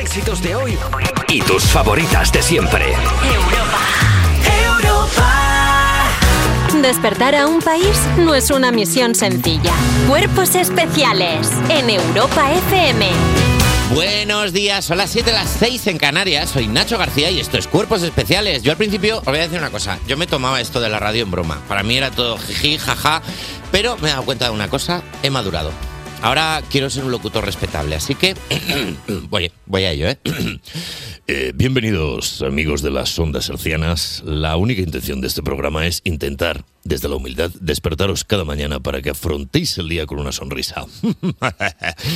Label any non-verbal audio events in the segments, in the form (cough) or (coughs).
éxitos de hoy y tus favoritas de siempre. Despertar a un país no es una misión sencilla. Cuerpos especiales en Europa FM. Buenos días, son las 7 las 6 en Canarias. Soy Nacho García y esto es Cuerpos Especiales. Yo al principio os voy a decir una cosa. Yo me tomaba esto de la radio en broma. Para mí era todo jiji, jaja. Pero me he dado cuenta de una cosa. He madurado. Ahora quiero ser un locutor respetable, así que (clears throat) voy, voy a ello, ¿eh? (clears throat) Eh, bienvenidos amigos de las ondas hercianas. La única intención de este programa es intentar, desde la humildad, despertaros cada mañana para que afrontéis el día con una sonrisa. (laughs)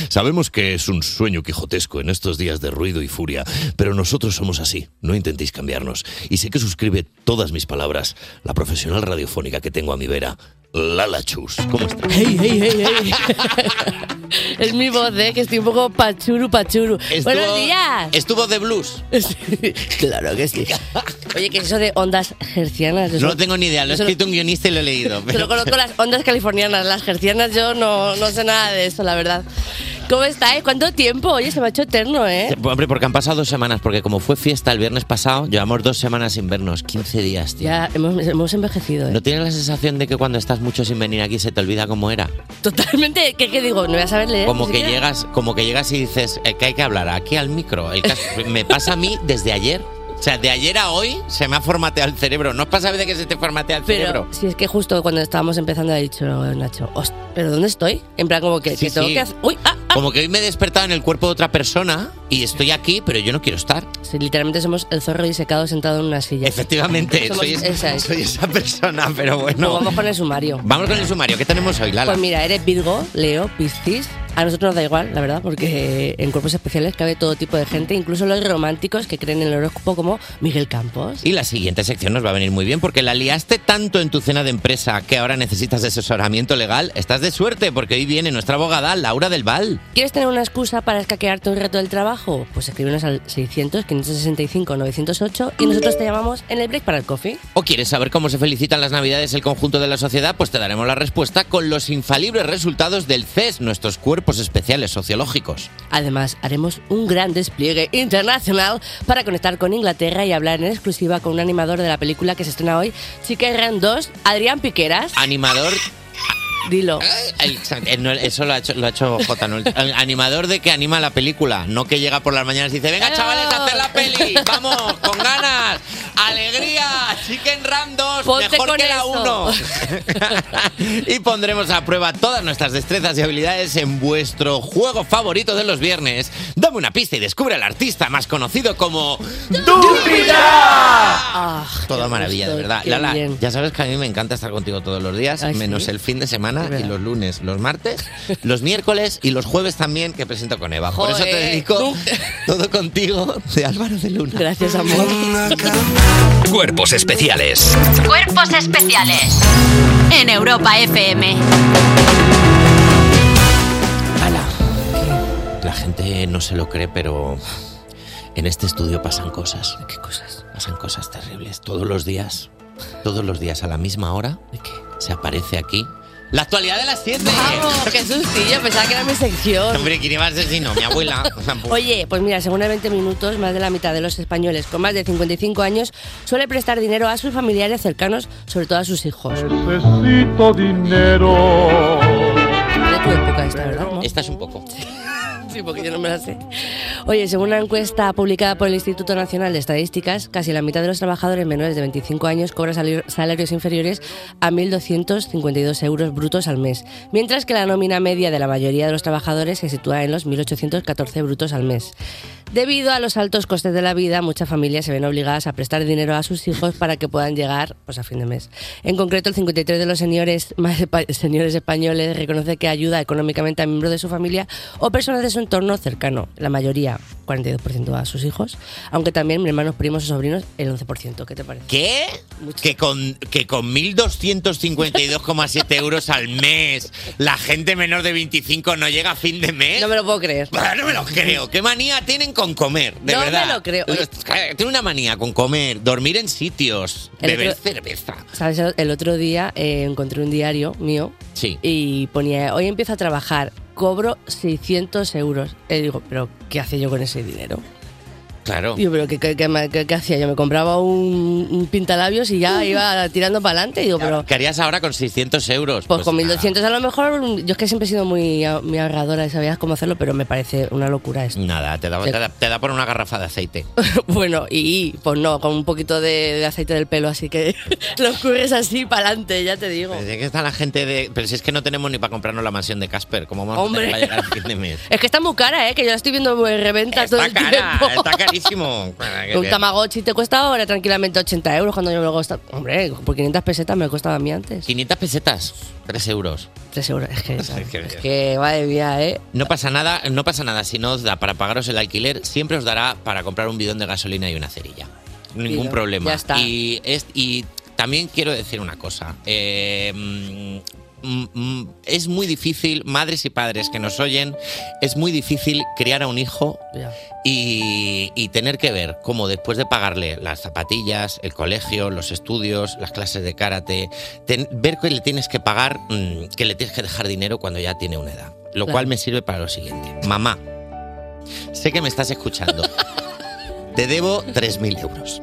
Sabemos que es un sueño quijotesco en estos días de ruido y furia, pero nosotros somos así, no intentéis cambiarnos. Y sé que suscribe todas mis palabras la profesional radiofónica que tengo a mi vera, Lala Chus. ¿Cómo estás? Hey, hey, hey, hey. es mi voz, ¿eh? Que estoy un poco pachuru, pachuru. Buenos días. Estuvo de blues. (laughs) claro que sí. Oye, ¿qué es eso de ondas hercianas? Eso- No lo tengo ni idea, lo ha eso escrito un guionista y lo he leído. Solo conozco las ondas californianas, las hercianas yo no, no sé nada de eso, la verdad. ¿Cómo estáis? ¿Cuánto tiempo? Oye, se me ha hecho eterno, ¿eh? (laughs) Hombre, porque han pasado dos semanas, porque como fue fiesta el viernes pasado, llevamos dos semanas sin vernos, 15 días, tío. Ya hemos, hemos envejecido, ¿eh? ¿No tienes la sensación de que cuando estás mucho sin venir aquí se te olvida cómo era? Totalmente, ¿qué, qué digo? No voy a saber leer. Como ni que siquiera. llegas, como que llegas y dices eh, que hay que hablar aquí al micro. El caso- me pasa a mí desde ayer. O sea, de ayer a hoy se me ha formateado el cerebro. ¿No os pasa a veces que se te formatea el Pero cerebro? si es que justo cuando estábamos empezando ha dicho Nacho, "Host, ¿pero dónde estoy? En plan como que, Sí, que tengo sí. que hacer... Uy, ah, Como que hoy me he despertado en el cuerpo de otra persona y estoy aquí, pero yo no quiero estar. Sí, literalmente somos el zorro disecado sentado en una silla. Efectivamente, Somos soy, es- esa es. soy esa persona, pero bueno. Pues vamos con el sumario. Vamos con el sumario. ¿Qué tenemos hoy, Lala? Pues mira, eres Virgo, Leo, Piscis. A nosotros nos da igual, la verdad, porque en cuerpos especiales cabe todo tipo de gente, incluso los románticos que creen en el horóscopo como Miguel Campos. Y la siguiente sección nos va a venir muy bien porque la liaste tanto en tu cena de empresa que ahora necesitas asesoramiento legal. Estás de suerte porque hoy viene nuestra abogada Laura del Val. ¿Quieres tener una excusa para escaquearte un reto del trabajo? Pues escríbenos al 600-565-908 y nosotros te llamamos en el break para el coffee. ¿O quieres saber cómo se felicitan las navidades el conjunto de la sociedad? Pues te daremos la respuesta con los infalibles resultados del CES, nuestros cuerpos especiales sociológicos. Además, haremos un gran despliegue internacional para conectar con Inglaterra y hablar en exclusiva con un animador de la película que se estrena hoy, Chicken Run 2, Adrián Piqueras. Animador... Eh, Dilo. el- el- no, eso lo ha hecho, lo ha hecho J, ¿no? El animador de que anima la película, no que llega por las mañanas y dice, venga chavales, a hacer la peli, vamos, con ganas, alegría, Chicken Ram 2, Ponte mejor con que la eso". 1. (laughs) y pondremos a prueba todas nuestras destrezas y habilidades en vuestro juego favorito de los viernes. Dame una pista y descubre al artista más conocido como Dúpida. Ah, Toda maravilla, de gusto, verdad. qué Lala, bien. ya sabes que a mí me encanta estar contigo todos los días, Ay, menos sí. el fin de semana Es y verdad. los lunes, los (laughs) martes, los miércoles y los jueves también que presento con Eva. Por eso te Joder. dedico todo contigo de Álvaro de Luna. Gracias, amor. Cuerpos especiales Cuerpos especiales en Europa FM. La gente no se lo cree, pero en este estudio pasan cosas. ¿Qué cosas? Pasan cosas terribles. Todos los días, todos los días a la misma hora, se aparece aquí. La actualidad de las 7. Vamos, qué sustillo, pensaba que era mi sección. Hombre, ¿quién iba a ser si no? Mi abuela. Oye, pues mira, según el 20 minutos, más de la mitad de los españoles con más de 55 años suele prestar dinero a sus familiares cercanos, sobre todo a sus hijos. Necesito dinero. De tu época esta, ¿verdad? Esta es un poco. Sí, porque yo no me la sé. Oye, según una encuesta publicada por el Instituto Nacional de Estadísticas, casi la mitad de los trabajadores menores de 25 años cobran salir- salarios inferiores a 1.252 euros brutos al mes, mientras que la nómina media de la mayoría de los trabajadores se sitúa en los 1.814 brutos al mes. Debido a los altos costes de la vida, muchas familias se ven obligadas a prestar dinero a sus hijos para que puedan llegar pues, a fin de mes. En concreto, el 53 de los señores, (laughs) más espa- señores españoles reconoce que ayuda económicamente a miembros de su familia o personas de su entorno cercano. La mayoría, 42% a sus hijos, aunque también hermanos, primos o sobrinos, el 11%. ¿Qué te parece? ¿Qué? Que con, que con 1.252,7 euros al mes la gente menor de 25 no llega a fin de mes. No me lo puedo creer. Bah, ¿Eh? Ah, No me lo creo. ¿Qué manía tienen con comer? De No me verdad. lo creo. Oye. Tienen una manía con comer, dormir en sitios, El beber otro- cerveza. ¿Sabes? El otro día eh, encontré un diario mío Sí. y ponía, hoy empiezo a trabajar, cobro 600 euros. Y digo, pero ¿qué hace yo con ese dinero? Claro. Yo, pero ¿qué, qué, qué me- qué- qué hacía? Yo me compraba un, un pintalabios (laughs) y ya iba tirando para adelante. Digo, pero ¿Qué harías ahora con 600 euros? pues con 1200 a lo mejor. mm, Yo es que siempre he sido muy, a- muy ahorradora y sabías cómo hacerlo, pero me parece una locura esto. Nada, te da, Sí. te, da, te da por una garrafa de aceite. (laughs) Pues bueno, y pues no, con un poquito de, de aceite del pelo, así que (laughs) lo ocurres así para adelante, ya te digo. Pero si es que está la gente de. Pero si es que no tenemos ni para comprarnos la mansión de Casper, ¿cómo vamos Hombre. a tener para llegar a fin de mes? Es que está muy cara, ¿eh? Que yo la estoy viendo en reventa (laughs) todo Está el cara, tiempo. está carísimo. (laughs) Un Tamagotchi te cuesta ahora tranquilamente 80 euros cuando yo me lo costa. Hombre, por 500 pesetas me costaba a mí antes. 500 pesetas, 3 euros. 3 euros, es que. Es que- Que madre mía, ¿eh? No pasa nada, no pasa nada. Si no os da para pagaros el alquiler, siempre os dará para comprar un bidón de gasolina y una cerilla. Ningún Bidón, problema. ya está. Y, es- y también quiero decir una cosa. Eh, mm, mm, mm, es muy difícil, madres y padres que nos oyen, es muy difícil criar a un hijo y, y tener que ver cómo después de pagarle las zapatillas, el colegio, los estudios, las clases de karate, ten- ver que le tienes que pagar, mm, que le tienes que dejar dinero cuando ya tiene una edad. Lo Claro. cual me sirve para lo siguiente. Mamá, sé que me estás escuchando. Te debo 3.000 euros.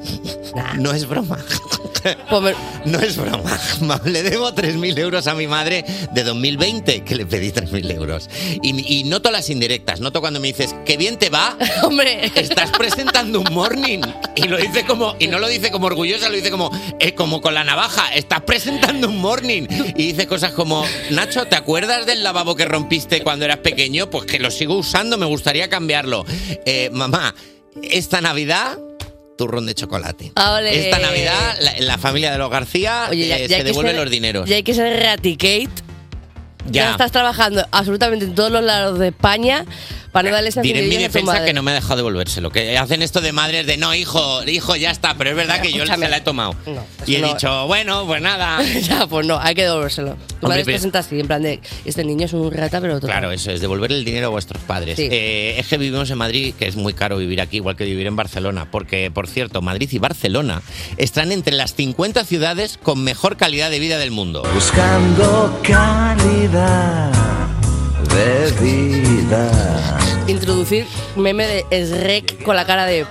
No es broma. No es broma. (laughs) Ma- Le debo 3.000 euros a mi madre de 2020, que le pedí 3.000 euros. Y, y noto las indirectas. Noto cuando me dices, qué bien te va. Hombre. Estás presentando un morning. Y lo dice como, y no lo dice como orgullosa, lo dice como, eh, como con la navaja. Estás presentando un morning. Y dice cosas como, Nacho, ¿te acuerdas del lavabo que rompiste cuando eras pequeño? Pues que lo sigo usando, me gustaría cambiarlo. Eh, mamá, esta Navidad, turrón de chocolate. Ole. Esta Navidad, la, la familia de los García Oye, ya- eh, ya hay se que devuelve ser- los dineros. Y hay que ser raticate. Ya. Ya. estás trabajando absolutamente en todos los lados de España para no darle esa Diré Eh, en mi seguridad a tu defensa madre. que no me ha dejado devolvérselo. Que hacen esto de madres de no, hijo, hijo, ya está. Pero es verdad que yo se la he tomado. y he no- dicho, bueno, pues nada. (laughs) ya, pues no, hay que devolvérselo. Tu madre se pero- presenta así, en plan de, este niño es un rata, pero total. Claro, eso es, devolver el dinero a vuestros padres. Sí. Eh, es que vivimos en Madrid, que es muy caro vivir aquí, igual que vivir en Barcelona. Porque, por cierto, Madrid y Barcelona están entre las 50 ciudades con mejor calidad de vida del mundo. Buscando calidad de vida. Introducir meme de Shrek con la cara de...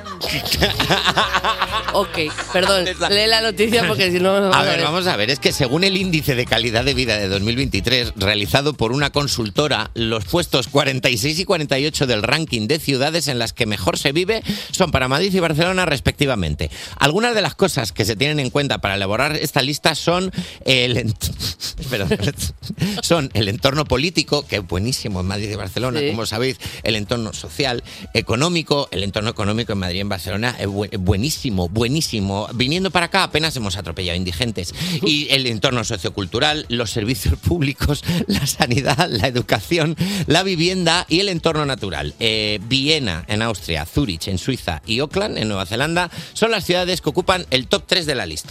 ok, perdón, lee la noticia porque si no... A ver, vamos a ver, es que según el índice de calidad de vida de 2023 realizado por una consultora, los puestos 46 y 48 del ranking de ciudades en las que mejor se vive son para Madrid y Barcelona respectivamente. Algunas de las cosas que se tienen en cuenta para elaborar esta lista son el, ent- (laughs) perdón, (laughs) son el entorno político, que es buenísimo en Madrid y Barcelona, Sí. como como sabéis, el entorno social, económico, el entorno económico en Madrid y en Barcelona es bu- buenísimo, buenísimo. Viniendo para acá apenas hemos atropellado indigentes. Y el entorno sociocultural, los servicios (laughs) públicos, la sanidad, la educación, la vivienda y el entorno natural. Eh, Viena en Austria, Zúrich en Suiza y Auckland en Nueva Zelanda son las ciudades que ocupan el top 3 de la (laughs) lista.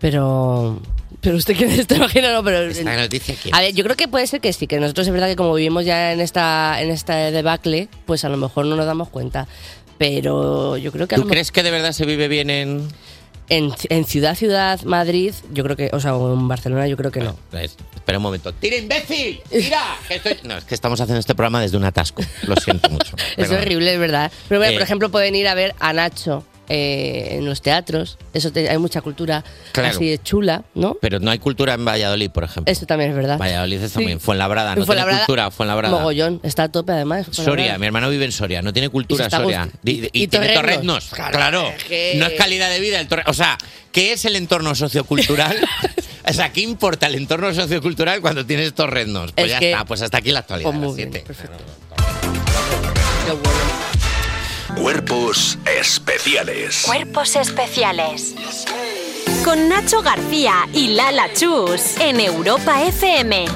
Pero... Pero usted quién es, te imagino, no, pero... Esta noticia aquí. A ver, yo creo que puede ser que sí, que nosotros es verdad que como vivimos ya en esta, en esta debacle, pues a lo mejor no nos damos cuenta. Pero yo creo que... a ¿Tú lo mejor- crees que de verdad se vive bien en...? En, en ciudad, ciudad, Madrid, yo creo que... O sea, o en Barcelona yo creo que no. Es- Pues, Espera un momento. ¡Tira, imbécil! ¡Tira! Que estoy- No, es que estamos haciendo este programa desde un atasco. Lo (laughs) siento mucho. Es Perdón. horrible, es verdad. Pero bueno, Eh. por ejemplo, pueden ir a ver a Nacho eh, en los teatros. Eso te- hay mucha cultura Claro. así de chula, ¿no? Pero no hay cultura en Valladolid, por ejemplo. Eso también es verdad. Valladolid está muy Sí. bien. Fuenlabrada, no Fuenlabrada, tiene cultura. Fuenlabrada. Mogollón, está a tope además. Soria, mi hermano vive en Soria, no tiene Y se cultura está Soria. gust- Y, y y tiene torreznos. torreznos, claro. que- No es calidad de vida el torre- O sea, ¿qué es el entorno (laughs) sociocultural? o sea, ¿qué importa el entorno sociocultural cuando tienes torreznos? Pues Es ya que- está, pues hasta aquí la actualidad. Pues las muy bien, siete. Cuerpos especiales. Cuerpos especiales. Con Nacho García y Lala Chus en Europa FM.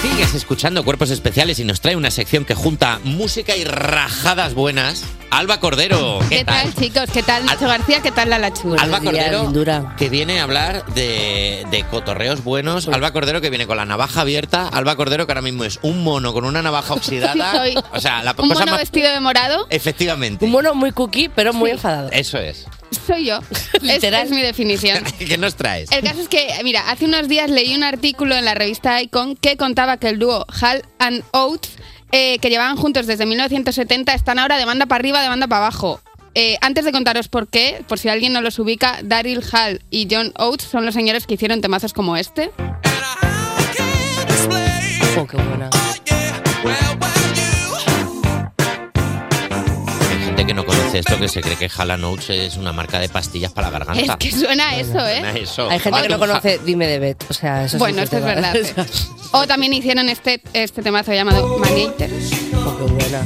Sigues escuchando Cuerpos Especiales y nos trae una sección que junta música y rajadas buenas. Alba Cordero, ¿qué ¿Qué tal? tal, chicos? ¿Qué tal, Nacho García? ¿Qué tal, Lala Chus? Alba Cordero, que viene a hablar de, de cotorreos buenos. Alba Cordero, que viene con la navaja abierta. Alba Cordero, que ahora mismo es un mono con una (laughs) navaja oxidada. Soy O sea, la un cosa mono más... vestido de morado Efectivamente. Un mono muy cookie, pero muy enfadado. Eso es. soy yo. Esta es mi definición. ¿Qué nos traes? El caso es que, mira, hace unos días leí un artículo en la revista Icon que contaba que el dúo Hall and Oates, eh, que llevaban juntos desde 1970, están ahora de banda para arriba, de banda para abajo. eh, antes de contaros por qué, por si alguien no los ubica, Daryl Hall y John Oates son los señores que hicieron temazos como este. Oh, qué buena. Hay gente que no conoce esto que se cree que Hala Notes es una marca de pastillas para la garganta. Es que suena eso, ¿eh? Suena eso. Hay gente que no Vale. conoce Dime de Bet. O sea, eso sí Bueno, esto que es te va. verdad. (laughs) O también hicieron este, este temazo llamado Maniator. Oh, qué buena.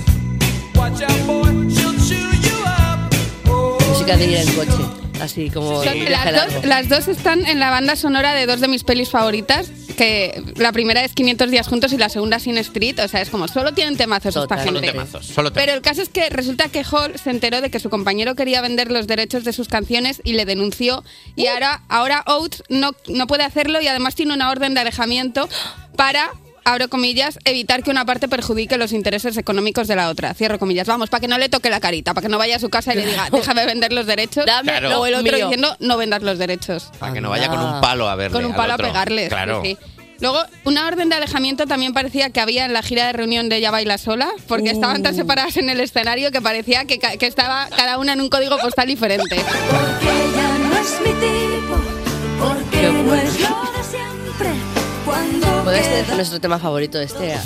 Música de ir en coche. Así como. de viaje Las largo. dos, las dos están en la banda sonora de dos de mis pelis favoritas, que la primera es 500 días juntos y la segunda Sin Street, o sea, es como solo tienen temazos Total. esta Solo gente. temazos, solo temazos. Pero el caso es que resulta que Hall se enteró de que su compañero quería vender los derechos de sus canciones y le denunció y ahora, ahora Oates no, no puede hacerlo y además tiene una orden de alejamiento para... Abro comillas, evitar que una parte perjudique los intereses económicos de la otra. Cierro comillas. Vamos, para que no le toque la carita, para que no vaya a su casa y le (laughs) diga, déjame vender los derechos. Dame Claro. O el otro Mío. diciendo, no vendas los derechos. Para que no Anda. vaya con un palo a verle. Con un al palo a otro. pegarles. Claro. sí, sí. Luego, una orden de alejamiento también parecía que había en la gira de reunión de Ella Baila Sola, porque estaban tan separadas en el escenario que parecía que, ca- que estaba cada una en un código postal diferente. Porque ya no es mi tipo, porque Qué no bueno. es lo de (laughs) siempre. Cuando Puede ser queda- nuestro tema favorito este.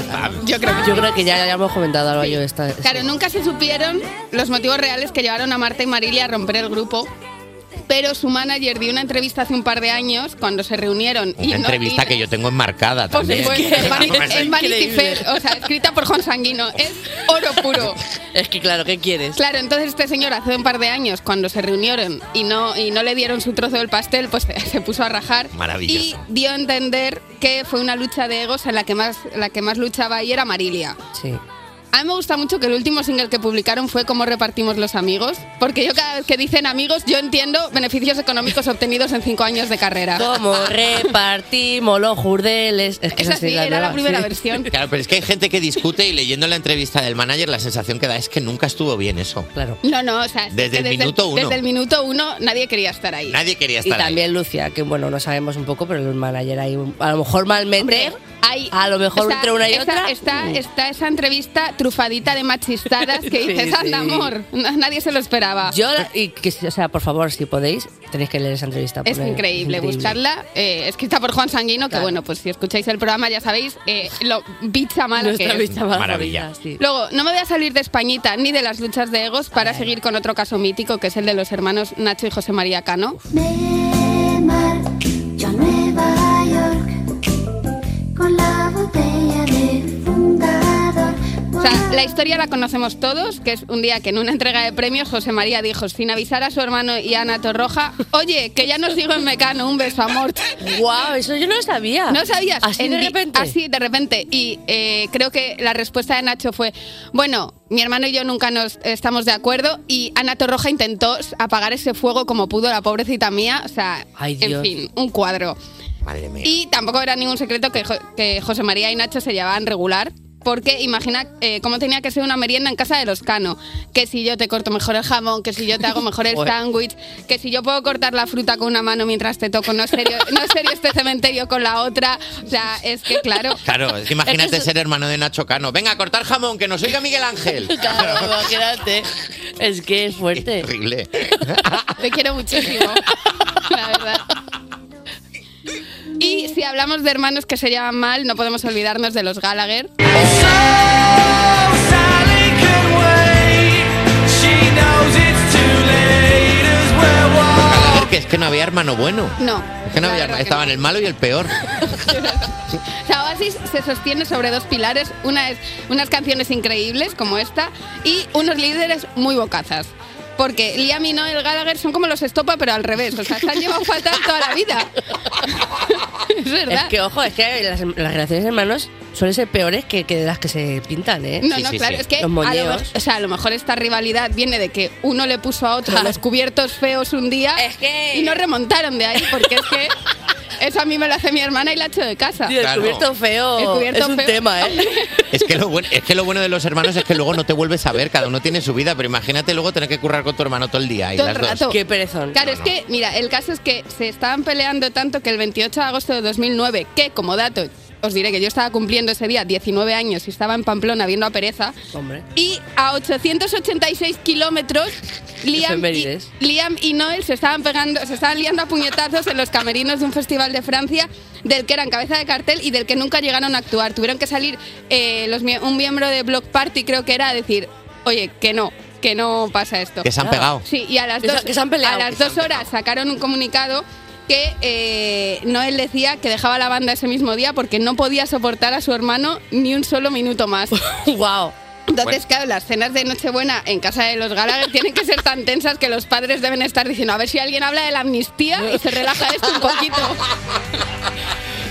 Yo creo Yo creo que ya, ya hemos comentado algo yo esta. Claro, nunca se supieron los motivos reales que llevaron a Marta y Marilia a romper el grupo. Pero su manager dio una entrevista hace un par de años cuando se reunieron. Una no- entrevista que yo tengo enmarcada Por también. (laughs) supuesto, en Vanity- Es en Vanity increíble. Fair, o sea, escrita por Juan Sanguino. Es oro (laughs) puro. Es que claro, ¿qué quieres? Claro, entonces este señor hace un par de años, cuando se reunieron y no, y no le dieron su trozo del pastel, pues (laughs) se, se puso a rajar. Maravilloso. Y dio a entender que fue una lucha de egos en la que más, la que más luchaba y era Marilia. Sí. A mí me gusta mucho que el último single que publicaron fue Cómo repartimos los amigos, porque yo cada vez que dicen amigos, yo entiendo beneficios económicos obtenidos en cinco años de carrera. ¿Cómo repartimos los jurdeles? Es que Esa sí, era la nueva, primera sí. versión. Claro, pero es que hay gente que discute y leyendo la entrevista del manager la sensación que da es que nunca estuvo bien eso. Claro. (laughs) No, no, o sea, es Desde que el minuto uno. Desde el minuto uno nadie quería estar ahí. Nadie quería Y estar ahí. también Lucia, que bueno, no sabemos un poco, pero el manager ahí, a lo mejor malmente, Hombre, hay- a lo mejor está- entre una y está- otra. Mm. Está, está esa entrevista trufadita de machistadas que (laughs) Sí, dices, anda, sí. amor, na- nadie se lo esperaba. Yo, la- y que, o sea, por favor, si podéis, tenéis que leer esa entrevista. es porque increíble, buscarla, eh, escrita por Juan Sanguino, que Claro. bueno, pues si escucháis el programa ya sabéis eh, lo bicha mala Nuestra que es. vista más Maravilla. bonita, sí. Luego, no me voy a salir de Españita ni de las luchas de egos para seguir con otro caso mítico, que es el de los hermanos Nacho y José María Cano. De mar, yo a Nueva York, con la botella del (laughs) fundador. O sea, la historia la conocemos todos, que es un día que en una entrega de premios José María dijo, sin avisar a su hermano y a Ana Torroja, oye, que ya no sigo en Mecano, un beso, amor. ¡Guau! Eso yo no lo sabía. ¿No sabías? Así En de di- repente. Así de repente. Y eh, creo que la respuesta de Nacho fue, bueno, mi hermano y yo nunca nos estamos de acuerdo y Ana Torroja intentó apagar ese fuego como pudo la pobrecita mía. O sea, Ay, en Dios. fin, un cuadro. Madre mía. Y tampoco era ningún secreto que, Jo- que José María y Nacho se llevaban regular. Porque imagina eh, cómo tenía que ser una merienda en casa de los Cano. Que si yo te corto mejor el jamón, que si yo te hago mejor el Bueno. sándwich, que si yo puedo cortar la fruta con una mano mientras te toco, no es serio, no es serio este cementerio con la otra. O sea, es que claro. Claro, es que imagínate ser hermano de Nacho Cano. Venga, a cortar jamón, que nos oiga Miguel Ángel. Claro, imagínate. Es que es fuerte. Terrible. Te quiero muchísimo, la verdad. Y si hablamos de hermanos que se llevan mal, no podemos olvidarnos de los Gallagher. Gallagher, que es que no había hermano bueno. No. Es que no la había verdad hermano. que Estaban el malo y el peor. O sea, Oasis se sostiene sobre dos pilares, una es unas canciones increíbles como esta y unos líderes muy bocazas. Porque Liam y Noel Gallagher son como los estopa, pero al revés. O sea, se han llevado fatal toda la vida. (laughs) es Es verdad. que, ojo, es que las, las relaciones de hermanos suelen ser peores que, que de las que se pintan, ¿eh? No, Sí, no, sí, claro, sí. es que a Los lo, moñeos. mej- o sea, a lo mejor esta rivalidad viene de que uno le puso a otro los cubiertos feos un día Es que- y no remontaron de ahí, porque es (laughs) que eso a mí me lo hace mi hermana y la echo de casa. Tío, el Claro. cubierto feo El cubierto es un feo. tema, ¿eh? Es que, lo bueno, es que lo bueno de los hermanos es que luego no te vuelves a ver. Cada uno tiene su vida, pero imagínate luego tener que currar con tu hermano todo el día. Y Todo el las dos. rato. Qué perezón. Claro, No, es no. que, mira, el caso es que se estaban peleando tanto que el 28 de agosto de 2009, que como dato os diré que yo estaba cumpliendo ese día 19 años y estaba en Pamplona viendo a Pereza. Hombre. Y a 886 kilómetros, Liam y, Efemérides. Liam y Noel se estaban pegando, se estaban liando a puñetazos en los camerinos de un festival de Francia del que eran cabeza de cartel y del que nunca llegaron a actuar. Tuvieron que salir eh, los mie- un miembro de Block Party, creo que era, a decir, oye, que no, que no pasa esto. Que se han pegado. Sí, y a las Que se- dos, que se han peleado. a las Que se dos horas sacaron un comunicado que eh, Noel decía que dejaba la banda ese mismo día porque no podía soportar a su hermano ni un solo minuto más. ¡Wow! Entonces, Bueno. claro, las cenas de Nochebuena en casa de los Gallagher tienen que ser tan tensas que los padres deben estar diciendo a ver si alguien habla de la amnistía y se relaja esto un poquito.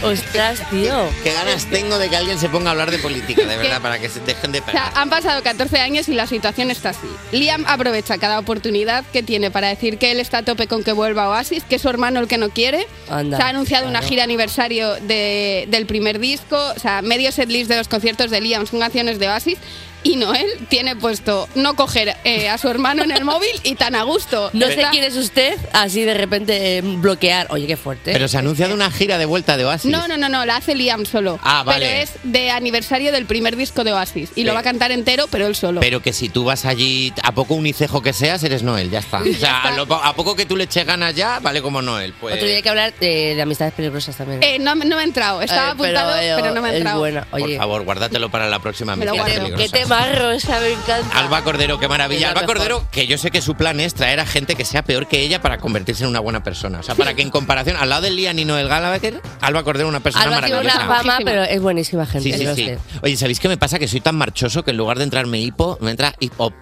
Ostras, tío. Qué ganas tengo de que alguien se ponga a hablar de política, de verdad, para que se dejen de O sea, parar. han pasado 14 años y la situación está así. Liam aprovecha cada oportunidad que tiene para decir que él está a tope con que vuelva Oasis, que es su hermano el que no quiere. Anda, Se ha anunciado una claro. gira aniversario de- del primer disco, o sea, medio setlist de los conciertos de Liam son canciones de Oasis. Y Noel tiene puesto no coger eh, a su hermano en el (laughs) móvil y tan a gusto. No sé Está- quién es usted, así de repente eh, bloquear. Oye, qué fuerte. Pero se ha anunciado una gira de vuelta de Oasis. No, no, no, no, la hace Liam solo. Ah, vale. Pero es de aniversario del primer disco de Oasis. Y lo Sí. va a cantar entero, pero él solo. Pero que si tú vas allí, a poco unicejo que seas, eres Noel, ya (laughs) está. O sea, A, lo po- a poco que tú le eches ganas ya, vale como Noel. Pues. Otro día hay que hablar de, de amistades peligrosas también. Eh, no, no me ha entrado. Estaba Eh, pero, apuntado, eh, pero, no me ha es entrado. buena. Por favor, guárdatelo para la próxima Me lo amistad guardo. peligrosa. rosa, me encanta. Alba Cordero, qué Es maravilla. la Alba mejor. Cordero, que yo sé que su plan es traer a gente que sea peor que ella para convertirse en una buena persona. O sea, para que en comparación, al lado del Lian y Noel Gallagher, Alba Cordero una persona Alba tiene maravillosa. una fama, pero es buenísima gente. Pues Sí, sí, lo sí. sé. Oye, ¿sabéis qué me pasa? Que soy tan marchoso que en lugar de entrarme hipo, me entra hip hop.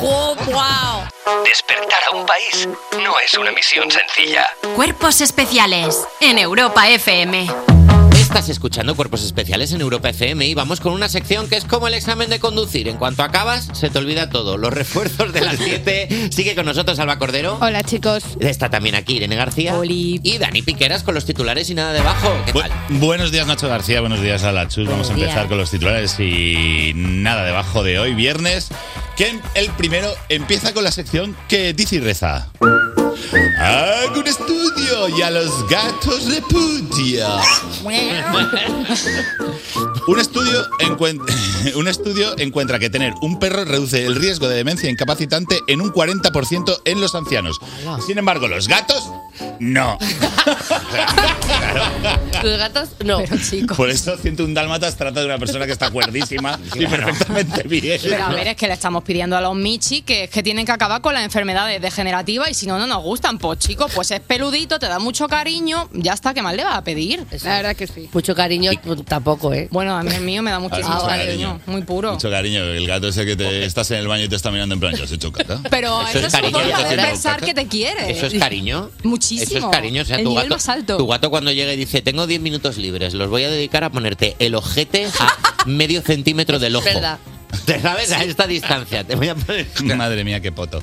wow! Despertar a un país no es una misión sencilla. Cuerpos especiales en Europa FM. Estás escuchando Cuerpos Especiales en Europa FM y vamos con una sección que es como el examen de conducir. En cuanto acabas, se te olvida todo. Los refuerzos de (laughs) las 7. Sigue con nosotros Alba Cordero. Hola, chicos. Está también aquí Irene García. Y Dani Piqueras con los titulares y nada debajo. ¿Qué tal? Buenos días Nacho García, buenos días a la Chus. Vamos Buenos a empezar días. con los titulares y nada debajo de hoy, viernes, que el primero empieza con la sección que dice y reza. Hago un estudio y a los gatos repudio. (laughs) Un estudio, encuen- (laughs) un estudio encuentra que tener un perro reduce el riesgo de demencia incapacitante en un 40% en los ancianos. Sin embargo, los gatos, (laughs) no. (laughs) Los gatos, no. chicos. (laughs) Por eso 101 Dálmatas trata de una persona que está cuerdísima y perfectamente bien. Pero a ver, es que le estamos pidiendo a los Michi que, que tienen que acabar con las enfermedades degenerativas y si no, no nos gustan. Pues chico, pues es peludito, te da mucho cariño, ya está, ¿qué más le vas a pedir? La verdad que sí. Mucho cariño pues, tampoco, ¿eh? Bueno, a mí el mío me da muchísimo Ah, mucho cariño, cariño. muy puro. Mucho cariño, el gato ese que te estás en el baño y te está mirando en plan, yo soy chocata. Pero eso, es su forma de pensar que te quiere. ¿Eso es cariño? Eso Muchísimo. es cariño. O sea, el tu nivel gato, más alto. tu gato cuando llega y dice, tengo 10 minutos libres, los voy a dedicar a ponerte el ojete a medio centímetro del ojo. Verdad. (laughs) ¿Te sabes? A esta distancia. Te voy a (laughs) poner... Madre mía, qué (laughs) poto.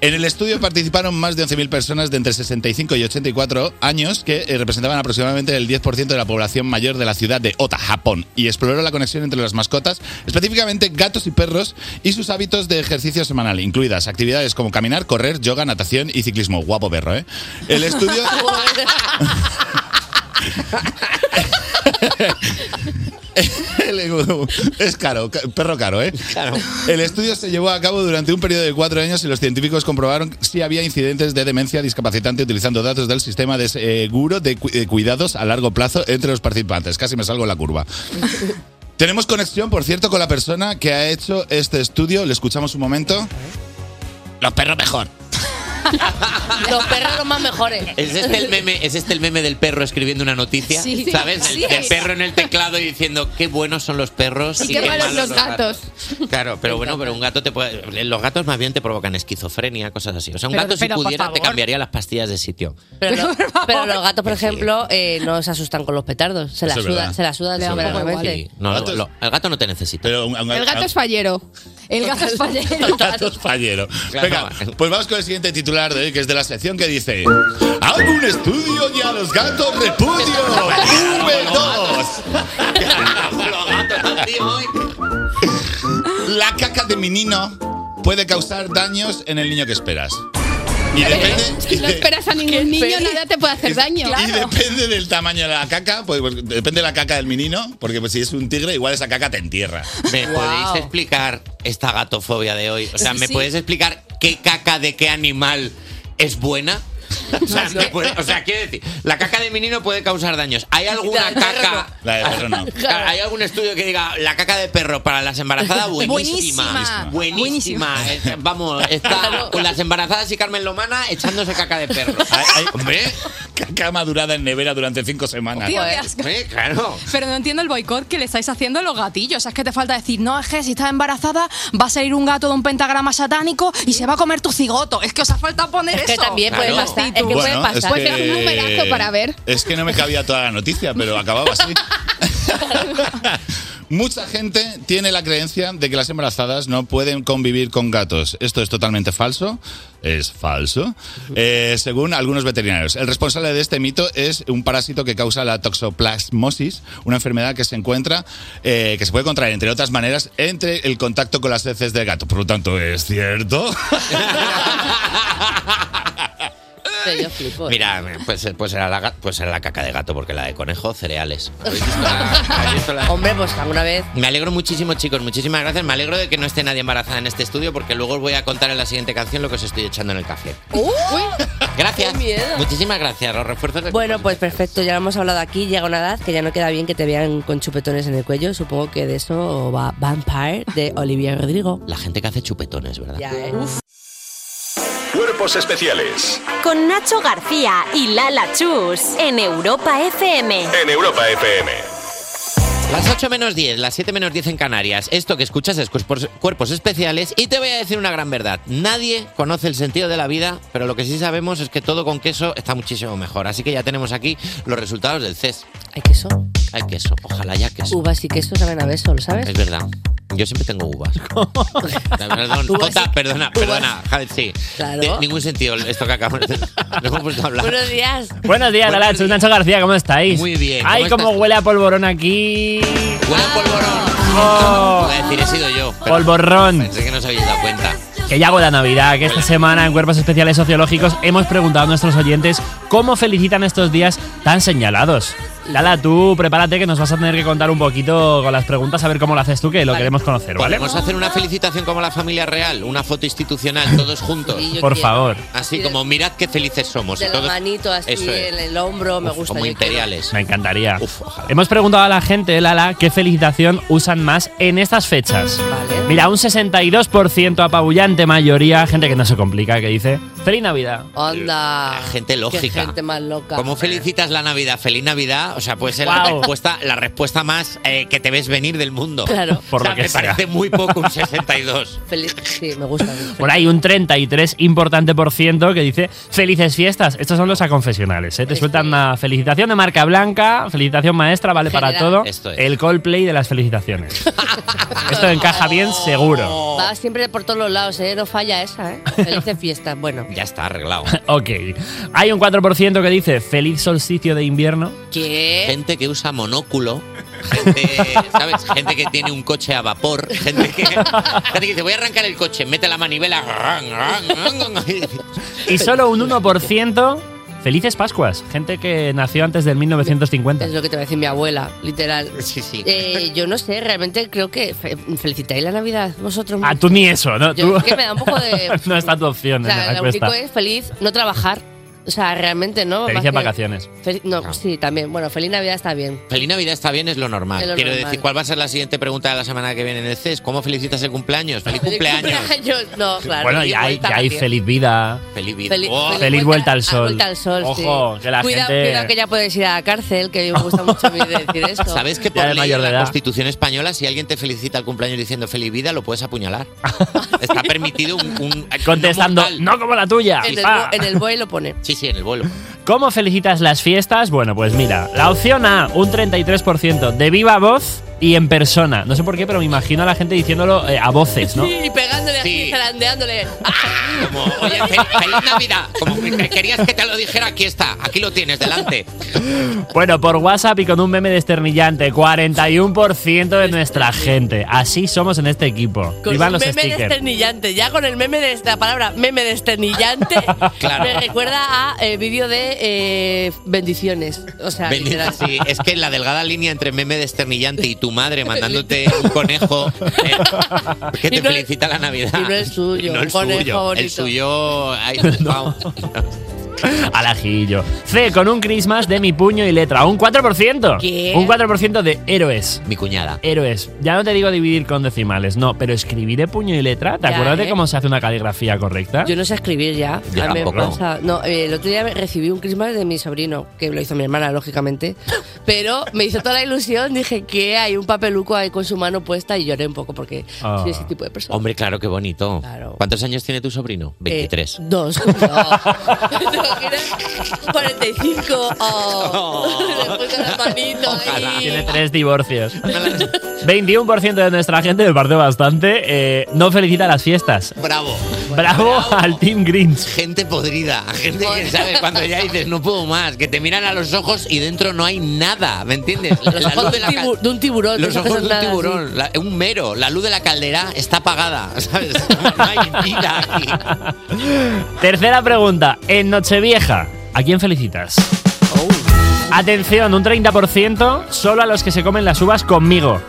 En el estudio participaron más de 11.000 personas de entre 65 y 84 años que eh, representaban aproximadamente el 10% de la población mayor de la ciudad de Ota, Japón, y exploró la conexión entre las mascotas, específicamente gatos y perros, y sus hábitos de ejercicio semanal, incluidas actividades como caminar, correr, yoga, natación y ciclismo. Guapo perro, ¿eh? (laughs) El estudio... (laughs) El- es caro, ca- perro caro, ¿eh? El estudio se llevó a cabo durante un periodo de cuatro años y los científicos comprobaron si había incidentes de demencia discapacitante utilizando datos del sistema de seguro de, cu- de cuidados a largo plazo entre los participantes. Casi me salgo en (laughs) la curva. Tenemos conexión, por cierto, con la persona que ha hecho este estudio. Le escuchamos un momento. Los perros mejor. Los perros los más mejores. ¿Es este, el meme, ¿Es este el meme del perro escribiendo una noticia? Sí. ¿Sabes? Sí. El, del perro en el teclado y diciendo qué buenos son los perros Y qué malos los gatos. Claro, pero bueno, pero un gato te puede. Los gatos más bien te provocan esquizofrenia, cosas así. O sea, un Pero- gato si pero, por pudiera te favor. cambiaría las pastillas de sitio. Pero, lo- pero los gatos, por ejemplo, eh, no se asustan con los petardos. Se la Eso es suda, verdad. se la sudan Sí, completamente. sí. No, lo- lo- el gato no te necesita. El gato (laughs) es fallero. El gato es (laughs) fallero. Gatos fallero. Venga, eh. pues vamos con el siguiente titular de hoy, que es de la sección que dice: Hago un estudio y a los gatos repudio. (laughs) V2. La caca de mi nino puede causar daños en el niño que esperas. Y depende, No esperas a ningún niño, nada te puede hacer daño. y depende del tamaño de la caca, pues, pues, depende de la caca del menino, porque pues, si es un tigre, igual esa caca te entierra. ¿Me podéis explicar esta gatofobia de hoy? O sea, ¿me Sí. podéis explicar qué caca de qué animal es buena? O sea, ¿me puede- o sea, quiero decir, la caca de menino puede causar daños. ¿Hay alguna caca? La de perro no. (laughs) Claro, ¿Hay algún estudio que diga la caca de perro para las embarazadas? Buenísima. Buenísima. Buenísima. Eh, Vamos, está con las embarazadas y Carmen Lomana echándose caca de perro. Hombre, caca madurada en nevera durante cinco semanas. Tío, qué asco. Hombre, claro. Pero no entiendo el boicot que le estáis haciendo a los gatillos. Es que te falta decir, no, es que si estás embarazada va a salir un gato de un pentagrama satánico y se va a comer tu cigoto. Es que os ha faltado poner Es eso. Pues que también puede Claro. pasar, es que Bueno, es que- ver. Es que no me cabía toda la noticia, pero acababa (laughs) así. Mucha gente tiene la creencia de que las embarazadas no pueden convivir con gatos. Esto es totalmente falso. Es falso. Eh, según algunos veterinarios, el responsable de este mito es un parásito que causa la toxoplasmosis, una enfermedad que se encuentra, eh, que se puede contraer, entre otras maneras, entre el contacto con las heces del gato. Por lo tanto, es cierto. yo flipo. Mira, pues, pues, era la, ga- pues era la caca de gato, porque la de conejo, cereales. ¿Habéis visto la- habéis visto la- Hombre, pues alguna vez. Me alegro muchísimo, chicos. Muchísimas gracias. Me alegro de que no esté nadie embarazada en este estudio porque luego os voy a contar en la siguiente canción lo que os estoy echando en el café. Gracias. ¡Qué miedo! Muchísimas gracias. Los refuerzos de Bueno, pues perfecto, ya lo hemos hablado aquí. Llega una edad que ya no queda bien que te vean con chupetones en el cuello. Supongo que de eso va Vampire de Olivia Rodrigo. la gente que hace chupetones, ¿verdad? eh. Cuerpos especiales Con Nacho García y Lala Chus en Europa FM. en Europa FM. Las 8 menos 10, las 7 menos 10 en Canarias. Esto que escuchas es cuerpos, cuerpos especiales y te voy a decir una gran verdad. Nadie conoce el sentido de la vida, pero lo que sí sabemos es que todo con queso está muchísimo mejor. Así que ya tenemos aquí los resultados del CES. ¿Hay queso? Hay queso. Ojalá haya queso. Uvas y queso saben a beso, ¿lo sabes? Es verdad. Yo siempre tengo uvas. (laughs) Perdón, Jota, perdona, perdona. Javi, sí. Claro. De- ningún sentido esto que acabamos (laughs) de Nos hemos puesto a hablar. Buenos días. (laughs) Buenos días, Lala, soy Nacho García, ¿cómo estáis? Muy bien, Ay, ¿cómo cómo huele a polvorón aquí. Huele ah. a polvorón. Oh, Iba a decir, he sido yo. pero polvorón. Pensé que no os habéis dado cuenta. Que ya hago la Navidad, que esta semana en Cuerpos Especiales Sociológicos hemos preguntado a nuestros oyentes cómo felicitan estos días tan señalados. Lala, tú prepárate que nos vas a tener que contar un poquito con las preguntas, a ver cómo lo haces tú, que lo queremos conocer, ¿vale? Podemos hacer una felicitación como la familia real, una foto institucional, todos (laughs) juntos. yo Por quiero. favor. Así como mirad qué felices somos. De la todos- manito así, Eso es. en el hombro, me Uf, gusta. como yo quiero. imperiales. Me encantaría. Hemos preguntado a la gente, Lala, qué felicitación usan más en estas fechas. Mira, un 62% apabullante mayoría, gente que no se complica, que dice, feliz Navidad. Onda. Gente Qué lógica. gente más loca. ¿Cómo felicitas la Navidad? Feliz Navidad. O sea, puede ser la, Guau. respuesta, la respuesta más eh, que te ves venir del mundo. Claro. Por O sea, lo que me sea. parece muy poco un 62. Feliz, sí, me gusta. Por ahí un 33 importante por ciento que dice felices fiestas. Estos son los aconfesionales. ¿eh? Te sueltan una felicitación de marca blanca, felicitación maestra, vale para General. todo. Esto es. El Coldplay de (laughs) las felicitaciones. Esto encaja bien, seguro. Va siempre por todos los lados, ¿eh? No falla (laughs) esa, ¿eh? Felices fiestas. Bueno. Ya está arreglado. (laughs) Ok. Hay un 4% que dice feliz solsticio de invierno. (laughs) ¿Qué? Gente que usa monóculo. Gente, ¿sabes? Gente que tiene un coche a vapor. Gente que, gente que dice, voy a arrancar el coche, mete la manivela. Y solo un 1% felices Pascuas. Gente que nació antes del 1950. Es lo que te va a decir mi abuela, literal. Sí, sí. Eh, yo no sé, realmente creo que fe- felicitáis la Navidad vosotros. Ah, tú ni eso, ¿no? Yo Tú- es que me da un poco de... (laughs) no está tu opción O en la sea, lo encuesta. único es feliz no trabajar. O sea, realmente no. Te Más dicen que- vacaciones. Fel- no, sí, también. Bueno, feliz Navidad está bien. Feliz Navidad está bien, es lo normal. Es lo Quiero normal. decir, ¿cuál va a ser la siguiente pregunta de la semana que viene en el CES? ¿Cómo felicitas el cumpleaños? ¡Feliz cumpleaños! Yo- no, claro. bueno, y ya hay, vuelta ya hay también. feliz vida. Feliz vida. Oh. Feliz, Feliz, vuelta, al sol. Vuelta al sol, sí. Ojo, que la cuidado, gente. cuidado que ya puedes ir a la cárcel, que me (laughs) gusta mucho a mí decir (laughs) eso. ¿Sabes que por ley en la Constitución española, si alguien te felicita el cumpleaños diciendo feliz vida, lo puedes (laughs) apuñalar? Está permitido un... un- Contestando, no como la tuya. En el, pa". bu- en el buey lo pone. Sí, sí, en el vuelo. ¿Cómo felicitas las fiestas? Bueno, pues mira, la opción A, un 33% de viva voz y en persona. No sé por qué, pero me imagino a la gente diciéndolo eh, a (laughs) voces, ¿no? Y pegándole así, zarandeándole. Como, oye, fe- feliz Navidad. Como que- que querías que te lo dijera, aquí está. Aquí lo tienes, delante. Bueno, por WhatsApp y con un meme desternillante, 41% de nuestra gente. Así somos en este equipo. Con Vivan un los meme stickers. desternillante. Ya con el meme de la palabra meme desternillante Claro. me recuerda a eh, vídeo de eh, bendiciones. O sea, Bendita, literal. (laughs) sí. Es que la delgada línea entre meme desternillante y tu madre (laughs) mandándote un conejo eh, que te felicita la Navidad. y no el suyo, No el un conejo suyo. El bonito. suyo. (laughs) ay, wow. (laughs) Al ajillo. C, con un Christmas de mi puño y letra. Un 4%. ¿Qué? Un 4% de héroes. Mi cuñada. Héroes. Ya no te digo dividir con decimales, no, pero escribir de puño y letra. ¿Te Ya, acuerdas de ¿eh? cómo se hace una caligrafía correcta? Yo no sé escribir ya. Yo A mí me tampoco. pasa- No, eh, el otro día me- recibí un Christmas de mi sobrino, que lo hizo mi hermana, lógicamente. Pero me hizo toda la ilusión. Dije que hay un papeluco ahí con su mano puesta y lloré un poco porque Ah. soy ese tipo de persona. Hombre, claro, qué bonito. ¿Cuántos años tiene tu sobrino? 23. Eh, Dos. (laughs) No. ¿Te imaginas? 45. Oh. Después con la manito ahí. Tiene tres divorcios. 21% de nuestra gente, me parece bastante, eh, no felicita las fiestas. Bravo. Bravo, al Team Grinch. Gente podrida, gente que sabe cuando ya dices no puedo más, que te miran a los ojos y dentro no hay nada, ¿me entiendes? La Los luz de ojos de, la ca- tibu- de un tiburón. Los esas que ojos son de un nada así. tiburón, la- un mero, la luz de la caldera está apagada, (laughs) ¿sabes? No hay vida aquí. Tercera pregunta. En Nochevieja, ¿a quién felicitas? Atención, un 30% solo a los que se comen las uvas conmigo.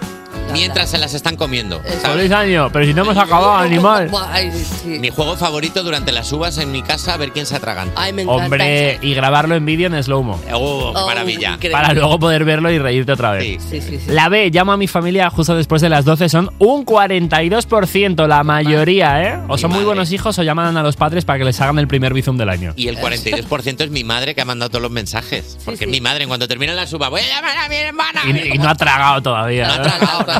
Mientras se las están comiendo. Feliz año, pero si no hemos (laughs) (laughs) acabado, animal. Oh, Mi juego favorito durante las uvas en mi casa, a ver quién se atraganta. Ay, me Hombre, y grabarlo en vídeo en slow mo. Oh, qué maravilla. Para luego poder verlo y reírte otra vez. Sí, sí, sí. La B, llamo a mi familia justo después de las 12, son un 42%, la mayoría, ¿eh? O son muy buenos hijos o llaman a los padres para que les hagan el primer bizum del año. Y el 42% es mi madre que ha mandado todos los mensajes. Porque es mi madre, en cuanto termina la suba, voy a llamar a mi hermana. Y, y no ha tragado todavía. No ha tragado, no ha tragado. (laughs)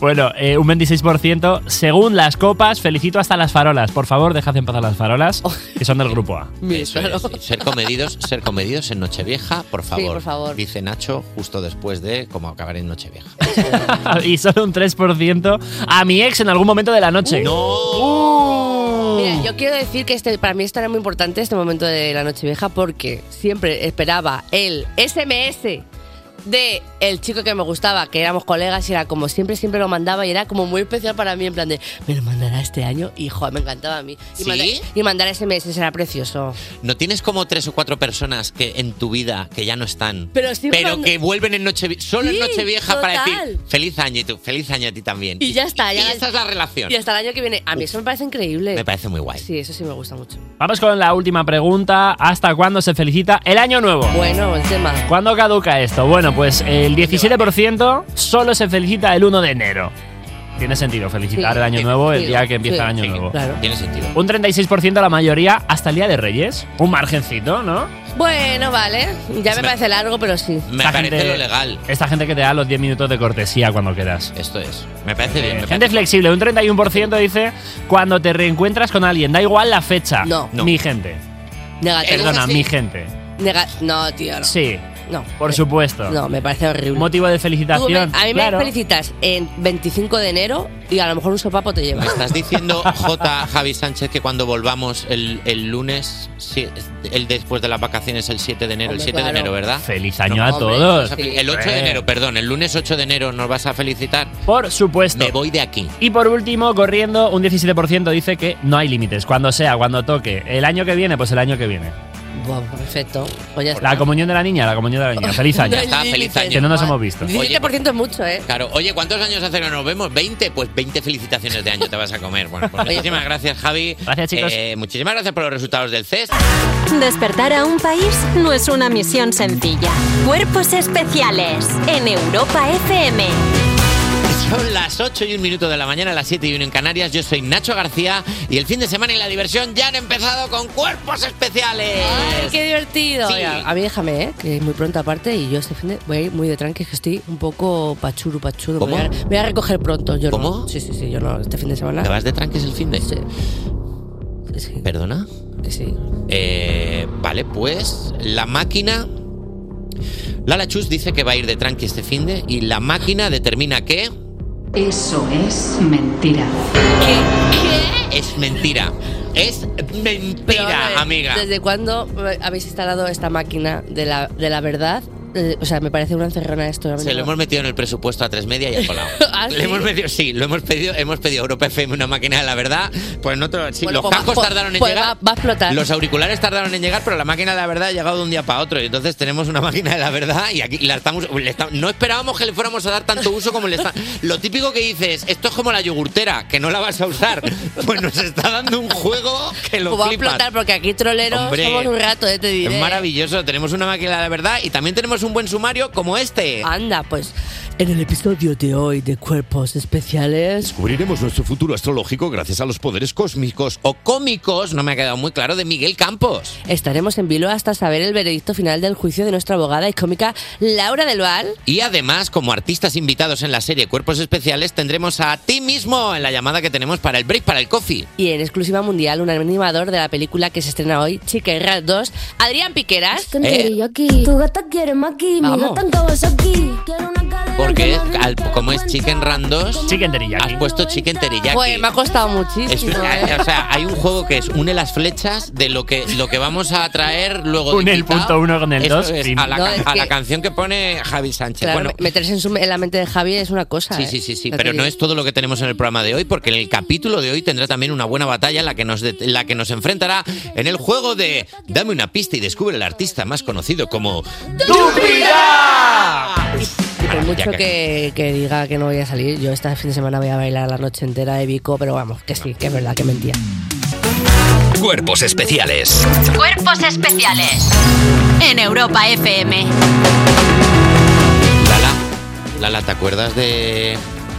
Bueno, eh, un 26%. Según las copas, felicito hasta las farolas. Por favor, dejad en paz a las farolas, Oh. que son del grupo A. Eso es. Ser comedidos, ser comedidos en Nochevieja, por favor. por favor. Dice Nacho justo después de como acabar en Nochevieja. (laughs) y solo un 3% a mi ex en algún momento de la noche. Uh. Mira, yo quiero decir que este, para mí esto era muy importante, este momento de la noche vieja, porque siempre esperaba el SMS de el chico que me gustaba, que éramos colegas, y era como siempre, siempre lo mandaba, y era como muy especial para mí, en plan de, me lo mandará este año, y joder, me encantaba a mí. Y, ¿Sí? mandar, y mandar SMS era precioso. ¿No tienes como tres o cuatro personas que en tu vida que ya no están, Pero sí cuando- que vuelven en noche solo en Sí, Nochevieja para total. decir feliz año y tú, feliz año a ti también? Y ya está, ya. y esa es la relación. Y hasta el año que viene. A mí eso me parece increíble. Me parece muy guay. Sí, eso sí me gusta mucho. Vamos con la última pregunta. ¿Hasta cuándo se felicita el año nuevo? Bueno, el tema. ¿Cuándo caduca esto? Bueno, pues el 17% solo se felicita el 1 de enero. Tiene sentido felicitar Sí, el año sí, nuevo el sí, día que empieza sí, el año sí, nuevo. claro. Tiene sentido. Un 36% la mayoría hasta el día de Reyes. Un margencito, ¿no? Bueno, vale. Ya me parece largo, pero sí. Me parece lo legal. Esta gente que te da los 10 minutos de cortesía cuando Eh, quedas. Esto es. Me parece bien. me Gente parece- flexible, un 31% dice cuando te reencuentras con alguien, da igual la fecha. No. No. Mi gente. Negativo. Perdona, mi gente. Nega- no, tío, no. Sí. No. Por supuesto. No, me parece horrible. Motivo de Tú me- felicitación. a mí claro. me felicitas en 25 de enero y a lo mejor un sopapo te lleva. Me estás diciendo, (laughs) J. Javi Sánchez, que cuando volvamos el, el lunes, sí, el después de las vacaciones, el 7 de enero, el Hombre, 7 claro. de enero, ¿verdad? Feliz año a todos. El 8 de Hombre. enero, perdón, el lunes 8 de enero nos vas a felicitar. Por supuesto. Me voy de aquí. Y por último, corriendo, un 17% dice que no hay límites. Cuando sea, cuando toque. El año que viene, pues el año que viene. Buah, perfecto. Pues ya está. La comunión de la niña, la comunión (laughs) de la niña. Feliz año. No hay (laughs) Ya está, feliz límites. año. Que no nos hemos visto. 17% es mucho, ¿eh? Claro, oye, ¿cuántos años hace que no nos vemos? ¿20? Pues 20 felicitaciones de año te vas a comer. Bueno, pues muchísimas gracias, Javi. Gracias, chicos. muchísimas gracias por los resultados del CES. Despertar a un país no es una misión sencilla. Cuerpos especiales en Europa FM. Son las 8 y un minuto de la mañana, las 7 y 1 en Canarias. Yo soy Nacho García y el fin de semana y la diversión ya han empezado con cuerpos especiales. Ay, qué divertido. Oiga, a mí déjame, ¿eh? Que es muy pronto aparte y yo este fin de voy a ir muy de tranqui, que estoy un poco pachuru, pachuru. Me Voy, a, me voy a recoger pronto. Yo ¿Cómo? Sí, sí, sí, yo no. Este fin de semana. ¿Te vas de tranquis el fin de? Sí. ¿Perdona? Sí. Eh, vale, pues la máquina Lala Chus dice que va a ir de tranqui este finde y la máquina determina que Eso es mentira. es mentira. Es mentira, Pero, a ver, amiga. ¿Desde cuándo eh, habéis instalado esta máquina de la, de la verdad? Eh, o sea, me parece una encerrona esto. Se lo hemos metido en el presupuesto a tres media y ha colado. (laughs) ¿Ah, Le sí? hemos metido, sí, lo hemos pedido, hemos pedido a Europa FM una máquina de la verdad. Pues nosotros, sí, Bueno, los pues va- cascos pues- tardaron en pues llegar. Va, va a explotar. Los auriculares tardaron en llegar, pero la máquina de la verdad ha llegado de un día para otro. Y entonces tenemos una máquina de la verdad y aquí la estamos, le esta- No esperábamos que le fuéramos a dar tanto uso como le está. Lo típico que dices, esto es como la yogurtera, que no la vas a usar. Pues nos está dando un juego que lo Pues va a flipas. explotar porque aquí troleros Hombre, somos un rato, eh, te diré. Es maravilloso, tenemos una máquina de la verdad y también tenemos un buen sumario como este. Anda, pues en el episodio de hoy de Cuerpos Especiales. Descubriremos nuestro futuro astrológico gracias a los poderes cósmicos o cómicos, no me ha quedado muy claro, de Miguel Campos. Estaremos en vilo hasta saber el veredicto final del juicio de nuestra abogada y cómica Laura Del Val. Y además, como artistas invitados en la serie Cuerpos Especiales, tendremos a ti mismo en la llamada que tenemos para el break, para el coffee. Y en exclusiva mundial, un animador de la película que se estrena hoy, Chica y Rat 2, Adrián Piqueras. Eh, Tu gata quiere maqui, mi Vamos. gata en Kawasaki. porque al- como es Chicken Randos, Chicken Teriyaki. Has puesto Chicken Teriyaki. Pues me ha costado Es- muchísimo. ¿eh? o sea, hay un juego que es une las flechas de lo que, lo que vamos a traer luego. de Une el invitado. punto uno con el Esto dos, es fin. a la, No, ca- es a que- la canción que pone Javi Sánchez. Claro, bueno, meterse en, su- en la mente de Javi es una cosa. Sí, ¿eh? sí, sí, sí, Ya te pero no digo. es todo lo que tenemos en el programa de hoy, porque en el capítulo de hoy tendrá también una buena batalla en la que nos, de- en la que nos enfrentará en el juego de Dame una pista y descubre el artista más conocido como ¡Dúpida! Por mucho Ah, Ya que, que diga que no voy a salir, yo este fin de semana voy a bailar la noche entera de Vico, pero vamos, que sí, que es verdad, que mentía. Cuerpos especiales. Cuerpos especiales en Europa FM. Lala, Lala, ¿te acuerdas de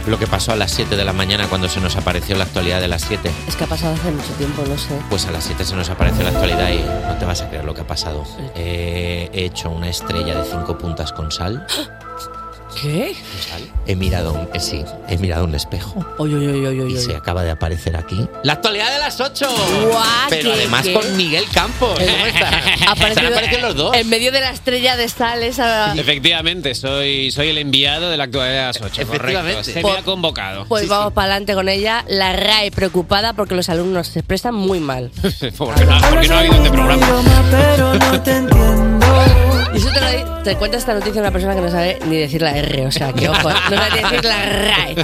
lo que pasó a las 7 de la mañana cuando se nos apareció la actualidad de las 7? Es que ha pasado hace mucho tiempo, no sé. Pues a las 7 se nos apareció la actualidad y no te vas a creer lo que ha pasado. Eh, he hecho una estrella de 5 puntas (gasps) con sal. ¿Qué? He mirado un, eh, sí, he mirado un espejo. Oye, oye, oye, y se acaba de aparecer aquí. La actualidad de las 8. Guau, Pero ¿qué, además qué? con Miguel Campos. (laughs) (laughs) Ha aparecido- Están apareciendo los dos. En medio de la estrella de sal, esa. Efectivamente, soy, soy el enviado de la actualidad de las 8. Correcto. Efectivamente. Se me Por- ha convocado. Pues (laughs) vamos para adelante con ella. La RAE preocupada porque los alumnos se expresan muy mal. porque, no, porque no ha habido este programa. Pero no te entiendo. Y eso te, lo di- te cuenta esta noticia una persona que no sabe ni decir la R, o sea, que ojo, no sabe ni decir la RAE.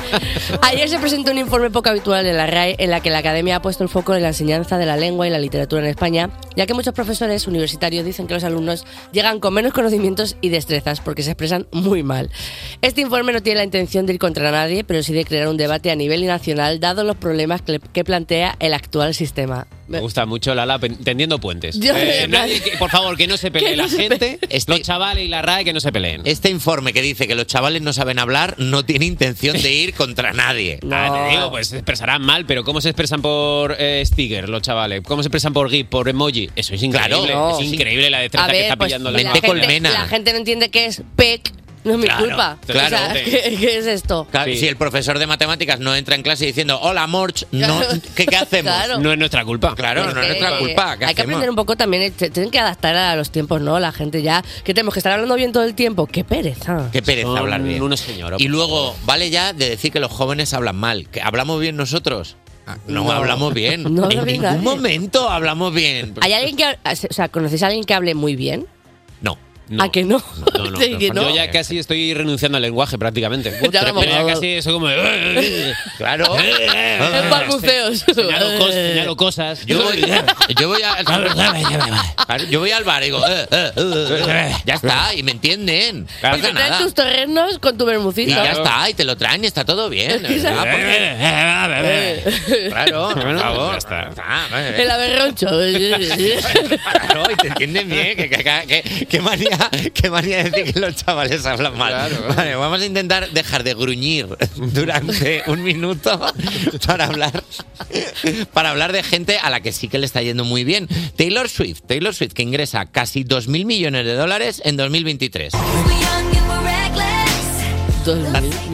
Ayer se presentó un informe poco habitual de la RAE en la que la Academia ha puesto el foco en la enseñanza de la lengua y la literatura en España, ya que muchos profesores universitarios dicen que los alumnos llegan con menos conocimientos y destrezas porque se expresan muy mal. Este informe no tiene la intención de ir contra nadie, pero sí de crear un debate a nivel nacional dado los problemas que, que plantea el actual sistema. Me gusta mucho Lala pen- tendiendo puentes. Yo- Eh, nadie que- por favor, que no se pelee (laughs) Que no la se gente, este los chavales y la RAE que no se peleen. Este informe que dice que los chavales no saben hablar no tiene intención de ir contra (laughs) nadie. Ah, te digo, pues se expresarán mal, pero ¿cómo se expresan por eh, sticker los chavales? ¿Cómo se expresan por GIF, por emoji? Eso es increíble. Claro. No. Es increíble la destreza A ver, que está pues, pillando la, la gente, colmena. la gente no entiende qué es PEC, no es mi Claro, culpa. claro. O sea, (laughs) ¿qué, qué es esto? Claro, Si el profesor de matemáticas no entra en clase diciendo hola Morch, no, ¿qué, qué hacemos? Claro. No es nuestra culpa. Claro, no es nuestra Eh, culpa. ¿qué hay que hacemos? aprender un poco también, eh, se tienen que adaptar a los tiempos, ¿no? La gente ya, que tenemos que estar hablando bien todo el tiempo, qué pereza. Qué pereza Son hablar bien. unos señoros. y luego, vale ya de decir que los jóvenes hablan mal. Que ¿Hablamos bien nosotros? Ah, No, No. hablamos bien. No habla en bien ningún nadie. momento hablamos bien. ¿Hay alguien que, ha- o sea, conocéis a alguien que hable muy bien? No. ¿A que no? No, no, (laughs) Sí, que no. no. Yo ya casi estoy renunciando al lenguaje prácticamente. (laughs) Ya lo hemos Pero ya hablado. casi soy (laughs) como. Claro. En balbuceos. Señalo, cos- señalo (laughs) cosas. Ah. Yo voy, yo voy a- Claro, yo voy al bar y digo, eh, eh, eh, eh, ya está, y me entienden. No Y te pasa traen nada. Pues tus terrenos con tu Y bermucito. ya está, y te lo traen y está todo bien. Es que Ah, esa- porque- Claro, por favor. Ah, vale. (laughs) El aberroncho. Claro, y te entienden bien. que- que- que- que- Qué manía, qué manía decir que los chavales hablan mal. Vale, vamos a intentar dejar de gruñir durante un minuto para hablar, para hablar de gente a la que sí que le está yendo muy bien. Taylor Swift, Taylor Swift que ingresa casi 2.000 millones de dólares en 2023.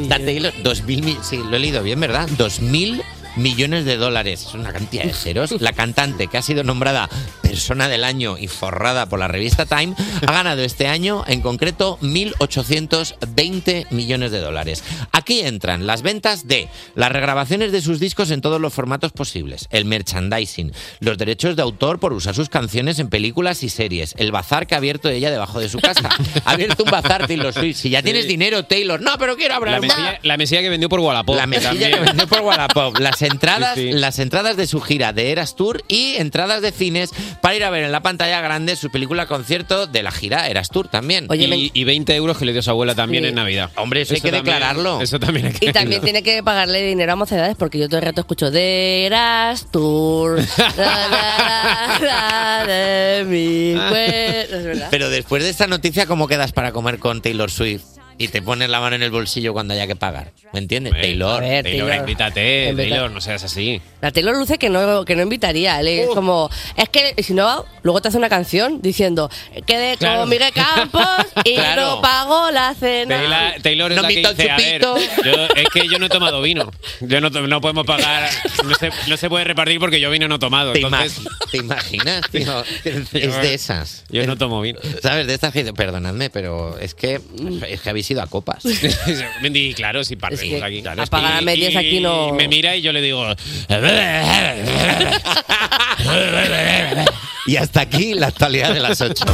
Da Taylor, 2.000 mi- sí, lo he leído bien, ¿verdad? 2.000 millones de dólares. Es una cantidad de ceros. La cantante que ha sido nombrada persona del año y forrada por la revista Time, ha ganado este año en concreto 1.820 millones de dólares. Aquí entran las ventas de las regrabaciones de sus discos en todos los formatos posibles, el merchandising, los derechos de autor por usar sus canciones en películas y series, el bazar que ha abierto ella debajo de su casa. Ha abierto un bazar, Taylor Swift. Si ya tienes Sí. dinero, Taylor, no, pero quiero abrir La un- mesilla, la mesilla que vendió por Wallapop. la (laughs) mesilla también. que vendió por Wallapop. Las entradas, Sí, sí. las entradas de su gira de Eras Tour y entradas de cines para ir a ver en la pantalla grande su película concierto de la gira Eras Tour también. y, y 20 euros que le dio su abuela también Sí. en Navidad. Hombre, eso hay que declararlo. Eso también hay que Y también tiene que pagarle dinero a mocedades porque yo todo el rato escucho de Eras Tour, (laughs) la, la, la, la, de mi Pues, cuer-". No es verdad. Ah. Pero después de esta noticia, ¿cómo quedas para comer con Taylor Swift? Y te pones la mano en el bolsillo cuando haya que pagar. ¿Me entiendes? Taylor, a ver, Taylor, Taylor. invítate, Invita- Taylor, no seas así. La Taylor luce que no, que no invitaría. él Oh. Es como, es que si no, luego te hace una canción diciendo, quedé Claro. con (laughs) Miguel Campos y Claro. no pago la cena. Taylor, Taylor es No la que mito dice, a ver, chupito. yo- es que yo no he tomado vino. Yo no, to- no podemos pagar, no se, no se puede repartir porque yo vino no he tomado. ¿Te, entonces, imag- (laughs) ¿Te imaginas? tío? es de esas. Yo no tomo vino. ¿Sabes? De estas que dices, perdonadme, pero es que, Mm. es que habéis ido (laughs) a copas. Y claro, si partimos Es que aquí. apagar a medias aquí no- y me mira y yo le digo... Y hasta aquí la actualidad de las 8.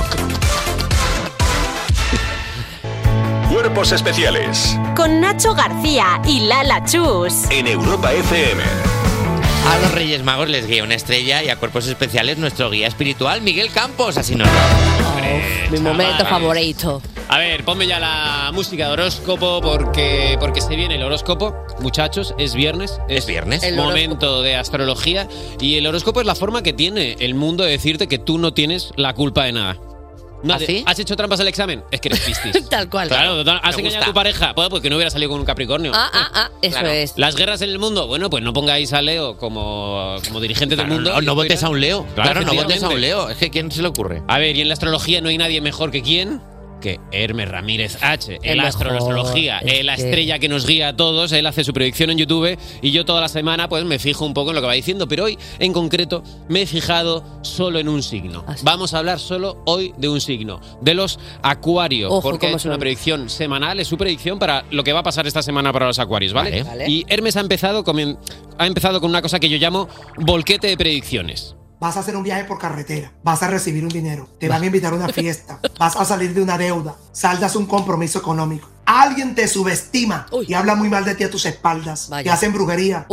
Cuerpos especiales Con Nacho García y Lala Chus. en Europa FM. A los Reyes Magos les guía una estrella y a cuerpos especiales nuestro guía espiritual, Miguel Campos. Así nos va. Mi momento chavales. favorito. A ver, ponme ya la música de horóscopo porque, porque se viene el horóscopo. Muchachos, es viernes. Es, viernes. El momento de astrología. Y el horóscopo es la forma que tiene el mundo de decirte que tú no tienes la culpa de nada. ¿Ah, No, de- ¿Has hecho trampas al examen? Es que eres pistis. (laughs) Tal cual. Claro, total, ¿has Me engañado gusta. a tu pareja? Pues, pues que no hubiera salido con un Capricornio. Ah, ah, ah, eso Claro. es. Las guerras en el mundo, bueno, pues no pongáis a Leo como, como dirigente Claro, del mundo. no- no votes a un Leo. Claro, no votes a un Leo. Es que ¿quién se le ocurre? A ver, y en la astrología no hay nadie mejor que quién. Que Hermes Ramírez H, el, El astro, la mejor, astrología, es eh, la que- estrella que nos guía a todos. Él hace su predicción en YouTube y yo toda la semana pues me fijo un poco en lo que va diciendo. Pero hoy, en concreto, me he fijado solo en un signo. Vamos a hablar solo hoy de un signo, de los acuarios. Ojo, porque cómo es una predicción semanal, es su predicción para lo que va a pasar esta semana para los acuarios, ¿vale? Vale. Vale. Y Hermes ha empezado, con, ha empezado con una cosa que yo llamo volquete de predicciones. Vas a hacer un viaje por carretera, vas a recibir un dinero, te van a (laughs) invitar a una fiesta, vas a salir de una deuda, saldas un compromiso económico. Alguien te subestima y habla muy mal de ti a tus espaldas, te hacen brujería.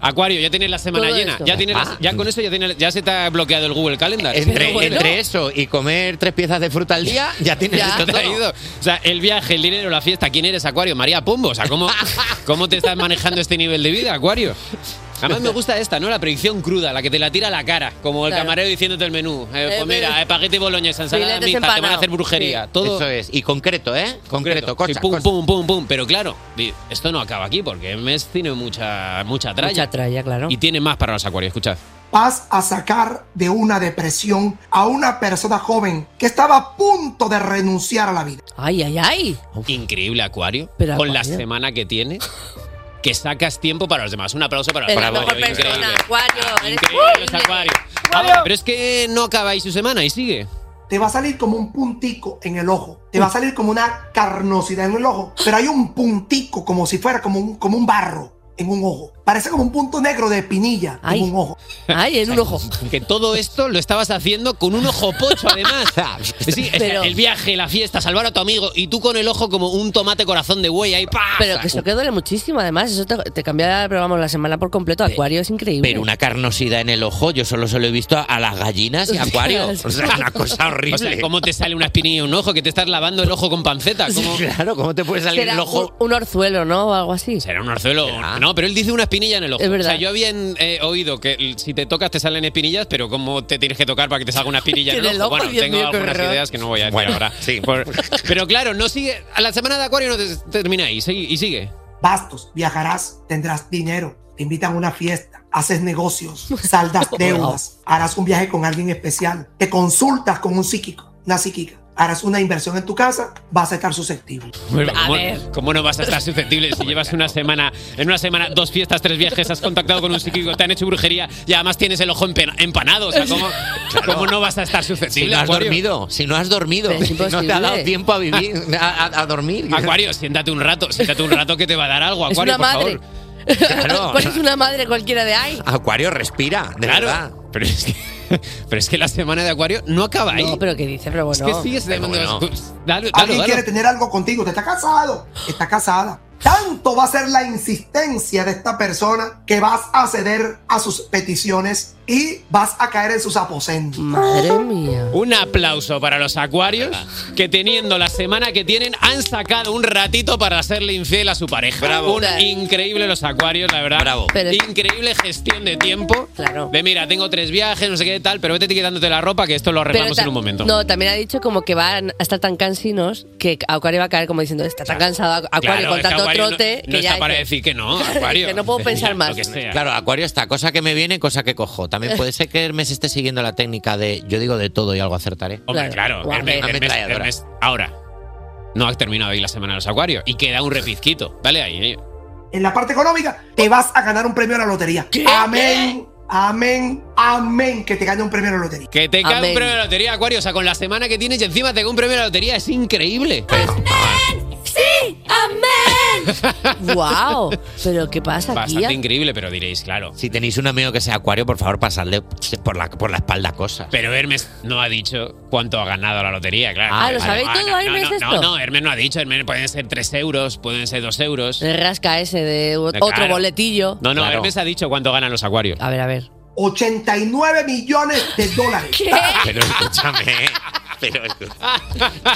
Acuario, ya tienes la semana Todo llena. esto. Ya, tienes la- ya con eso ya, tienes- ya se te ha bloqueado el Google Calendar. Entre, entre eso y comer tres piezas de fruta al día, ya tienes Ya. esto Te ha todo. ido. O sea, el viaje, el dinero, la fiesta. ¿Quién eres, Acuario? María Pombo. O sea, ¿cómo, cómo te estás manejando este nivel de vida, Acuario? Además me gusta esta, ¿no? La predicción cruda, la que te la tira a la cara. Como el Claro. camarero diciéndote el menú. Eh, Eh, pues mira, pero- espagueti boloñesa, ensalada mixta, te van a hacer brujería. Todo Eso es. Y concreto, ¿eh? Concreto, Sí, cocha, pum, cocha. pum, pum, pum. Pero claro, di- esto no acaba aquí porque mes tiene mucha, mucha tralla. Mucha tralla, claro. Y tiene más para los acuarios, escuchad. Vas a sacar de una depresión a una persona joven que estaba a punto de renunciar a la vida. Ay, ay, ay. Increíble Acuario. Pero, con la Acuario. semana que tiene, que sacas tiempo para los demás. Un aplauso para los Eres la Bravo, mejor increíble. persona, Acuario. eres- Increíble los Acuarios. Ah, pero es que no acabáis su semana y sigue. Te va a salir como un puntico en el ojo, te va a salir como una carnosidad en el ojo, pero hay un puntico como si fuera como un, como un barro en un ojo. Parece como un punto negro de pinilla en un ojo. Ay, en un ojo. (laughs) Que todo esto lo estabas haciendo con un ojo pocho, (laughs) además. Sí, o sea, Pero- el viaje, la fiesta, salvar a tu amigo y tú con el ojo como un tomate corazón de buey ahí. ¡pa! Pero que eso que duele muchísimo, además. Eso te, te cambia, pero vamos, la semana por completo. Acuario es increíble. Pero una carnosidad en el ojo, yo solo se lo he visto a, a las gallinas y acuario. (laughs) (laughs) O sea, una cosa horrible. O sea, ¿cómo te sale una espinilla en un ojo? Que te estás lavando el ojo con panceta. (laughs) ¿Cómo- Claro, ¿cómo te puede salir Será el ojo? Un, un orzuelo, ¿no? O algo así. Será un orzuelo. No, pero él dice una espinilla en el ojo. Es verdad. O sea, yo había eh, oído que l- si te tocas te salen espinillas, pero ¿cómo te tienes que tocar para que te salga una espinilla en el (laughs) ojo? Tiene el ojo, bueno, Dios tengo mío, qué algunas horror. ideas que no voy a decir ahora. (laughs) Por- pero claro, no sigue. A la semana de Acuario no te- termina ahí. sigue- Y sigue. Bastos, viajarás, tendrás dinero, te invitan a una fiesta, haces (laughs) negocios, saldas deudas, harás un viaje con alguien especial, te consultas con un psíquico, una psíquica, harás una inversión en tu casa, vas a estar susceptible. Bueno, A ¿cómo, ver. cómo no vas a estar susceptible si llevas una semana, en una semana, dos fiestas, tres viajes, has contactado con un psíquico, te han hecho brujería y además tienes el ojo empen- empanado? O sea, (laughs) ¿cómo, cómo no vas a estar Si susceptible? no has Acuario? dormido, si no has dormido, Pero es si (laughs) no te ha dado imposible. tiempo a (laughs) vivir, a, a- a dormir. Acuario, siéntate un rato, siéntate un rato que te va a dar algo, Es Acuario, una por madre. favor. (laughs) Claro. Pues es una madre cualquiera de ahí. Acuario, respira, de Claro, verdad. Pero es, que, (laughs) pero es que la semana de Acuario no acaba ahí. No, pero ¿qué dice? Pero Es bueno. que sigues demandando- Dale, dale, Alguien dale. quiere tener algo contigo, te está casado, está casada. Tanto va a ser la insistencia de esta persona que vas a ceder a sus peticiones y vas a caer en sus aposentos. Madre mía. Un aplauso para los acuarios que teniendo la semana que tienen han sacado un ratito para hacerle infiel a su pareja. Bravo. Un increíble los acuarios, la verdad. Bravo. Pero- increíble gestión de tiempo. Claro. De mira, tengo tres viajes, no sé qué tal, pero vete etiquetándote la ropa que esto lo Pero arreglamos ta- en un momento. No, también ha dicho como que van a estar tan cansinos que Acuario va a caer como diciendo, está tan cansado Acuario Claro, con es que tanto Acuario no- trote no que está ya... para dice, decir que (laughs) no, Acuario. que no puedo pensar más. Claro, Acuario está, cosa que me viene, cosa que cojo. También puede ser que Hermes esté siguiendo la técnica de yo digo de todo y algo acertaré. Hombre, claro. Guau, Hermes- qué Hermes- ametralladora. Hermes- ahora. No ha terminado ahí la semana de los acuarios y queda un repizquito. Dale ahí. eh. En la parte económica, te vas a ganar un premio a la lotería. Amén, amén, amén, que te gane un premio a la lotería. Que te cae Amén. un premio de la lotería, Acuario. O sea, con la semana que tienes y encima te cae un premio de la lotería. Es increíble. Pues, ¡Sí! ¡Amén! ¡Wow! ¿Pero qué pasa Bastante aquí? increíble, pero diréis, claro. Si tenéis un amigo que sea Acuario, por favor, pasadle eh, por la, por la espalda cosas. Pero Hermes no ha dicho cuánto ha ganado la lotería, claro. Ah, ¿lo Vale, sabéis vale, todo, no, Hermes, No, no, esto? no, Hermes no ha dicho. Hermes pueden ser 3 euros, pueden ser 2 euros. El rasca ese de o- Claro. otro boletillo. No, no, Hermes ha dicho cuánto ganan los acuarios. A ver, a ver. 89 millones de dólares. Pero escúchame. Pero, (laughs)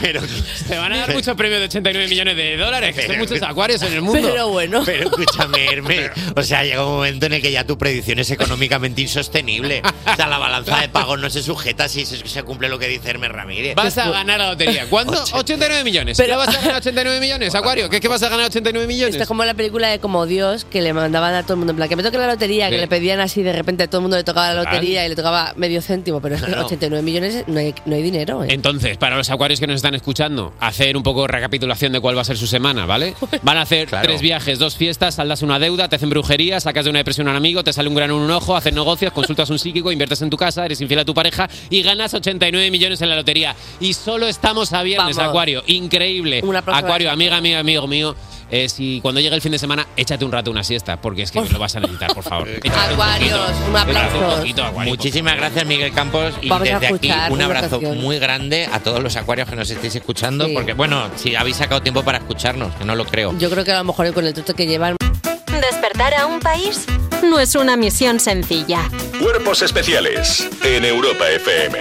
pero se van a dar muchos premios de 89 millones de dólares, que son muchos acuarios en el mundo. Pero bueno. Pero escúchame, Hermes. O sea, llega un momento en el que ya tu predicción es económicamente insostenible. O sea, la balanza de pagos no se sujeta si se, se cumple lo que dice Hermes Ramírez. Vas a ganar la lotería. ¿Cuándo? 89 millones. ¿Ya vas a ganar 89 (laughs) millones, Acuario? ¿Qué es que vas a ganar 89 millones? Esto es como la película de Como Dios, que le mandaban a todo el mundo en plan, que me toque la lotería, Sí. que le pedían así, de repente a todo el mundo le tocaba la Claro. lotería y le tocaba medio céntimo, pero es que Claro. 89 millones no hay, no hay dinero. ¿eh? Entonces, para los acuarios que nos están escuchando, hacer un poco de recapitulación de cuál va a ser su semana, (laughs) ¿vale? Van a hacer tres viajes, dos fiestas, saldas una deuda, te hacen brujería, sacas de una depresión a un amigo, te sale un grano en un ojo, haces negocios, consultas a un psíquico, inviertes en tu casa, eres infiel a tu pareja y ganas 89 millones en la lotería. Y solo estamos a viernes, Vamos. Acuario. Increíble. Una próxima Acuario, vez. amiga, amiga, amigo mío. eh, si cuando llegue el fin de semana, échate un rato una siesta, porque es que lo vas a necesitar, por (laughs) favor. Échate un Acuarios, poquito, un aplauso. échate un poquito, Acuario, por Muchísimas gracias, Miguel Campos. Y Vamos a desde aquí, escuchar un una abrazo canción. muy grande a todos los acuarios que nos estéis escuchando. Sí. Porque, bueno, si habéis sacado tiempo para escucharnos, que no lo creo. Yo creo que a lo mejor con el truco que llevan... Despertar a un país no es una misión sencilla. Cuerpos especiales en Europa FM.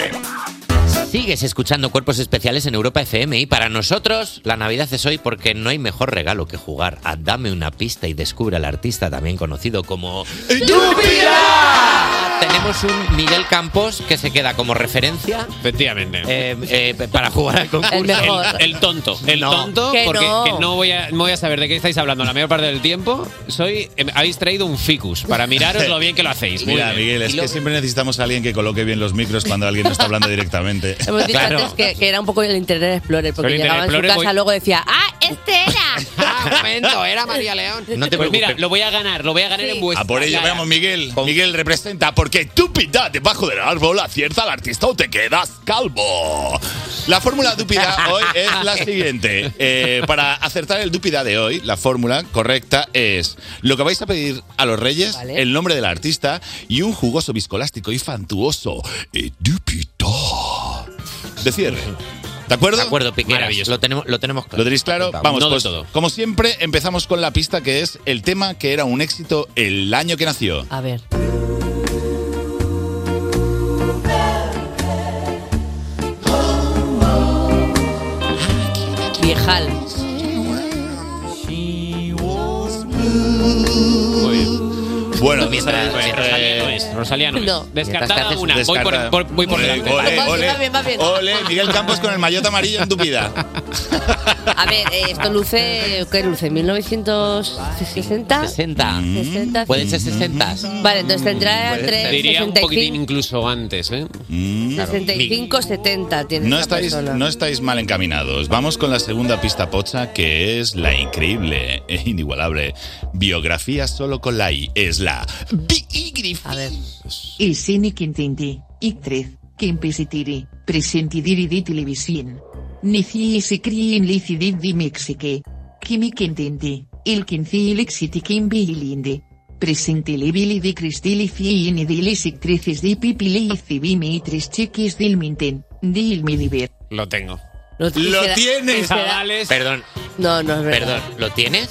Sigues escuchando Cuerpos Especiales en Europa FM y para nosotros la Navidad es hoy porque no hay mejor regalo que jugar a Dame una pista y descubre al artista también conocido como ¡Yupila! Tenemos un Miguel Campos que se queda como referencia eh, Efectivamente. para jugar al concurso. El mejor. El- el tonto. El tonto, Que porque no. que no voy, a, no voy a saber de qué estáis hablando la mayor parte del tiempo. Soy, eh, habéis traído un ficus para miraros lo bien que lo hacéis. Muy Mira, bien. Miguel, es Y lo- que siempre necesitamos a alguien que coloque bien los micros cuando alguien no está (laughs) hablando directamente. Hemos dicho antes que, que era un poco el Internet Explorer, porque Pero el Internet llegaba en su Explorer casa voy- luego decía, ¡ah, (laughs) este era! ah, momento, era María León. No te Pues preocupes. mira, lo voy a ganar, lo voy a ganar en vuestra A por ello, cara. veamos, Miguel. Miguel representa porque Dúpida debajo del árbol acierta al artista o te quedas calvo. La fórmula Dúpida hoy es (laughs) la siguiente. Eh, para acertar el Dúpida de hoy, la fórmula correcta es lo que vais a pedir a los reyes, Vale. el nombre del artista y un jugoso viscolástico y fantuoso. eh, Dúpida. De cierre. ¿De acuerdo? De acuerdo, Piqueras. Lo tenemos, lo tenemos claro. ¿Lo tenéis claro? Vamos, No del pues, todo. como siempre, empezamos con la pista que es el tema que era un éxito el año que nació. A ver. Viejal. Bueno, mientras, mientras- Rosalía no es. Pues, eh, Rosalía no es. No. Descartada Mientras que una. haces- Voy por, Descartada. por- voy por Ole, delante. ole, Va bien, ole. va bien, va bien. Ole, Miguel Campos con el maillot amarillo en tu vida. A ver, eh, esto luce. ¿Qué luce? 60. ¿1960? 60. Mm. Pueden ser 60. Vale, entonces tendrá entre Diría un 65 poquitín incluso antes, ¿eh? Claro. 65, 70 tiene Mm. No esta estáis, persona. no estáis mal encaminados. Vamos con la segunda pista pocha, que es la increíble e inigualable biografía solo con la I. Es la A ver. Il sini quintinti, ictriz, quimpisitiri, presentidiri di televisin. Nici isicri in licidid di mexique. Kimi quintinti, il quinci ilixiti quimbi ilindi. Presentilibili di cristili fiini di lisictricis di pipili icibimi itris chiquis dil minten, di il midiver. Lo tengo. Lo quisiera- tienes. quisiera- Chavales. Perdón, No, no es perdón. verdad. ¿Lo tienes?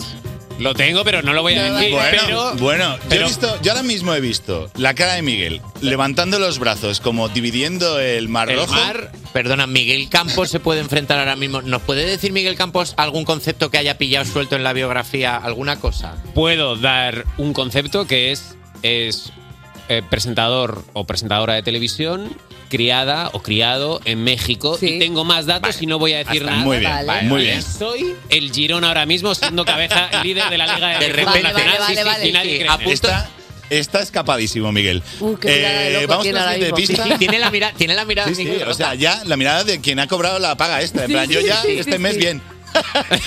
Lo tengo, pero no lo voy a decir. Bueno, pero, bueno, yo, pero- he visto, yo ahora mismo he visto la cara de Miguel levantando los brazos, como dividiendo el mar El rojo. mar, perdona, Miguel Campos se puede enfrentar ahora mismo. ¿Nos puede decir Miguel Campos algún concepto que haya pillado suelto en la biografía? ¿Alguna cosa? puedo dar un concepto que es, es eh, presentador o presentadora de televisión criada o criado en México y tengo más datos y no voy a decir Hasta- nada. muy bien, Vale. muy bien. Soy el Girón ahora mismo siendo cabeza líder de la Liga de, De Béisbol repente. Nacional. Vale, Sí, sí, vale, vale. y nadie Sí, cree a en él. punto- Está- Está escapadísimo, Miguel. Uh, Eh, vamos con la siguiente pista. tiene la mirada, tiene la mirada Sí, sí, Miguel o sea, ya la mirada de quien ha cobrado la paga esta. En Sí, plan, yo sí, ya sí, este sí, mes sí. bien.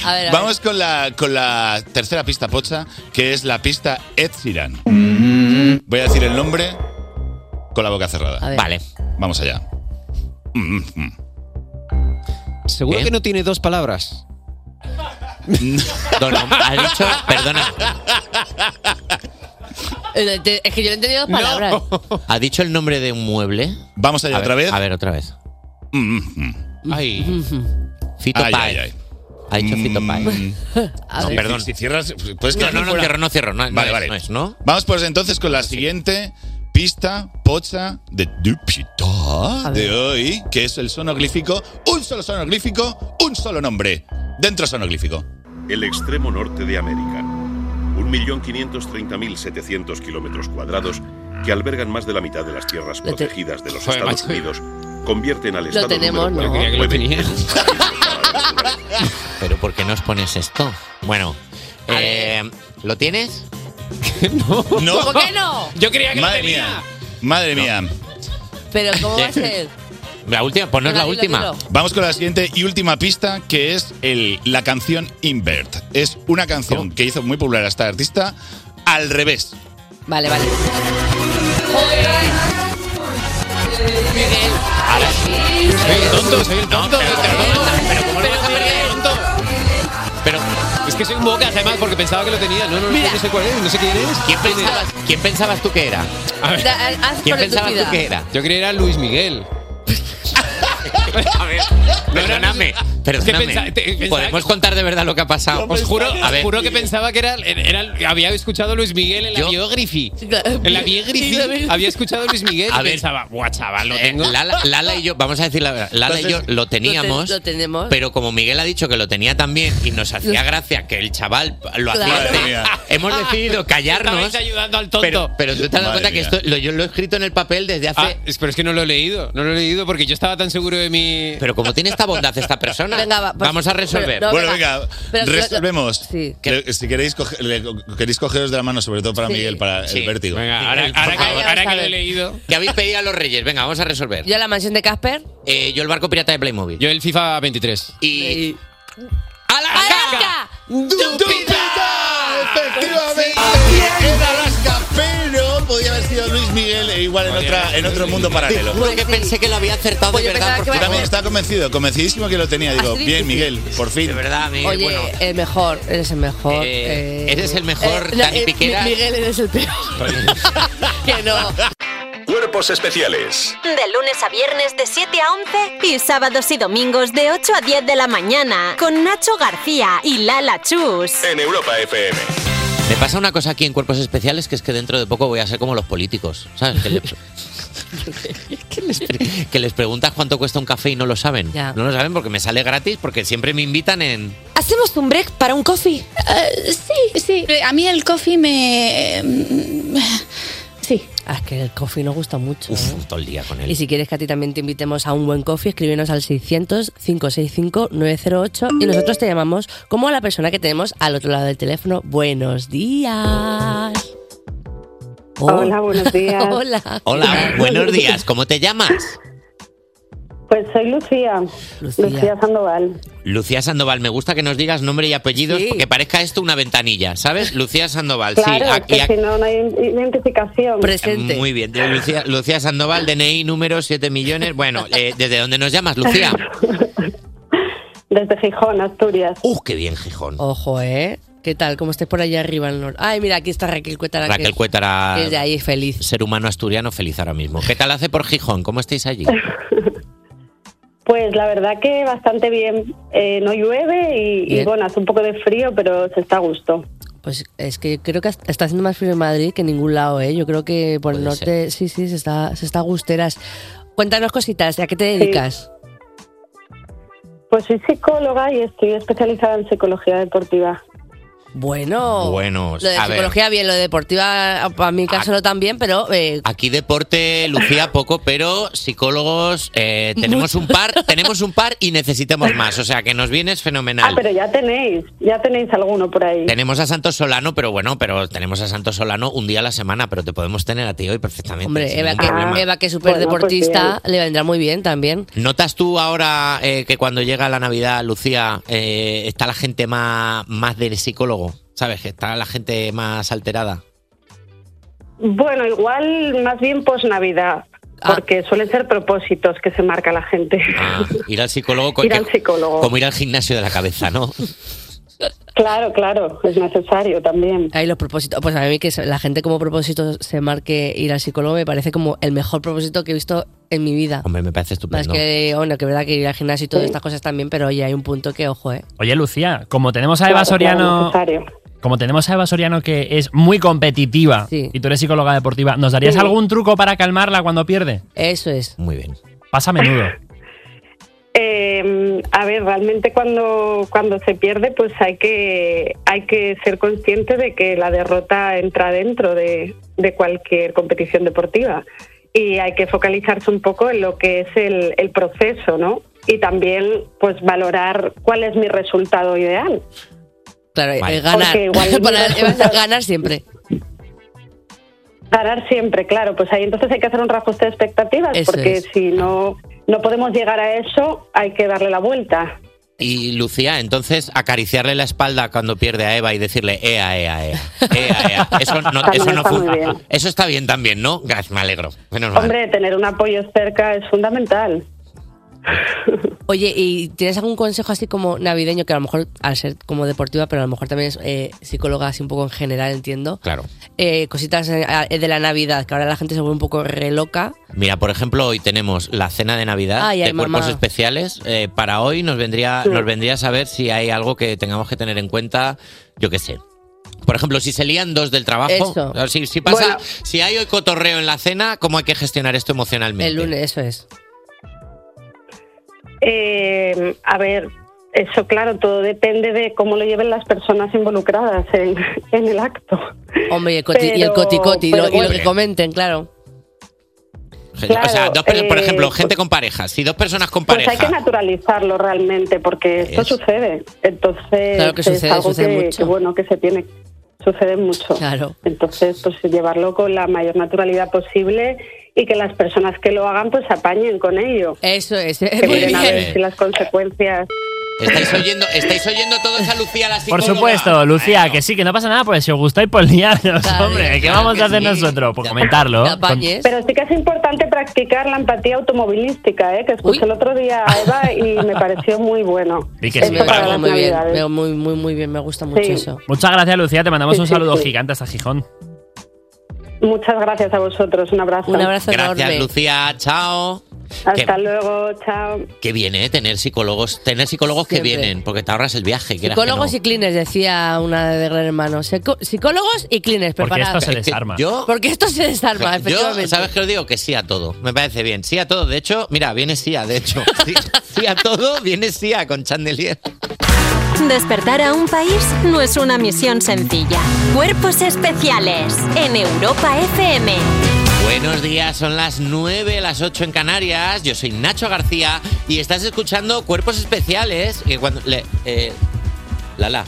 A ver, a Vamos con la, con la tercera pista pocha, que es la pista Ed Sheeran. Voy a decir el nombre con la boca cerrada. Vale. Vamos allá. Mm, mm, mm. Seguro que no tiene dos palabras. (laughs) Don Omar, ha dicho, perdona, Eh, te- Es que yo he entendido dos palabras. ¿ha dicho el nombre de un mueble? Vamos allá, otra vez. A ver, otra vez. Ay. Fito Mm, Ay, Páez. ay, Mm. Ha dicho Fito Páez. A ver. Perdón. Si cierras, puedes No, quedarte no, no fuera. cierro, no cierro. No, no Vale, es, vale. no es, ¿no? Vamos pues entonces con la siguiente pista pocha de Dupita Ah, de hoy, que es el sonoglífico, un solo sonoglífico, un solo nombre. Dentro sonoglífico. El extremo norte de América. 1.530.700 kilómetros cuadrados que albergan más de la mitad de las tierras Lo te- protegidas de los Joder, Estados macho. Unidos convierten al Lo estado tenemos, número ¿no? Yo creía que lo 49 tenía. (laughs) Pero ¿por qué nos pones esto? Bueno, eh, ¿lo tienes? no. ¿Cómo que no? Yo creía que lo Madre tenía. mía. Madre mía. Pero ¿cómo (laughs) va a ser? La última, pues no es la Dilo, última. dilo. Vamos con la siguiente y última pista, que es el, la canción Invert. Es una canción Oh. que hizo muy popular a esta artista al revés. Vale, vale. tonto, soy el tonto. Pero es que soy un bocas además porque pensaba que lo tenía. No, no, no, no sé cuál es, no sé quién es. ¿Quién pensabas, quién pensabas tú que era? A ver. Da- eh, haz ¿Quién por tu pensabas tú vida. que era? Yo creía que era Luis Miguel. A ver, perdóname, perdóname. Es que pensa- te- pensaba ¿Podemos contar de verdad lo que ha pasado? Os juro, a ver, os juro que pensaba que era, era- había escuchado Luis Miguel en la Yo- biography. En la Sí, lo biography vi. había escuchado a Luis Miguel A y ver. pensaba, guau, chaval, lo eh, tengo. Lala, Lala y yo, vamos a decir la verdad, Lala y Entonces, yo lo teníamos, Lo, ten- lo tenemos. pero como Miguel ha dicho que lo tenía también y nos hacía gracia que el chaval lo hacía, Claro. Ah. este, Madre mía. hemos decidido callarnos. Estabais ayudando al tonto. Pero, pero tú te has dado Madre cuenta que mía. esto lo, yo lo he escrito en el papel desde hace. Ah, es- pero es que no lo he leído, no lo he leído porque yo estaba tan seguro de mi. Pero como tiene esta bondad esta persona, Venga, va, pues- vamos a resolver. pero no, Bueno, venga, Pero- pero- resolvemos. Sí. Le- si queréis, coge- le- queréis cogeros de la mano, sobre todo para Sí. Miguel, para Sí. el vértigo. Venga, ahora- ahora que- ahora que lo he leído. ¿Qué habéis pedido a los Reyes? Venga, vamos a resolver. Yo la mansión de Casper. Eh, yo el barco pirata de Playmobil. Yo el FIFA 23. Y. ¡Alaska! Efectivamente, era Alaska, pero podía haber sido Luis Miguel e igual en, otra, en otro mundo paralelo. Juro que pensé que lo había acertado de verdad. por Yo favor. también estaba convencido, convencidísimo que lo tenía. Digo, Así bien, difícil. Miguel, por fin. De verdad, Miguel, Oye, el mejor, eres el mejor. Eh, eh, eres el mejor, no, Dani eh, Piqueras. Mi- Miguel, eres el (laughs) peor. que no. Cuerpos especiales De lunes a viernes de 7 a 11 y sábados y domingos de 8 a 10 de la mañana con Nacho García y Lala Chus. en Europa FM. Me pasa una cosa aquí en Cuerpos Especiales que es que dentro de poco voy a ser como los políticos. ¿Sabes? Que, le- que les, pre- que les preguntas cuánto cuesta un café y no lo saben. Ya. No lo saben porque me sale gratis, porque siempre me invitan en. ¿Hacemos un break para un coffee? Eh, em, sí, sí. A mí el coffee me... Sí. Ah, Es que el coffee nos gusta mucho. ¿eh? Uf, todo el día con él. Y si quieres que a ti también te invitemos a un buen coffee, escríbenos al 600-565-908 y nosotros te llamamos como a la persona que tenemos al otro lado del teléfono. Buenos días. Hola, buenos días. Oh. (laughs) Hola. (laughs) Hola, buenos días. ¿Cómo te llamas? Pues soy Lucía. Lucía. Lucía, Sandoval. Lucía Sandoval. Me gusta que nos digas nombre y apellidos Sí. porque parezca esto una ventanilla, ¿sabes? Lucía Sandoval. Claro, sí, es aquí, que si no, no hay identificación. Muy bien. De Lucía, Lucía Sandoval, DNI número 7 millones. Bueno, eh, ¿desde dónde nos llamas, Lucía? (laughs) Desde Gijón, Asturias. ¡Uh, qué bien, Gijón! Ojo, ¿eh? ¿Qué tal? ¿Cómo estés por allá arriba al norte? Ay, mira, aquí está Raquel Cuétara. que- Raquel Cuétara, que es de ahí feliz. ser humano asturiano feliz ahora mismo. ¿Qué tal hace por Gijón? ¿Cómo estáis (laughs) allí? Pues la verdad que bastante bien. Eh, no llueve y, y Bien. bueno, hace un poco de frío, pero se está a gusto. Pues es que creo que está haciendo más frío en Madrid que en ningún lado, ¿eh? Yo creo que por el Puede norte, sí, sí, se está, se está a gusteras. Cuéntanos cositas, ¿a qué te dedicas? Pues soy psicóloga y estoy especializada en psicología deportiva. Bueno. Bueno, Oh, Lo de Pues, a ver. Ah. psicología bien, lo de deportiva para mi caso no tan bien, pero eh, Aquí deporte, Lucía, poco, pero psicólogos eh, tenemos un par, tenemos un par y necesitamos más. O sea que nos vienes Ah, fenomenal. pero ya tenéis, ya tenéis alguno por ahí. Tenemos a Santos Solano, pero bueno, pero tenemos a Santos Solano un día a la semana, pero te podemos tener a ti hoy perfectamente. hombre, sin Eva ningún Ah. problema. que, Eva, que es pues súper deportista, le vendrá muy bien también. ¿Notas tú ahora eh, que cuando llega la Navidad, Lucía, eh, está la gente más, más del psicólogo? ¿Sabes? Que está la gente más alterada. Bueno, igual más bien post Navidad, Ah. porque suelen ser propósitos que se marca la gente. (laughs) Ah, ir al psicólogo, co- Ir al que- psicólogo. como ir al gimnasio de la cabeza, ¿no? Claro, claro, es necesario también. Ahí los propósitos. Pues a mí que la gente como propósito se marque ir al psicólogo me parece como el mejor propósito que he visto en mi vida. Hombre, me parece Más estupendo. que, bueno, que verdad que ir al gimnasio y todas estas cosas también, pero oye, hay un punto que, ojo, ¿eh? Oye, Lucía, como tenemos a Eva Soriano. Como tenemos a Eva Soriano que es muy competitiva y tú eres psicóloga deportiva, ¿nos darías Sí. algún truco para calmarla cuando pierde? Eso es. Muy bien. Pasa (coughs) a menudo. Eh, a ver, realmente cuando, cuando se pierde, pues hay que, hay que ser consciente de que la derrota entra dentro de, de cualquier competición deportiva y hay que focalizarse un poco en lo que es el, el proceso, ¿no? Y también, pues, valorar cuál es mi resultado ideal. Claro, Vale. el ganar. Porque (laughs) igual- Para- ganar siempre. Parar siempre, claro, pues ahí entonces hay que hacer un reajuste de expectativas, Eso porque es. si no, no podemos llegar a eso, hay que darle la vuelta. Y Lucía, entonces acariciarle la espalda cuando pierde a Eva y decirle ea, ea, ea, ea, ea. Eso no, También eso no está fun- muy bien. Eso está bien también, ¿no? Gracias, me alegro. Menos mal. Hombre, tener un apoyo cerca es fundamental. Oye, ¿y tienes algún consejo así como navideño, que a lo mejor al ser como deportiva, pero a lo mejor también es eh, psicóloga así un poco en general, entiendo? Claro. Eh, cositas eh, a- de la Navidad, que ahora la gente se vuelve un poco reloca. Mira, por ejemplo, hoy tenemos la cena de Navidad Ay, ay, de cuerpos mamá. especiales. Eh, para hoy nos vendría, Sí. nos vendría a saber si hay algo que tengamos que tener en cuenta, yo qué sé. Por ejemplo, si se lían dos del trabajo, Eso. o si, si pasa, Bueno. si hay hoy cotorreo en la cena, ¿cómo hay que gestionar esto emocionalmente? El lunes, eso es. Eh, a ver, eso claro, todo depende de cómo lo lleven las personas involucradas en, (laughs) en el acto. Hombre, y el, coti, y el Pero- coticoti, y lo- pero y lo bueno. pues, que comenten, claro. o sea, claro, dos per- por eh, ejemplo, gente con pareja. Si dos personas con Pues hay pareja. que naturalizarlo realmente, porque esto sucede. Entonces, Claro que sucede, es algo sucede que, mucho. que, bueno, que se tiene, sucede mucho. Claro. Entonces, pues llevarlo con la mayor naturalidad posible y que las personas que lo hagan, pues se apañen con ello. Eso es. (laughs) Que muy miren a bien. ver si las consecuencias. ¿Estáis, oyendo, estáis oyendo todos a Lucía la Por Pues psicóloga. supuesto, Lucía, que sí, que no pasa nada, pues si os gustáis, pues liarnos, hombre. ¿Qué vamos a hacer nosotros? Pues comentarlo. Pero sí que es importante practicar la empatía automovilística, ¿eh? que escuché el otro día a Eva y (laughs) me pareció muy bueno. Di que sí, Esto para bravo. las Muy bien, Navidades. veo muy, muy, muy bien, me gusta mucho Sí. eso. Con- Muchas gracias, Lucía. Te mandamos Sí, un sí, saludo sí. gigante hasta Gijón. Muchas gracias a vosotros, un abrazo. Un abrazo Gracias, Lucía. Chao. Hasta Que- luego, chao. Qué bien, ¿eh? Tener psicólogos, tener psicólogos que Siempre. vienen, porque te ahorras el viaje. quieras que Psicólogos no. y cleaners, decía una de Gran Hermano. Psico- psicólogos y cleaners, Porque preparados. esto se desarma. Yo- Porque esto se desarma, efectivamente. Yo, ¿sabes qué os digo? Que sí a todo. Me parece bien. Sí a todo. De hecho, mira, viene sí a, de (laughs) hecho. Sí, sí a todo, viene sí a con Chandelier. Despertar a un país no es una misión sencilla. Cuerpos especiales en Europa FM. Buenos días, son las 9, las 8 en Canarias. Yo soy Nacho García y estás escuchando Cuerpos Especiales. Que cuando, le- eh, Lala,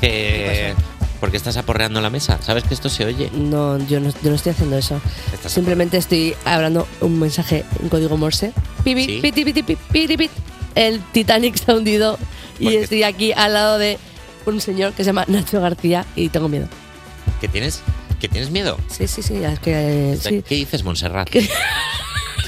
que, ¿por qué estás aporreando la mesa? ¿Sabes que esto se oye? No, yo no, yo no estoy haciendo eso. Estás Simplemente estoy hablando un mensaje en código Morse. Pipi, Sí. piti, piti, pi, piti, pit. El Titanic se ha hundido y estoy aquí al lado de un señor que se llama Nacho García y tengo miedo. ¿Qué tienes? ¿Qué tienes miedo? Sí, sí, sí, es que eh, O sea, sí. ¿Qué dices, Montserrat? ¿Qué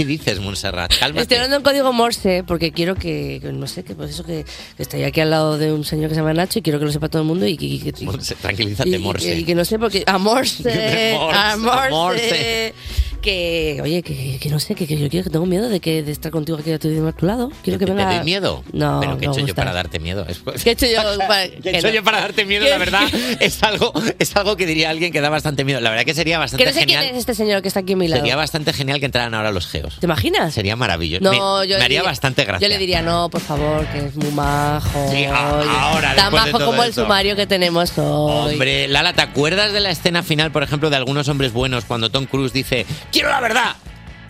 dices, (laughs) Montserrat? Estoy Cálmate. hablando en código Morse porque quiero que, que no sé, que por eso que, que estoy aquí al lado de un señor que se llama Nacho y quiero que lo sepa todo el mundo y que, y que- y- Monse, y- tranquilízate, y que- y Morse. que no sé porque a Morse, (laughs) Eh, De Morse, a a Morse, Morse. que oye que, que no sé que, que yo quiero que tengo miedo de que de estar contigo aquí a tu, a tu lado quiero que ¿Te venga doy miedo? no ¿Pero qué he no hecho yo gusta. para darte miedo? Es- pues ¿Qué he hecho yo (laughs) para, ¿Qué he hecho yo para darte miedo? La verdad, es algo, es algo que diría alguien que da bastante miedo. La verdad que sería bastante que no sé genial. quién es este señor que está aquí a mi lado Sería bastante genial que entraran ahora los geos. ¿Te imaginas? Sería maravilloso. No, me, yo me le haría diría- bastante gracia. Yo le diría, no, por favor, que es muy majo. Sí, a- ahora, después Tan de majo todo como el esto. sumario que tenemos hoy. Hombre, Lala, ¿te acuerdas de la escena final, por ejemplo, de algunos hombres buenos cuando Tom Cruise dice, quiero la verdad?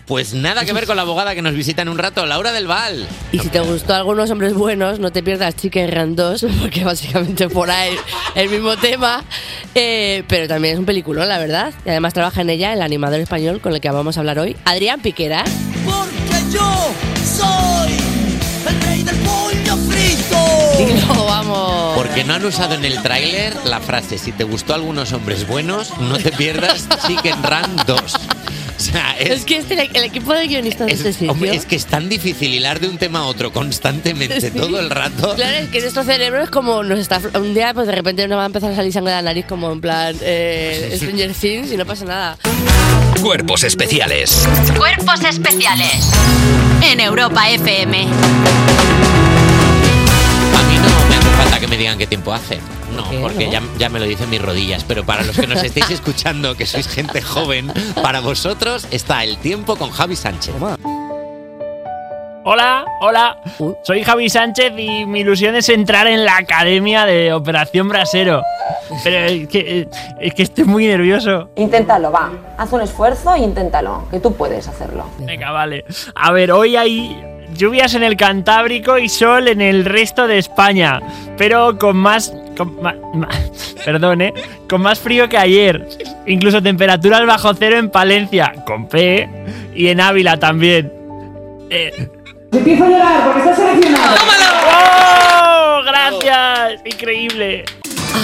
Pues nada que ver con la abogada que nos visita en un rato, Laura del Val. Y si te gustó algunos hombres buenos, no te pierdas Chicken Run 2, (laughs) porque básicamente por ahí el mismo tema. Eh, pero también es un peliculón, la verdad. Y además trabaja en ella el animador español con el que vamos a hablar hoy, Adrián Piqueras. Porque yo soy el rey del pollo frito. Dilo, vamos. Porque no han usado en el tráiler la frase, si te gustó algunos hombres buenos, no te (laughs) pierdas Chicken Run 2. O sea, Es, es, que este- el equipo de guionistas de este sitio. hombre, es que es tan difícil hilar de un tema a otro constantemente (laughs) Sí. todo el rato. Claro, es que nuestro cerebro es como nos está. Un día, pues de repente nos va a empezar a salir sangre de la nariz, como en plan eh, Stranger Things, y no (laughs) pasa nada. Cuerpos especiales. Cuerpos especiales en Europa FM. A mí no me hace falta que me digan qué tiempo hace. No, qué? porque ¿No? Ya, ya me lo dicen mis rodillas. Pero para los que nos (laughs) estéis escuchando, que sois gente joven, para vosotros está el tiempo con Javi Sánchez. Hola, hola. Soy Javi Sánchez y mi ilusión es entrar en la academia de Operación Brasero. Pero es que, es que estoy muy nervioso. Inténtalo, va. Haz un esfuerzo e inténtalo, que tú puedes hacerlo. Venga, vale. A ver, hoy hay lluvias en el Cantábrico y sol en el resto de España. Pero con más. con ma- ma- (laughs) perdón, ¿eh? Con más frío que ayer. Incluso temperaturas bajo cero en Palencia, con P. ¿eh? Y en Ávila también. Eh, Empiezo a llorar porque estás seleccionado. ¡Oh! ¡Gracias! Increíble.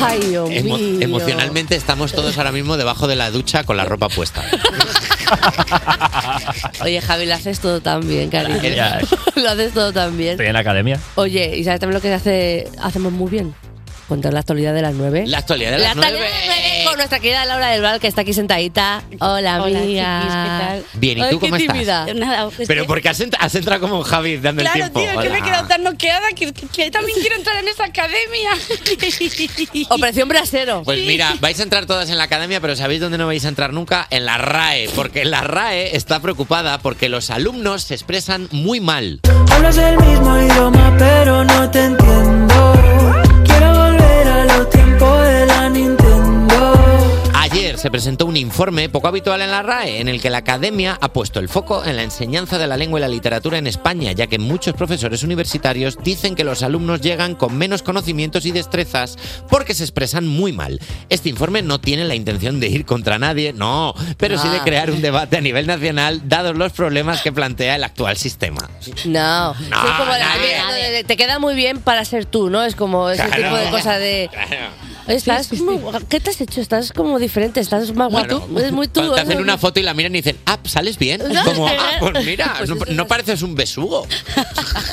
Ay, Dios Emo- emocionalmente estamos todos ahora mismo debajo de la ducha con la ropa puesta. Oye, Javi, lo haces todo tan bien, cariño. Ya. (laughs) lo haces todo tan bien. Estoy en la academia. Oye, ¿y sabes también lo que hace, hacemos muy bien? Contar la actualidad de las 9. La actualidad de las La actualidad nueve. de las nueve con nuestra querida Laura del Val, que está aquí sentadita. Eh. Hola, Hola, amiga. chiquis, ¿qué tal? Bien, ¿y Ay, tú qué cómo estás? tímida. Nada, pues Pero que- porque has, ent- has entrado como Javi dando Claro, el tiempo. tío, es que me he Hola. quedado tan noqueada que, que- que también quiero entrar en esa academia. (laughs) Operación Brasero. Pues (laughs) mira, vais a entrar todas en la academia, pero ¿sabéis dónde no vais a entrar nunca? En la RAE, porque la RAE está preocupada porque los alumnos se expresan muy mal. Hablas el mismo idioma, pero no te entiendo. Quiero volver a los tiempos de la Nintendo. Ayer se presentó un informe poco habitual en la RAE, en el que la academia ha puesto el foco en la enseñanza de la lengua y la literatura en España, ya que muchos profesores universitarios dicen que los alumnos llegan con menos conocimientos y destrezas porque se expresan muy mal. Este informe no tiene la intención de ir contra nadie, no, pero sí de Ah. crear un debate a nivel nacional, dados los problemas que plantea el actual sistema. No, No, soy como la- nadie. mira, de- de- te queda muy bien para ser tú, ¿no? Es como ese Claro. tipo de cosa de. Oye, Estás muy guapa. ¿Qué te has hecho? Estás como diferente, estás más guapo. Es muy tú. Cuando Te hacen ¿no? una foto y la miran y dicen, ah, sales bien. (laughs) No, Como, es que- ah, pues mira, (laughs) Pues no, eso no pareces un besugo.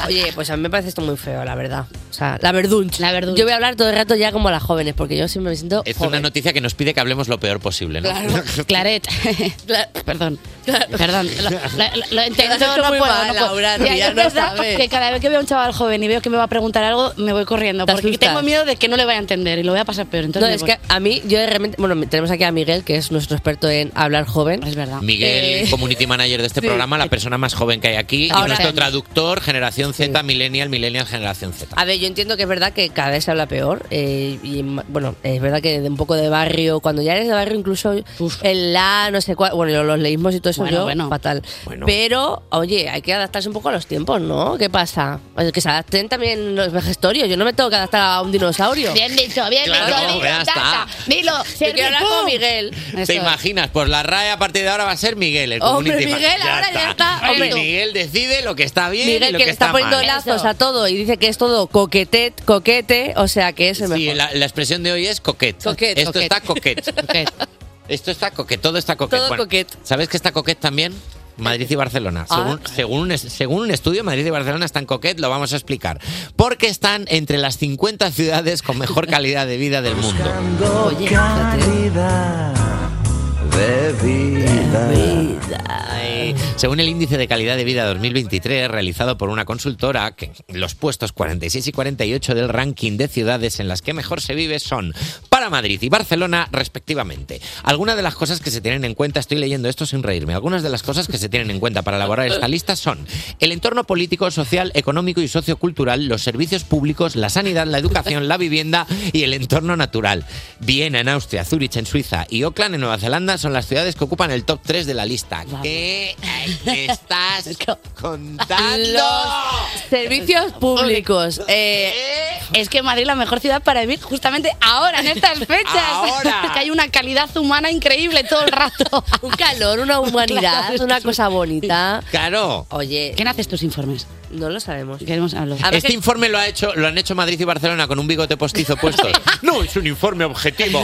Oye, pues a mí me parece esto muy feo, la verdad. O sea, la verdunch. La verdunch. Yo voy a hablar todo el rato ya como a las jóvenes, porque yo siempre me siento. Es una noticia que nos pide que hablemos lo peor posible, ¿no? (laughs) (laughs) (laughs) Claret. Perdón. Perdón. Lo, lo- lo intento, Te lo has hecho no muy puedo. mal, no puedo. Laura, Mira, Ría, es no verdad sabes. que cada vez que veo a un chaval joven y veo que me va a preguntar algo, me voy corriendo. Te Porque asustas. tengo miedo de que no le vaya a entender y lo voy a pasar peor. No, Entonces es que a mí, yo de repente. Bueno, tenemos aquí a Miguel, que es nuestro experto en hablar joven. Eh, Es verdad. Miguel, community manager de este sí. programa, la persona más joven que hay aquí, Ahora y nuestro sí. traductor, generación Z, millennial, millennial, generación Z. A ver, yo entiendo que es verdad que cada vez se habla peor. eh, y ma- bueno, es verdad que de un poco de barrio, cuando ya eres de barrio, incluso el la, no sé cuál, bueno, los, los leísmos y todo eso, Bueno, yo, bueno. fatal. Pero, oye, hay que adaptarse un poco a los tiempos, ¿no? ¿Qué pasa? Oye, que se adapten también los vejestorios. Yo no me tengo que adaptar a un dinosaurio. Bien dicho, bien Claro, dicho. ya está. Dilo, Yo quiero hablar con Miguel. ¿Te imaginas? Pues la RAE a partir de ahora va a ser Miguel. El Hombre, community Miguel, manager. ahora ya está. Y Hombre. Miguel decide lo que está bien y Miguel, lo que, que, le está, está poniendo mal. lazos a todo y dice que es todo coquetet, coquete, o sea que es el mejor. Sí, la, la expresión de hoy es coquet. Coquet, Esto coquet. está coquet. (laughs) Esto está coquet, todo está coquet. Todo coquet. ¿Sabes que está coquet también? Madrid y Barcelona. Ah. Según, según un, es- según un estudio, Madrid y Barcelona están coquet, lo vamos a explicar. Porque están entre las 50 ciudades con (laughs) mejor calidad de vida del mundo. De vida. Ay, Según el índice de calidad de vida 2023 realizado por una consultora, que los puestos 46 y 48 del ranking de ciudades en las que mejor se vive son para Madrid y Barcelona respectivamente. Algunas de las cosas que se tienen en cuenta, estoy leyendo esto sin reírme, algunas de las cosas que se tienen en cuenta para elaborar esta lista son el entorno político, social, económico y sociocultural, los servicios públicos, la sanidad, la educación, la vivienda y el entorno natural. Viena en Austria, Zúrich en Suiza y Auckland en Nueva Zelanda son las ciudades que ocupan el top 3 de la lista. ¿Qué (laughs) estás contando? servicios públicos. Eh, es que Madrid es la mejor ciudad para vivir justamente ahora, en (laughs) estas fechas. Ahora. (laughs) que hay una calidad humana increíble todo el rato. Un calor, (laughs) una humanidad, una cosa bonita. Claro. Oye. ¿Quién hace estos informes? No lo sabemos. Queremos hablar. Este informe lo, ha hecho, lo han hecho Madrid y Barcelona con un bigote postizo (laughs) puesto. No, es un informe objetivo.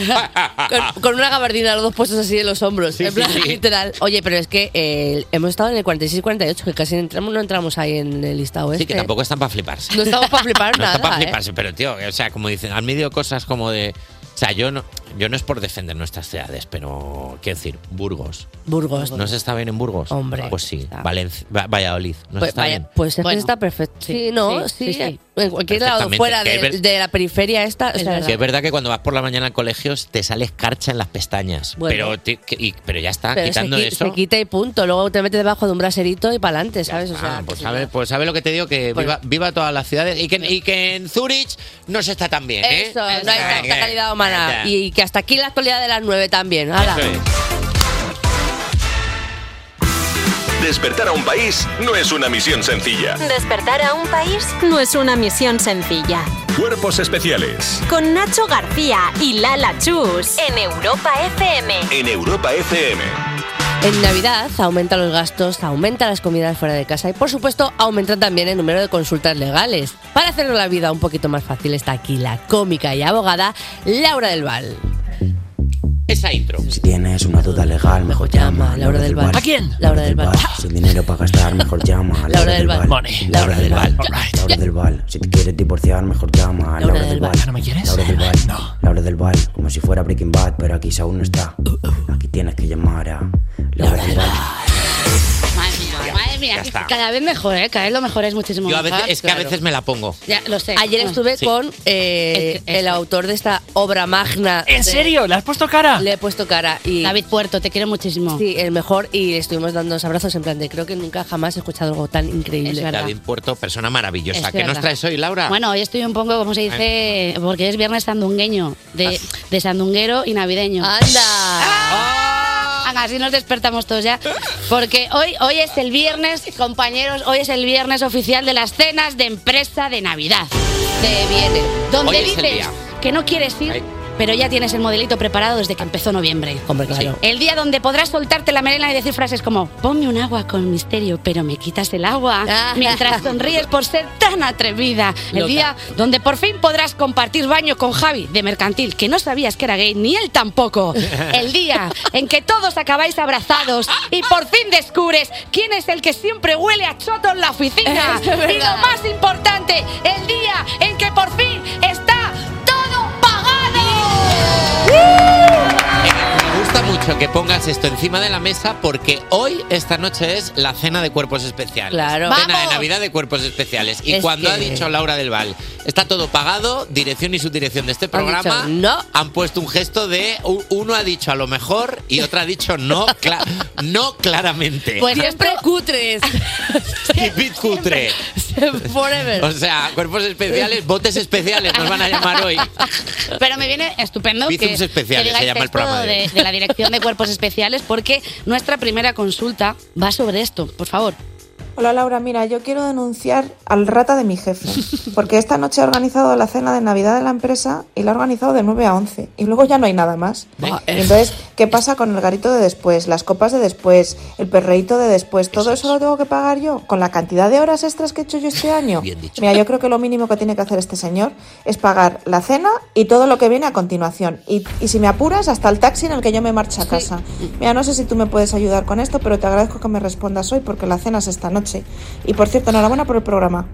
Con, con una gabardina, los dos puestos así en los hombros. en plan, sí, sí. literal. Oye, pero es que eh, hemos estado en el 46-48, que casi entramos, no entramos ahí en el listado este. Sí, (laughs) que tampoco están para fliparse. No estamos para flipar No nada. está para ¿eh? fliparse, pero tío, o sea, como dicen, han medido cosas como de. O sea, yo no, yo no es por defender nuestras ciudades, pero quiero decir, Burgos. Burgos. ¿No se está bien en Burgos? Hombre. Pues sí, Valencia, Va- Valladolid. No se Pues, está vaya- bien. pues es que está perfecto. Sí, no, sí, sí. sí. En cualquier lado, Perfectamente. fuera Que es de, ver- de la periferia esta. o sea, Que es verdad que cuando vas por la mañana al colegio te sale escarcha en las pestañas. Bueno. Pero, ti- que- y- pero ya está, pero quitando se, qui- eso. se quita y punto. Luego te metes debajo de un braserito y para adelante, ¿sabes? O sea, Ah, pues sabes pues sabe lo que te digo, que Pues- viva, viva todas las ciudades y que, y que en Zurich no se está tan bien. ¿eh? Eso, no hay Ah, tanta que- calidad humana. Ya. Y que hasta aquí la actualidad de las 9 también. Hala. Eso Despertar a un país no es una misión sencilla. Despertar a un país no es una misión sencilla. Cuerpos especiales Con Nacho García y Lala Chus en Europa FM. en Europa FM. En Navidad aumentan los gastos, aumentan las comidas fuera de casa y, por supuesto, aumentan también el número de consultas legales. Para hacernos la vida un poquito más fácil está aquí la cómica y abogada Laura del Val. Esa intro. Si tienes una duda legal, mejor llama. a Laura del Val. ¿A quién? Laura del Val. Sin dinero para gastar, mejor (laughs) llama. a Laura del Val. Laura del Val. Laura del Val. Si te quieres divorciar, mejor llama. a Laura del Val. ¿No me quieres? Laura del Val. Laura del Val. Como si fuera Breaking Bad, pero aquí aún no está. Aquí tienes que llamar a Uh, Laura del Val. Madre mía, madre mía. está. Cada vez mejor, ¿eh? Cada vez lo mejor es muchísimo Yo a mejor. veces, es que a veces me la pongo. Ya, lo sé. Ah. Ayer estuve Sí. con eh, el autor de esta obra magna. ¿En serio? ¿Le has puesto cara? Le he puesto cara. Y David Puerto, te quiero muchísimo. Sí, el mejor. Y estuvimos dándonos abrazos en plan de creo que nunca jamás he escuchado algo tan increíble. David Puerto, persona Es maravillosa. ¿Qué verdad. nos traes hoy, Laura? Bueno, hoy estoy un poco, como se dice, porque es viernes sandungueño, de, Ah. de sandunguero y navideño. ¡Anda! ¡Ah! Así nos despertamos todos ya, porque hoy, hoy es el viernes, compañeros, hoy es el viernes oficial de las cenas de empresa de Navidad. Te viene. Donde Hoy es el dices día. que no quieres ir, pero ya tienes el modelito preparado desde que empezó noviembre. Hombre, claro. El día donde podrás soltarte la melena y decir frases como ponme un agua con misterio, pero me quitas el agua Ah. (laughs) mientras sonríes por ser tan atrevida. El Loca. día donde por fin podrás compartir baño con Javi de mercantil, que no sabías que era gay, ni él (laughs) tampoco. El día en que todos acabáis abrazados y por fin descubres quién es el que siempre huele a choto en la oficina. Eso (laughs) es y lo verdad. más importante, el día en que por fin está todo pagado. Me gusta mucho dicho que pongas esto encima de la mesa porque hoy, esta noche, es la cena de cuerpos especiales. Claro. Cena ¡Vamos! de Navidad de cuerpos especiales. Y Es cuando que- ha dicho Laura del Val, está todo pagado, dirección y subdirección de este programa, dicho, "No". han puesto un gesto de u- uno ha dicho a lo mejor y otra ha dicho no, cla- no claramente. Eh, Pues siempre cutres. Skip it cutre. Forever. O sea, cuerpos especiales, botes especiales nos van a llamar hoy. Pero me viene estupendo que, Bíceps especiales, que digáis se llama el esto programa de de, hoy. de la dirección de cuerpos especiales porque nuestra primera consulta va sobre esto, por favor. Hola Laura, mira, yo quiero denunciar al rata de mi jefe, porque esta noche ha organizado la cena de Navidad de la empresa y la ha organizado de 9 a 11, y luego ya no hay nada más. Ah, Venga. Y entonces, ¿qué pasa con el garito de después, las copas de después, el perreíto de después? ¿Todo eso lo tengo que pagar yo? ¿Con la cantidad de horas extras que he hecho yo este año? Mira, yo creo que lo mínimo que tiene que hacer este señor es pagar la cena y todo lo que viene a continuación. Y, y si me apuras, hasta el taxi en el que yo me marcho a casa. Mira, no sé si tú me puedes ayudar con esto, pero te agradezco que me respondas hoy porque la cena es esta noche. Y por cierto, enhorabuena por el programa.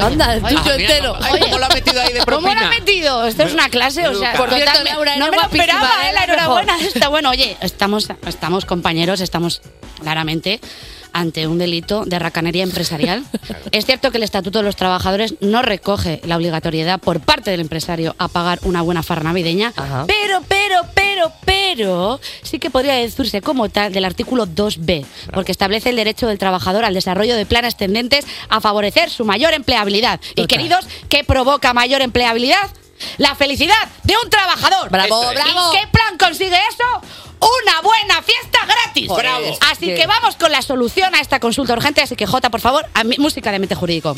Anda, el (laughs) oye, tuyo Ah, mira, entero. no, oye. ¿Cómo lo ha metido ahí de ¿Cómo lo propina? ha metido? Esto es una clase, o sea, Por cierto, totalmente- Laura, no eres me lo guapísima, esperaba, ¿eh? La eres (laughs) la enhorabuena. mejor. Está bueno, oye, estamos, estamos compañeros, estamos claramente ante un delito de racanería empresarial. Es cierto que el Estatuto de los Trabajadores no recoge la obligatoriedad por parte del empresario a pagar una buena farra navideña, Ajá. pero, pero, pero, pero, sí que podría decirse como tal del artículo 2b, porque establece el derecho del trabajador al desarrollo de planes tendentes a favorecer su mayor empleabilidad. Y queridos, ¿qué provoca mayor empleabilidad? La felicidad de un trabajador. Bravo, Eso es. bravo. ¿Y qué plan consigue eso? Una buena fiesta gratis. Joder, es Así que- que vamos con la solución a esta consulta urgente. Así que Jota, por favor, a mi- música de mente jurídico.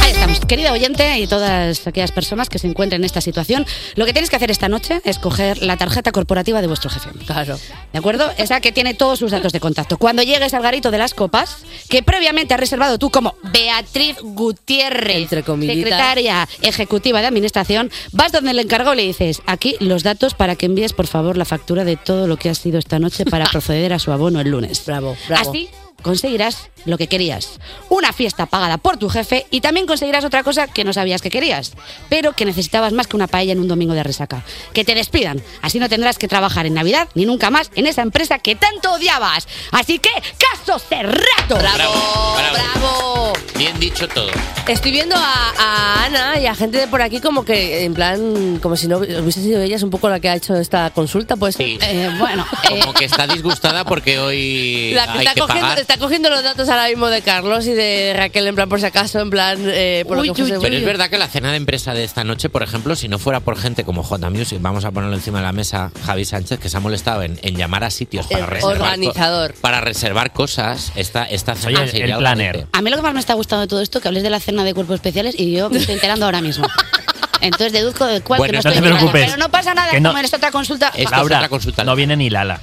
Ahí estamos, querida oyente y todas aquellas personas que se encuentren en esta situación, lo que tienes que hacer esta noche es coger la tarjeta corporativa de vuestro jefe. Claro. ¿De acuerdo? Esa que tiene todos sus datos de contacto. Cuando llegues al garito de las copas, que previamente has reservado tú como Beatriz Gutiérrez, comillitas. secretaria ejecutiva de administración, vas donde el encargado y le dices, aquí los datos para que envíes por favor la factura de todo lo que has sido esta noche para proceder a su abono el lunes. Bravo, bravo. Así conseguirás lo que querías. Una fiesta pagada por tu jefe y también conseguirás otra cosa que no sabías que querías, pero que necesitabas más que una paella en un domingo de resaca. Que te despidan. Así no tendrás que trabajar en Navidad ni nunca más en esa empresa que tanto odiabas. Así que, caso cerrado. Bravo. Bien dicho todo. Estoy viendo a, a Ana y a gente de por aquí como que, en plan, como si no hubiese sido ella, es un poco la que ha hecho esta consulta, pues. Eh, (laughs) bueno, eh, Como que está disgustada porque hoy la hay que está que cogiendo, pagar. está cogiendo los datos ahora mismo de Carlos y de Raquel, en plan, por si acaso, en plan, eh, por lo que fuese. Pero es verdad que la cena de empresa de esta noche, por ejemplo, si no fuera por gente como J Music, vamos a ponerlo encima de la mesa, Javi Sánchez, que se ha molestado en, en llamar a sitios Eh, para El reservar. co- organizador. Para reservar cosas. Esta, esta cena Oye, se el ya planner. organiza. A mí lo que más me está gustando de todo esto, que hables de la cena de cuerpos especiales y yo me estoy enterando ahora mismo. Entonces deduzco de cuál Bueno, que no, no estoy te enterada. preocupes. Pero no pasa nada, Que no- como en esta otra consulta. Laura, no viene ni Lala.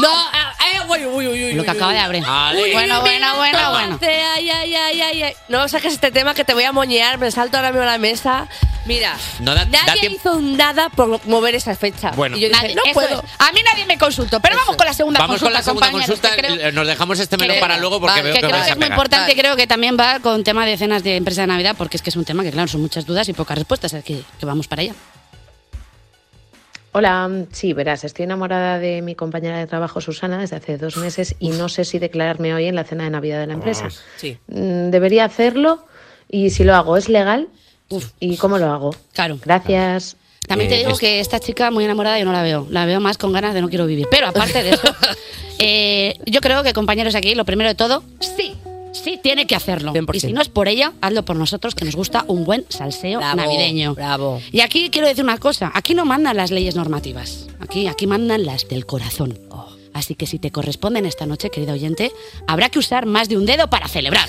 No, eh, eh, uy, uy, uy, uy, Lo que uy, acaba uy. de abrir. Uy, Bueno, bueno, mira, bueno, tómate, Ay, ay, ay, ay, ay. No saques este tema que te voy a moñear, me salto ahora mismo a la mesa. Mira, No, da- da nadie tiempo. hizo nada por mover esa fecha. Bueno. y yo dije, Nadie, no eso puedo. es. A mí nadie me consultó, pero vamos con la segunda Vamos con consulta. la segunda compañeros, consulta. que creo- eh, Nos dejamos este melón que- para luego porque vale, veo que que, creo vais que a es muy pegar. importante, creo que también va con tema de cenas de empresa de Navidad, porque es que es un tema que, claro, son muchas dudas y pocas respuestas, así que, que vamos para allá. Hola, sí, verás, estoy enamorada de mi compañera de trabajo Susana desde hace dos meses y no sé si declararme hoy en la cena de Navidad de la empresa. Sí. Mm, Debería hacerlo y si lo hago, ¿es legal? ¿Y cómo lo hago? Claro. Gracias. También te Eh, digo es- que esta chica muy enamorada yo no la veo. La veo más con ganas de no quiero vivir. Pero aparte de eso, eh, yo creo que compañeros aquí, lo primero de todo, sí, sí tiene que hacerlo. Y si no es por ella, hazlo por nosotros que nos gusta un buen salseo Bravo, navideño. Bravo. Y aquí quiero decir una cosa, aquí no mandan las leyes normativas, aquí, aquí mandan las del corazón. Así que si te corresponden esta noche, querido oyente, habrá que usar más de un dedo para celebrar.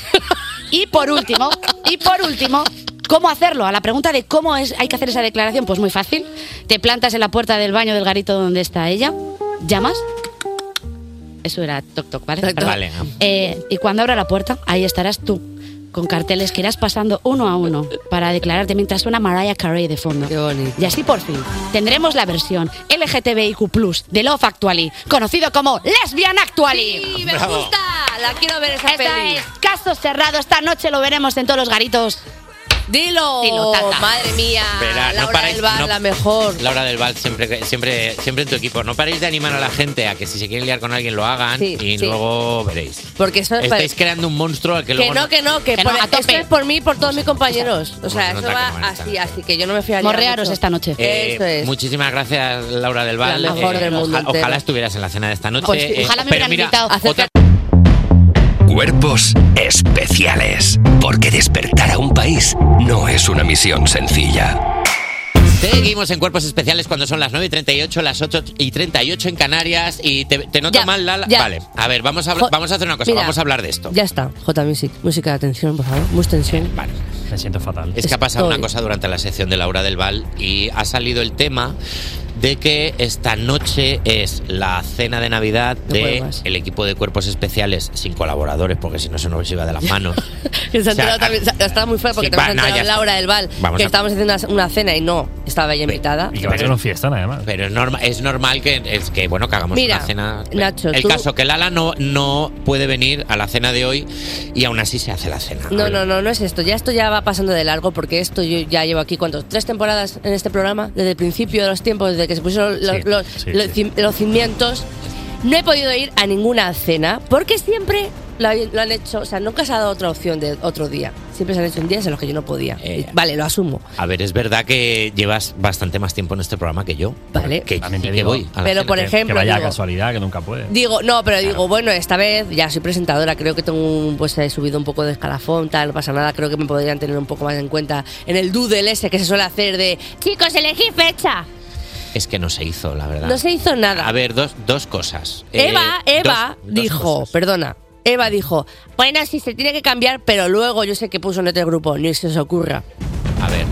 Y por último, y por último, ¿cómo hacerlo? A la pregunta de cómo es, hay que hacer esa declaración, pues muy fácil. Te plantas en la puerta del baño del garito donde está ella, llamas. Eso era toc toc, ¿vale? Perdón. Vale. Eh, y cuando abra la puerta, ahí estarás tú, con carteles que irás pasando uno a uno para declararte mientras suena Mariah Carey de fondo. Y así por fin tendremos la versión LGTBIQ de Love Actually, conocido como Lesbian Actually. Y me gusta, la quiero ver esa Esta peli. es caso cerrado. Esta noche lo veremos en todos los garitos. Dilo, Dilo, tata. Oh, madre mía. Verá, Ah, Laura no paráis- del Val, no- la mejor. Laura del Val, siempre, siempre, siempre en tu equipo. No paréis de animar a la gente a que si se quieren liar con alguien lo hagan Sí, y sí. luego veréis. Porque eso es Estáis creando un monstruo al que, Que luego no, que no, que, Que por, no, a esto tope. es por mí y por todos mis compañeros. O Bueno, sea, eso no te va acabamos esta así, así que yo no me fui a liar Morrearos mucho. esta noche. Eh, Eso es. Muchísimas gracias, Laura del Val. Eh, La mejor del mundo oja- ojalá, entero. estuvieras en la cena de esta noche. Pues sí, eh, ojalá me pero hubieran mira, invitado. otra- Cuerpos especiales. Porque despertar a un país no es una misión sencilla. Seguimos en cuerpos especiales cuando son las 9 y 38, las 8 y 38 en Canarias. Y te, te noto Ya, mal, Lala. ya. Vale, a ver, vamos a, habl- Jo- vamos a hacer una cosa. Mira. Vamos a hablar de esto. Ya está, J Music. Música de atención, por favor. Mucha tensión. Vale. Me siento fatal. Es que ha pasado Estoy- una cosa durante la sección de Laura del Val y ha salido el tema de que esta noche es la cena de Navidad No puedo de más. el equipo de cuerpos especiales sin colaboradores, porque si no se nos iba de las manos. (laughs) Que se ha O sea, ah, enterado también, se ha- estaba muy fuerte porque sí, te has va, no, enterado ya está. Laura del Val, Vamos que a- estábamos haciendo una, una cena y no, estaba ella invitada. Y que va a ser un fiestón, además. Pero es, norma- es normal que, es que, bueno, que hagamos Mira, una cena. Nacho, el tú- caso que Lala no, no puede venir a la cena de hoy y aún así se hace la cena. No, no, no, no es esto. Ya esto ya va pasando de largo porque esto yo ya llevo aquí, ¿cuántos? Tres temporadas en este programa, desde el principio de los tiempos, desde que se pusieron los, Sí, los- sí, los sí. cim- los cimientos. No he podido ir a ninguna cena porque siempre lo, hay- lo han hecho, o sea, nunca se ha dado otra opción de otro día. Siempre se han hecho en días en los que yo no podía. Eh, Y- vale, lo asumo. A ver, es verdad que llevas bastante más tiempo en este programa que yo. Vale. Que, que digo, voy. a la pero cena. por ejemplo, que vaya digo- casualidad, que nunca puede. Digo, no, pero digo, bueno, esta vez ya soy presentadora, creo que tengo un, pues he subido un poco de escalafón, tal, no pasa nada, creo que me podrían tener un poco más en cuenta en el doodle ese que se suele hacer de chicos, elegí fecha. Es que no se hizo, la verdad. No se hizo nada. A ver, dos, dos cosas. Eva, Eh, Eva dos- dos dijo, perdona, Eva dijo, bueno, sí se tiene que cambiar, pero luego yo sé que puso en este grupo, ni se os ocurra. A ver,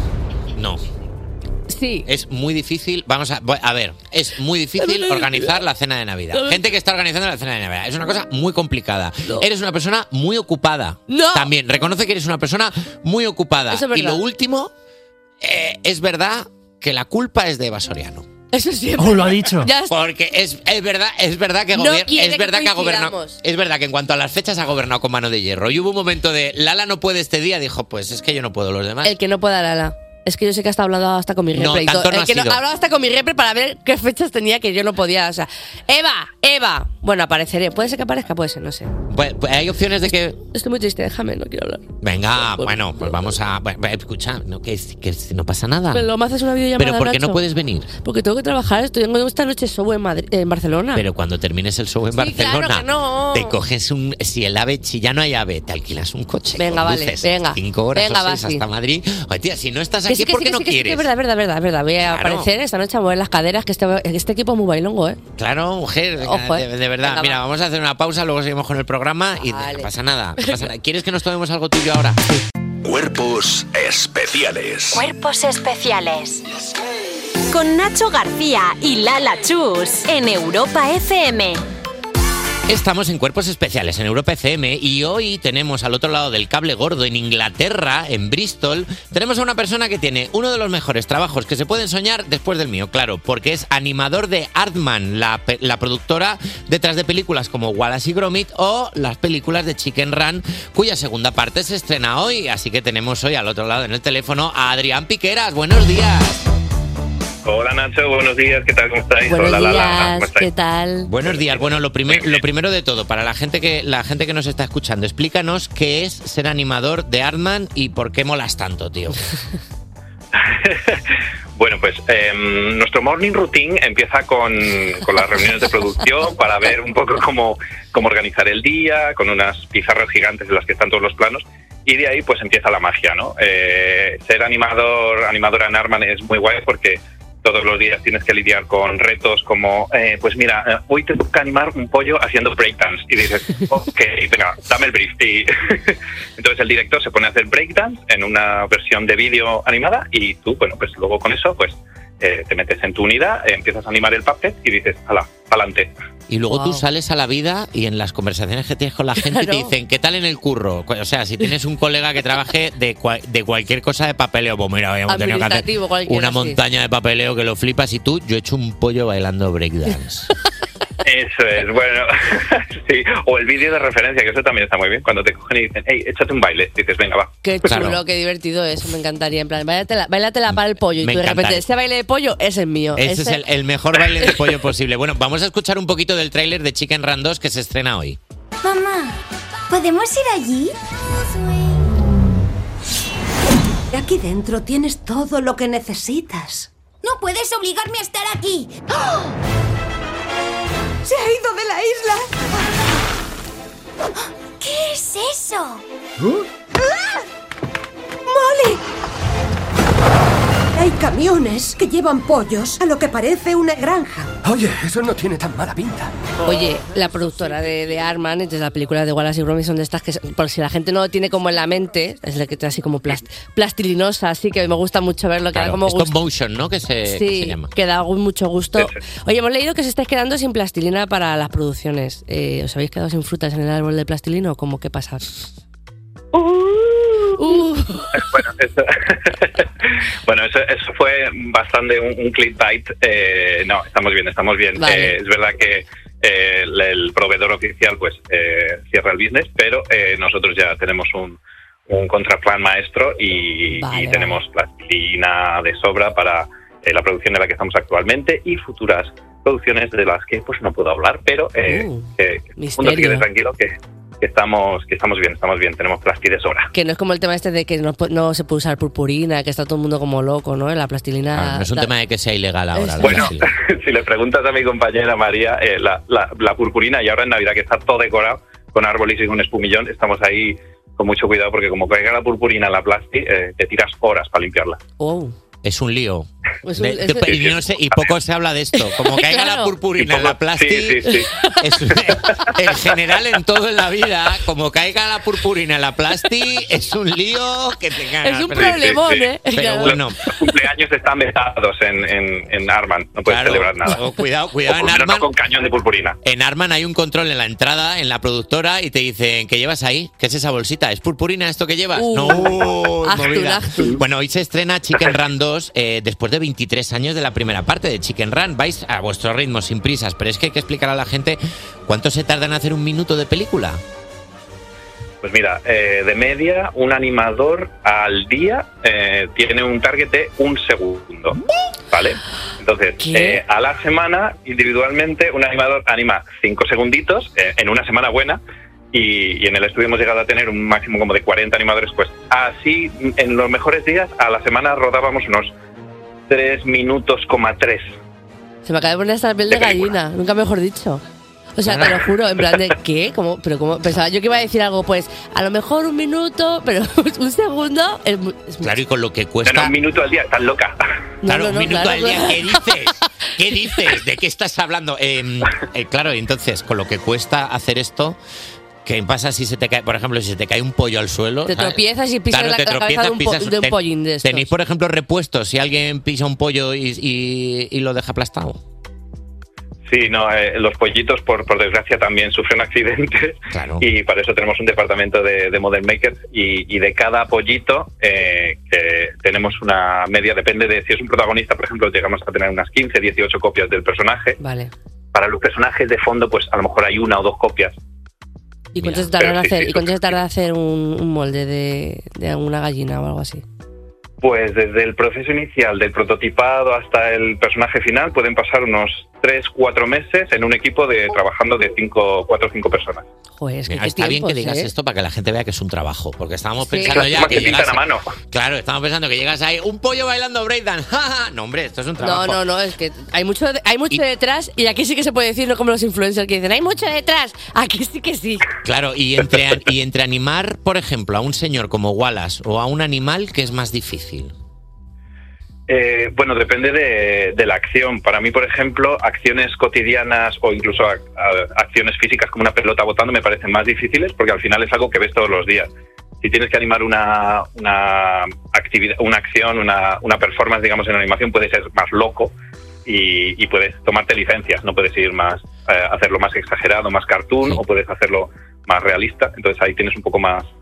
no. Sí. Es muy difícil, vamos a, a ver, es muy difícil organizar la cena de Navidad. Gente que está organizando la cena de Navidad. Es una cosa muy complicada. Eres una persona muy ocupada. No. También, reconoce que eres una persona muy ocupada. Eso es verdad. y lo último, eh, es verdad que la culpa es de Eva Soriano. Eso siempre. Oh, lo ha dicho. Ya está. Porque es, es verdad, es verdad que No gobier- quiere es que verdad que, ha gobernado. coincidamos. Es verdad que en cuanto a las fechas ha gobernado con mano de hierro. Y hubo un momento de Lala no puede este día, dijo, pues es que yo no puedo los demás. El que no pueda, Lala. Es que yo sé que hasta ha hablado hasta con mi No, repre. y todo. tanto no El ha que sido. hablaba hasta con mi repre para ver qué fechas tenía que yo no podía. O sea, Eva, Eva. Bueno, apareceré. Puede ser que aparezca, puede ser, no sé. Pues- pues hay opciones de que Estoy muy triste, déjame, no quiero hablar. Venga, bueno, pues vamos a. bueno, Escucha, no, que, que no pasa nada. Pero me haces una videollamada. Pero ¿por qué Nacho? no puedes venir? Porque tengo que trabajar, estoy tengo esta noche show en, Madrid- en Barcelona. Pero cuando termines el show en Ah. Sí, claro Barcelona, que no. te coges un. Si el ave, si ya no hay ave, te alquilas un coche. y Venga, vale, conduces venga. Cinco horas Venga, o va, seis sí. hasta Madrid. Oye, tía, si no estás Que aquí, sí, que ¿por sí, qué que no sí, que sí, que quieres? es verdad, verdad, verdad, verdad. Voy a Claro. aparecer esta noche a mover las caderas, que este, este equipo es muy bailongo, ¿eh? Claro, mujer, Ojo, eh. de, de verdad. Venga, Mira, va. vamos a hacer una pausa, luego seguimos con el programa y Vale. no pasa nada. no (laughs) pasa nada. ¿Quieres que nos tomemos algo tuyo ahora? Cuerpos especiales. Cuerpos especiales. Con Nacho García y Lala Chus en Europa FM. Estamos en Cuerpos Especiales en Europa FM y hoy tenemos al otro lado del cable gordo en Inglaterra, en Bristol, tenemos a una persona que tiene uno de los mejores trabajos que se pueden soñar después del mío, claro, porque es animador de Artman, la, pe- la productora detrás de películas como Wallace y Gromit o las películas de Chicken Run, cuya segunda parte se estrena hoy, así que tenemos hoy al otro lado en el teléfono a Adrián Piqueras. Buenos días. Hola Nacho, buenos días, ¿qué tal? ¿Cómo estáis? Buenos Hola Lala, ¿cómo días, estáis? tal? Buenos días. Bueno, lo, primer- lo primero de todo, para la gente, que, la gente que nos está escuchando, explícanos qué es ser animador de Artman y por qué molas tanto, tío. Bueno, pues em, nuestro morning routine empieza con, con las reuniones de producción para ver un poco cómo, cómo organizar el día, con unas pizarras gigantes en las que están todos los planos. Y de ahí pues empieza la magia, ¿no? Eh, ser animador, animadora en Arman es muy guay porque todos los días tienes que lidiar con retos como, eh, pues mira, eh, hoy te toca animar un pollo haciendo breakdance. Y dices, ok, venga, dame el brief. Y (laughs) entonces el director se pone a hacer breakdance en una versión de vídeo animada y tú, bueno, pues luego con eso, pues eh, te metes en tu unidad, eh, empiezas a animar el puppet y dices, ala, adelante. Y luego Wow. tú sales a la vida y en las conversaciones que tienes con la gente te Claro. dicen, ¿qué tal en el curro? O sea, si tienes un colega que trabaje de, cua- de cualquier cosa de papeleo, pues mira, habíamos tenido que hacer Administrativo, cualquiera, una sí. montaña de papeleo que lo flipas y tú, yo he hecho un pollo bailando breakdance. Eso es, bueno, (laughs) sí. O el vídeo de referencia, que eso también está muy bien. Cuando te cogen y dicen, hey, échate un baile. Dices, venga, va. Pues Qué Pues chulo, qué divertido eso, me encantaría. En plan, bailatela, bailatela para el pollo. Y Me tú de repente, encantaría. ese baile de pollo es el mío. Ese es el, el mejor baile de pollo posible. Bueno, vamos a escuchar un poquito del tráiler de Chicken Run 2 que se estrena hoy. Mamá, ¿podemos ir allí? Aquí dentro tienes todo lo que necesitas. No puedes obligarme a estar aquí. ¡Oh! ¡Se ha ido de la isla! ¿Qué es eso? ¿Eh? ¡Molly! Hay camiones que llevan pollos a lo que parece una granja. Oye, eso no tiene tan mala pinta. Oye, la productora de, de Arman, entonces la película de Wallace y Gromit son de estas que, son- por si la gente no lo tiene como en la mente, es la que está así como plas- plastilinosa, así que me gusta mucho verlo, que da Claro, como stop gusto. motion, ¿no? Que se, que Sí, eh, se llama. que da gu- mucho gusto. Oye, hemos leído que se estáis quedando sin plastilina para las producciones. Eh, ¿Os habéis quedado sin frutas en el árbol de plastilina o cómo qué pasa? Oh. Uh. Bueno, eso, eso fue bastante un, un clickbait. Eh, no, estamos bien, estamos bien. Vale. Eh, es verdad que eh, el, el proveedor oficial pues eh, cierra el business, pero eh, nosotros ya tenemos un, un contraplan maestro y, y tenemos plastilina de sobra para eh, la producción en la que estamos actualmente y futuras producciones de las que pues no puedo hablar, pero eh, Uh, eh, misterio. uno se quede tranquilo que, que estamos que estamos bien, estamos bien, tenemos plastilina de sobra. Que no es como el tema este de que no, po- no se puede usar purpurina, que está todo el mundo como loco, ¿no? La plastilina... No es un Ah, da- tema de que sea ilegal ahora. la Bueno, verdad, (laughs) si le preguntas a mi compañera María, eh, la, la- la purpurina y ahora en Navidad que está todo decorado con árboles y con espumillón, estamos ahí con mucho cuidado porque como caiga la purpurina en la plasti, eh, te tiras horas para limpiarla. sí. Es un lío. Es De- un- de- y, es- no sé- y poco se habla de esto. Como caiga la Claro. purpurina Y en poco- la plástica. (laughs) sí, sí, sí. en general, en todo en la vida, como caiga la purpurina en la plasti, es un lío que te cagas. Es un Ah, Pero- problemón, Sí, sí, ¿eh? sí. Pero Claro. bueno, Los cumpleaños están vetados en, en, en Arman, no puedes celebrar nada. O Oh, cuidado, cuidado O en por lo menos Arman. no con cañón de purpurina. en Arman hay un control en la entrada, en la productora, y te dicen, ¿qué llevas ahí? ¿Qué es esa bolsita? ¿Es purpurina esto que llevas? Uh. no, Actul, movida. actul. Bueno, hoy se estrena Chicken Run 2 eh, después de 23 años de la primera parte de Chicken Run. Vais a vuestro ritmo, sin prisas, pero es que hay que explicar a la gente cuánto se tarda en hacer un minuto de película. Pues mira, eh, de media, un animador al día eh, tiene un target de un segundo. ¿Vale? Entonces, eh, a la semana, individualmente, un animador anima cinco segunditos eh, en una semana buena. Y, y en el estudio hemos llegado a tener un máximo como de 40 animadores. Pues así, en los mejores días, a la semana rodábamos unos 3 minutos, coma 3. Se me acaba de poner hasta la piel de gallina, nunca mejor dicho. O sea, te lo juro, en plan de ¿qué? ¿Cómo? Pero como pensaba yo que iba a decir algo, pues a lo mejor un minuto, pero (laughs) un segundo. es mu- es Claro, y con lo que cuesta. un minuto al día, estás loca. Claro, no, un no, minuto claro, al día. claro. ¿Qué dices? ¿Qué dices? ¿De qué estás hablando? Eh, eh, claro, entonces, con lo que cuesta hacer esto. ¿Qué pasa si se te cae, por ejemplo, si se te cae un pollo al suelo? Te ¿sabes? tropiezas y pisas la- te la cabeza de un po- de un ten- pollín de estos. Tenéis, por ejemplo, repuestos si alguien pisa un pollo y, y- y lo deja aplastado. Sí, no, eh, los pollitos, por, por desgracia, también (laughs) sufren accidentes. Y para eso tenemos un departamento de, de Model Makers. Y, y de cada pollito, eh, que tenemos una media, depende de si es un protagonista, por ejemplo, llegamos a tener unas 15, 18 copias del personaje. Vale. Para los personajes de fondo, pues a lo mejor hay una o dos copias. ¿Y cuánto se tarda en Pero sí, hacer, sí, ¿y cuánto se tarda en hacer un, un molde de, de una gallina o algo así? Pues desde el proceso inicial, del prototipado hasta el personaje final, pueden pasar unos 3, 4 meses en un equipo de trabajando de 5, 4 o 5 personas. Joder, es que Mira, qué está bien tiempos, que digas ¿eh? esto para que la gente vea que es un trabajo, porque estábamos Sí. pensando ya Más que que pintan llegas a mano. Claro, estábamos pensando que llegas ahí un pollo bailando breakdance. (laughs) ¡Ja, ja! no, hombre, esto es un trabajo. No, no, no, es que hay mucho, hay mucho detrás y aquí sí que se puede decir, no como los influencers que dicen, hay mucho detrás, aquí sí que sí. Claro, y entre, y entre animar, por ejemplo, a un señor como Wallace o a un animal, que es más difícil? Eh, bueno, depende de, de la acción. Para mí, por ejemplo, acciones cotidianas o incluso ac- a- acciones físicas como una pelota botando me parecen más difíciles porque al final es algo que ves todos los días. Si tienes que animar una, una actividad, una acción, una, una performance, digamos, en animación, puede ser más loco y, y puedes tomarte licencias. No puedes ir más, eh, hacerlo más exagerado, más cartoon o puedes hacerlo más realista. Entonces ahí tienes un poco más, más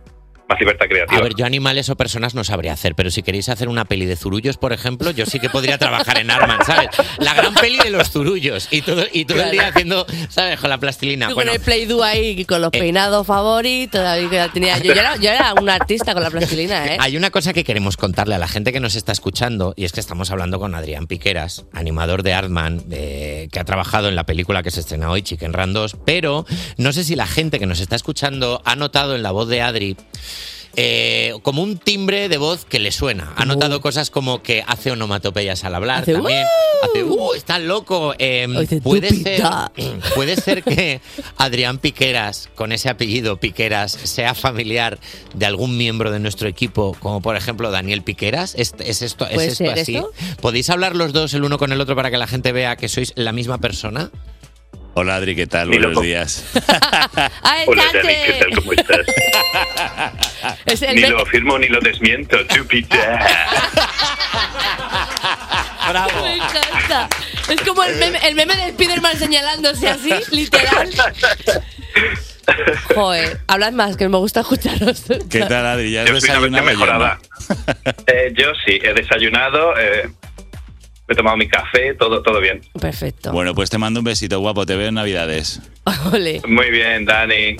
más libertad creativa. A ver, yo animales o personas no sabría hacer, pero si queréis hacer una peli de zurullos, por ejemplo, yo sí que podría trabajar en Arman, ¿sabes? La gran peli de los zurullos y todo, y todo el día haciendo, ¿sabes? Con la plastilina. Tú Ah, Bueno, con el Play Doh ahí, con los peinados favoritos, ahí que la tenía yo. Yo era, yo era un artista con la plastilina, ¿eh? Hay una cosa que queremos contarle a la gente que nos está escuchando y es que estamos hablando con Adrián Piqueras, animador de Artman, eh, que ha trabajado en la película que se estrena hoy, Chicken Run 2, pero no sé si la gente que nos está escuchando ha notado en la voz de Adri eh, como un timbre de voz que le suena. Ha notado cosas como que hace onomatopeyas al hablar Hace, también. Hace, "Uh, está loco. Eh, dice, puede, "Tú ser, pita". puede ser que Adrián Piqueras, con ese apellido Piqueras, sea familiar de algún miembro de nuestro equipo, como por ejemplo Daniel Piqueras. ¿Es, es esto, ¿es ¿Puede esto ser así? esto? ¿Podéis hablar los dos el uno con el otro para que la gente vea que sois la misma persona? Hola Adri, ¿qué tal? Buenos (laughs) días. ¡Ay, Hola, Dante! Dani, ¿qué tal? ¿Cómo estás? Es el ni me- lo firmo ni lo desmiento, chupita. Me encanta. Es como el meme, el meme de Spiderman señalándose así, (laughs) literal. Joder, hablad más, que me gusta escucharos. ¿Qué tal Adri? ¿Ya has Yo soy una versión desayunado? ya, mejorada. (laughs) Eh, yo sí, he desayunado, eh, me he tomado mi café, todo, todo bien. Perfecto. no? Bueno, pues te mando un besito, guapo. Te veo en Navidades. (laughs) Ole. Muy bien, Dani.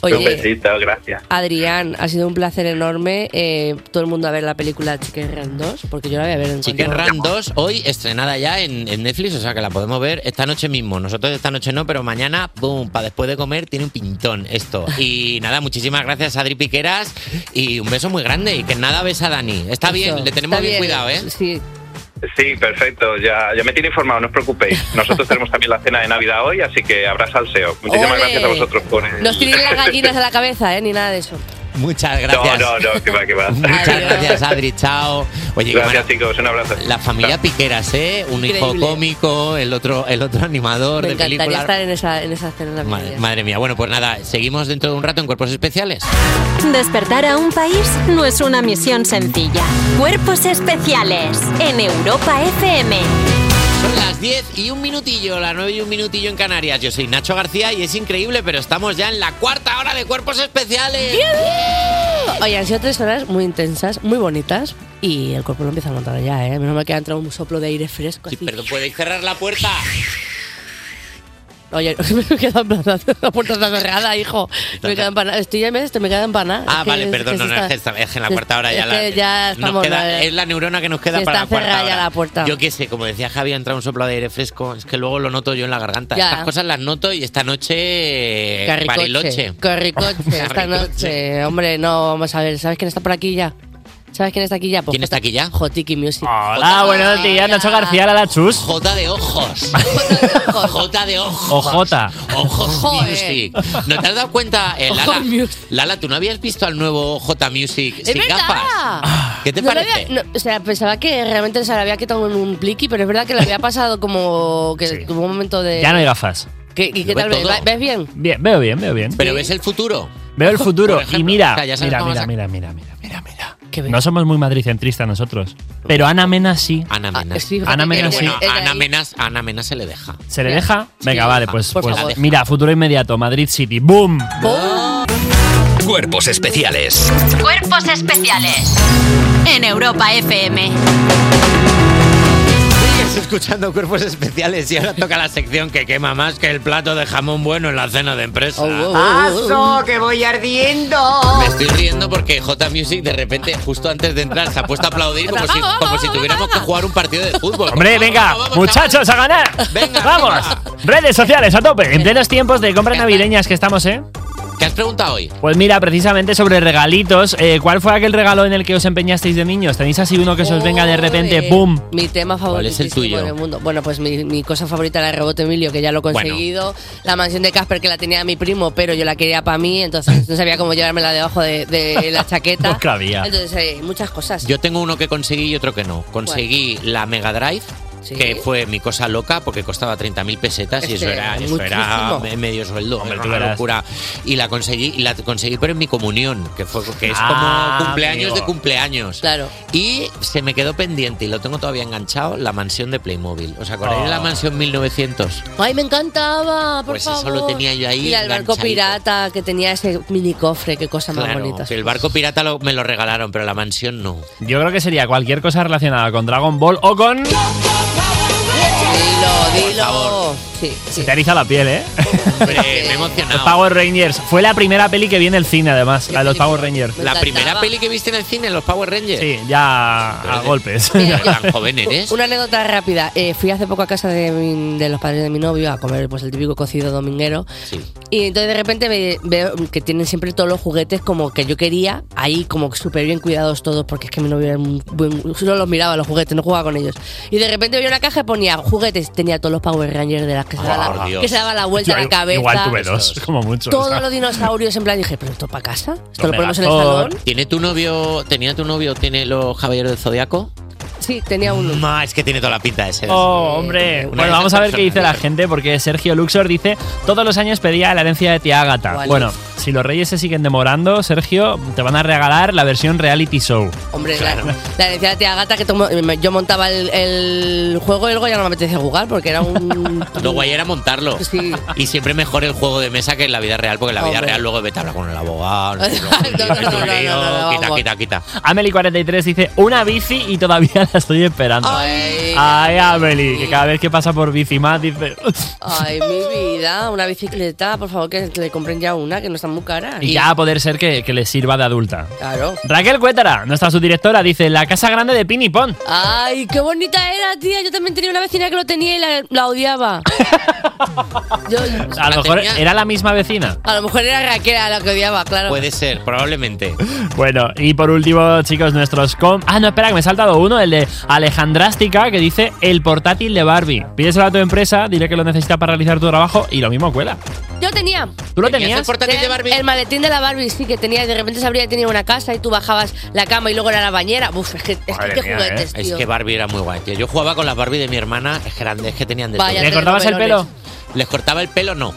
Oye. Un besito, gracias. Adrián, ha sido un placer enorme. eh, todo el mundo a ver la película Chicken Run 2, porque yo la voy a ver en Chicken cuanto- Run 2, hoy estrenada ya en, en Netflix, o sea que la podemos ver esta noche mismo. Nosotros esta noche no, pero mañana, boom, para después de comer, tiene un pintón esto. Y nada, muchísimas gracias Adri Piqueras y un beso muy grande y que nada ves a Dani. Está bien, le tenemos está bien, bien, cuidado, ¿eh? Sí. Sí, perfecto, ya, ya me tiene informado, no os preocupéis. (laughs) Nosotros tenemos también la cena de Navidad hoy, así que habrá salseo. Muchísimas Ole. gracias a vosotros por el- No os tiréis las gallinas a la cabeza, ¿eh? Ni nada de eso. Muchas (laughs) No, gracias. no, no, que va, que va. Muchas gracias, Adri. Chao. Oye, qué Gracias, chicos. Un abrazo. La familia Piqueras, ¿eh? Un hijo Increíble. cómico, el otro, el otro animador Me de encantaría película. estar en esa, en esa cena Madre, madre mía. Bueno, pues nada, seguimos dentro de un rato en Cuerpos Especiales. Despertar a un país no es una misión sencilla. Cuerpos especiales en Europa FM. Son las 10 y un minutillo, las 9 y un minutillo en Canarias. Yo soy Nacho García y es increíble, pero estamos ya en la cuarta hora de Cuerpos Especiales. Oye, han sido tres horas muy intensas, muy bonitas, y el cuerpo lo empieza a montar ya, ¿eh? Menos mal que ha entrado un soplo de aire fresco. Sí, pero podéis cerrar la puerta. Oye, (laughs) me quedo empanada, la puerta está cerrada, hijo. Me queda empanada. Estoy ya en vez, me queda empanada. Ah, Es que- vale, es perdón, que no, se no, es que, está- esta- es que en la cuarta hora es ya la. que ya nos estamos, queda- la- es la neurona que nos queda se para la está cuarta cerrada ya hora. la puerta. Yo qué sé, como decía Javi, entra un soplo de aire fresco. Es que luego lo noto yo en la garganta. Ya. Estas cosas las noto y esta noche. eh, Bariloche. Carricoche. Carricoche, esta noche. Hombre, no, vamos a ver. ¿Sabes quién está por aquí ya? ¿Sabes quién está aquí ya? ¿Quién está aquí ya? Jotiki Music. Hola, buenos días, Ah, Nacho García, la Chus. Jota de (laughs) ojos. (laughs) Jota de ojos. O Jota. Ojos Music. ¿No te has dado cuenta, eh, Lala? Lala, ¿tú no habías visto al nuevo J Music ¡Es sin verdad! Ah. gafas? ¿Qué te No lo parece? había- no, o sea, pensaba que realmente se le había quitado en un pliqui, pero es verdad que le había pasado como que como un momento de. Ya no hay gafas. ¿Qué- ¿Y qué Ve tal? ves? todo. ¿Va- ¿Ves bien? Bien, veo bien, veo bien. ¿Pero ves el futuro? Veo (laughs) el futuro Por ejemplo, y mira, o sea, ya sabes mira, cómo vas mira, a- mira, mira, mira, mira. No somos muy madricentristas nosotros, pero Ana Mena sí. Ana Ah, Mena. sí, fíjate Ana Mena Pero sí. Eh, bueno, Ella Ana Mena, Ana Mena se le deja. ¿Se le deja? Sí, Venga, le vale, deja. pues, Por pues favor. mira, futuro inmediato, Madrid City, boom. Cuerpos especiales Cuerpos especiales en Europa FM. Sigues escuchando cuerpos especiales y ahora toca la sección que quema más que el plato de jamón bueno en la cena de empresa. Oh, ¡Paso, que voy ardiendo! Me estoy riendo porque J Music de repente, justo antes de entrar, se ha puesto a aplaudir como si, como si tuviéramos que jugar un partido de fútbol. Hombre, Eh, venga, muchachos, a ganar. vamos. Redes sociales a tope. En plenos tiempos de compras navideñas que estamos, ¿eh? ¿Qué has preguntado hoy? Pues mira, precisamente sobre regalitos, eh, ¿cuál fue aquel regalo en el que os empeñasteis de niños? ¿Tenéis así uno que se os venga de repente, ¡boom! Mi tema favorito es el tuyo? del mundo. Bueno, pues mi, mi cosa favorita era el rebote Emilio, que ya lo he Bueno. conseguido. La mansión de Casper, que la tenía mi primo, pero yo la quería para mí, entonces no sabía cómo llevármela debajo de, de la (laughs) chaqueta. Pues que había. Entonces, eh, muchas cosas. Yo tengo uno que conseguí y otro que no. Conseguí la Mega Drive que fue mi cosa loca porque costaba 30.000 pesetas y Este, eso era, eso era muchísimo. medio sueldo, Hombre, era tú una verás. locura. Y la conseguí, y la conseguí pero en mi comunión, que fue que es Ah, como cumpleaños amigo. de cumpleaños. Claro. Y se me quedó pendiente y lo tengo todavía enganchado, la mansión de Playmobil. ¿Os acordáis de la Oh. mansión 1900? Ay, me encantaba, por Pues eso favor. lo tenía yo ahí Y el barco enganchadito. pirata que tenía ese mini cofre, qué cosa más Claro, bonita. que el barco pirata lo- me lo regalaron, pero la mansión no. Yo creo que sería cualquier cosa relacionada con Dragon Ball o con. Dilo, dilo. Se te eriza la piel, ¿eh? me he emocionado. Los Power Rangers. Fue la primera peli que vi en el cine, además, la de los Power Rangers. La primera peli que viste en el cine, los Power Rangers. Sí, ya a golpes. Tan joven eres. Una anécdota rápida. Eh, fui hace poco a casa de, mi- de los padres de mi novio a comer pues el típico cocido dominguero. Y entonces de repente ve- veo que tienen siempre todos los juguetes como que yo quería, ahí como súper bien cuidados todos, porque es que mi novio era un buen- solo los miraba los juguetes, no jugaba con ellos. Y de repente vi una caja y ponía juguetes, tenía todos los Power Rangers de las que se, daba, la, que se daba la vuelta a la cabeza. Igual tuve dos, como mucho. o sea. Todos los dinosaurios en plan dije, pero esto para casa, esto lo ponemos en el Megazord. salón. ¿Tiene tu novio, tenía tu novio, tiene los caballeros del zodiaco? Sí, tenía uno. No, es que tiene toda la pinta de ser. (laughs) Oh, hombre. Una Bueno, vamos a ver qué persona. dice la gente, porque Sergio Luxor dice: Todos los años pedía la herencia de tía Ágata. ¿Cuál Bueno, es? si los reyes se siguen demorando, Sergio, te van a regalar la versión reality show. Hombre, la, la herencia de la tía Gata que tomo- me- yo montaba el, el juego y luego ya no me apetecía jugar porque era un. (laughs) Lo guay era montarlo. Sí. Y siempre mejor el juego de mesa que en la vida real, porque en la vida Hombre. real luego vete a hablar con el abogado. no sé, luego es un lío, Quita, quita, quita. Amelie43 dice: Una bici y todavía (laughs) la estoy esperando. Ay. Ay, Amelie, que cada vez que pasa por bici más dice. Ay, mi vida, una bicicleta, por favor, que le compren ya una, que no están muy caras. Y ya a poder ser que, que le sirva de adulta. Claro. Raquel Cuétara, nuestra subdirectora, dice: La casa grande de Pin y Pon. Ay, qué bonita era, tía. Yo también tenía una vecina que lo tenía y la, la odiaba. A lo La mejor tenía- era la misma vecina. A lo mejor era Raquel a la que odiaba, claro. Puede ser, probablemente. Bueno, y por último, chicos, nuestros com. Ah, no, espera, que me he saltado uno, el de Alejandrástica, que dice el portátil de Barbie. Pídeselo a tu empresa, dile que lo necesitas para realizar tu trabajo y lo mismo cuela. Yo tenía. ¿Tú lo tenías? el El maletín de la Barbie, sí, que tenía. y De repente se abría y tenía una casa y tú bajabas la cama y luego era la bañera. Uf, es que, es que Madre qué mía, juguetes, ¿eh? tío. Es que Barbie era muy guay, tío. Yo jugaba con las Barbie de mi hermana, es que, eran de- es que tenían de Vaya todo. ¿Le cortabas el telenovela. ¿Les cortaba el pelo? No.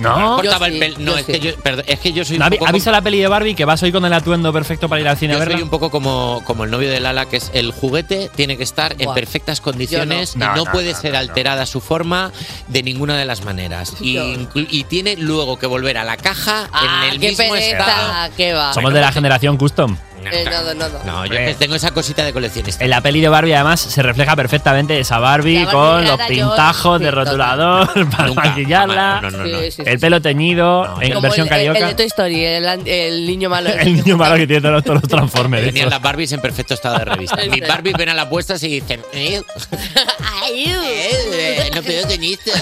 No. Les cortaba el Yo sí, pelo. No, yo es, sí. que yo, perdón, es que yo soy ¿No un habí- poco ¿Has visto la peli de Barbie que vas hoy con el atuendo perfecto para ir al cine a Yo verla? soy un poco como, como el novio de Lala, que es el juguete tiene que estar en Buah. perfectas condiciones Yo no. y No, no, no, puede no, ser no, no. alterada su forma de ninguna de las maneras. Y, Yo- inclu- y tiene luego que volver a la caja Ah, en el qué mismo estado. pereza, qué va. Somos de la generación custom. Eh, no, no, no. No, yo que tengo esa cosita de coleccionista. En la peli de Barbie, además, se refleja perfectamente esa Barbie, La Barbie con los rara, yo- pintajos de sí, rotulador (laughs) para maquillarla, jamás, no, no, no, no. Sí, sí, el pelo teñido en Como versión el, el- carioca. el de Toy Story, el, an- el niño malo. (laughs) El niño malo que tiene todos los, todos los Transformers. Tenían las Barbies en perfecto estado de revista. (laughs) Mis Barbies ven a las puestas y dicen, "Eh, eh, no puedo teniste.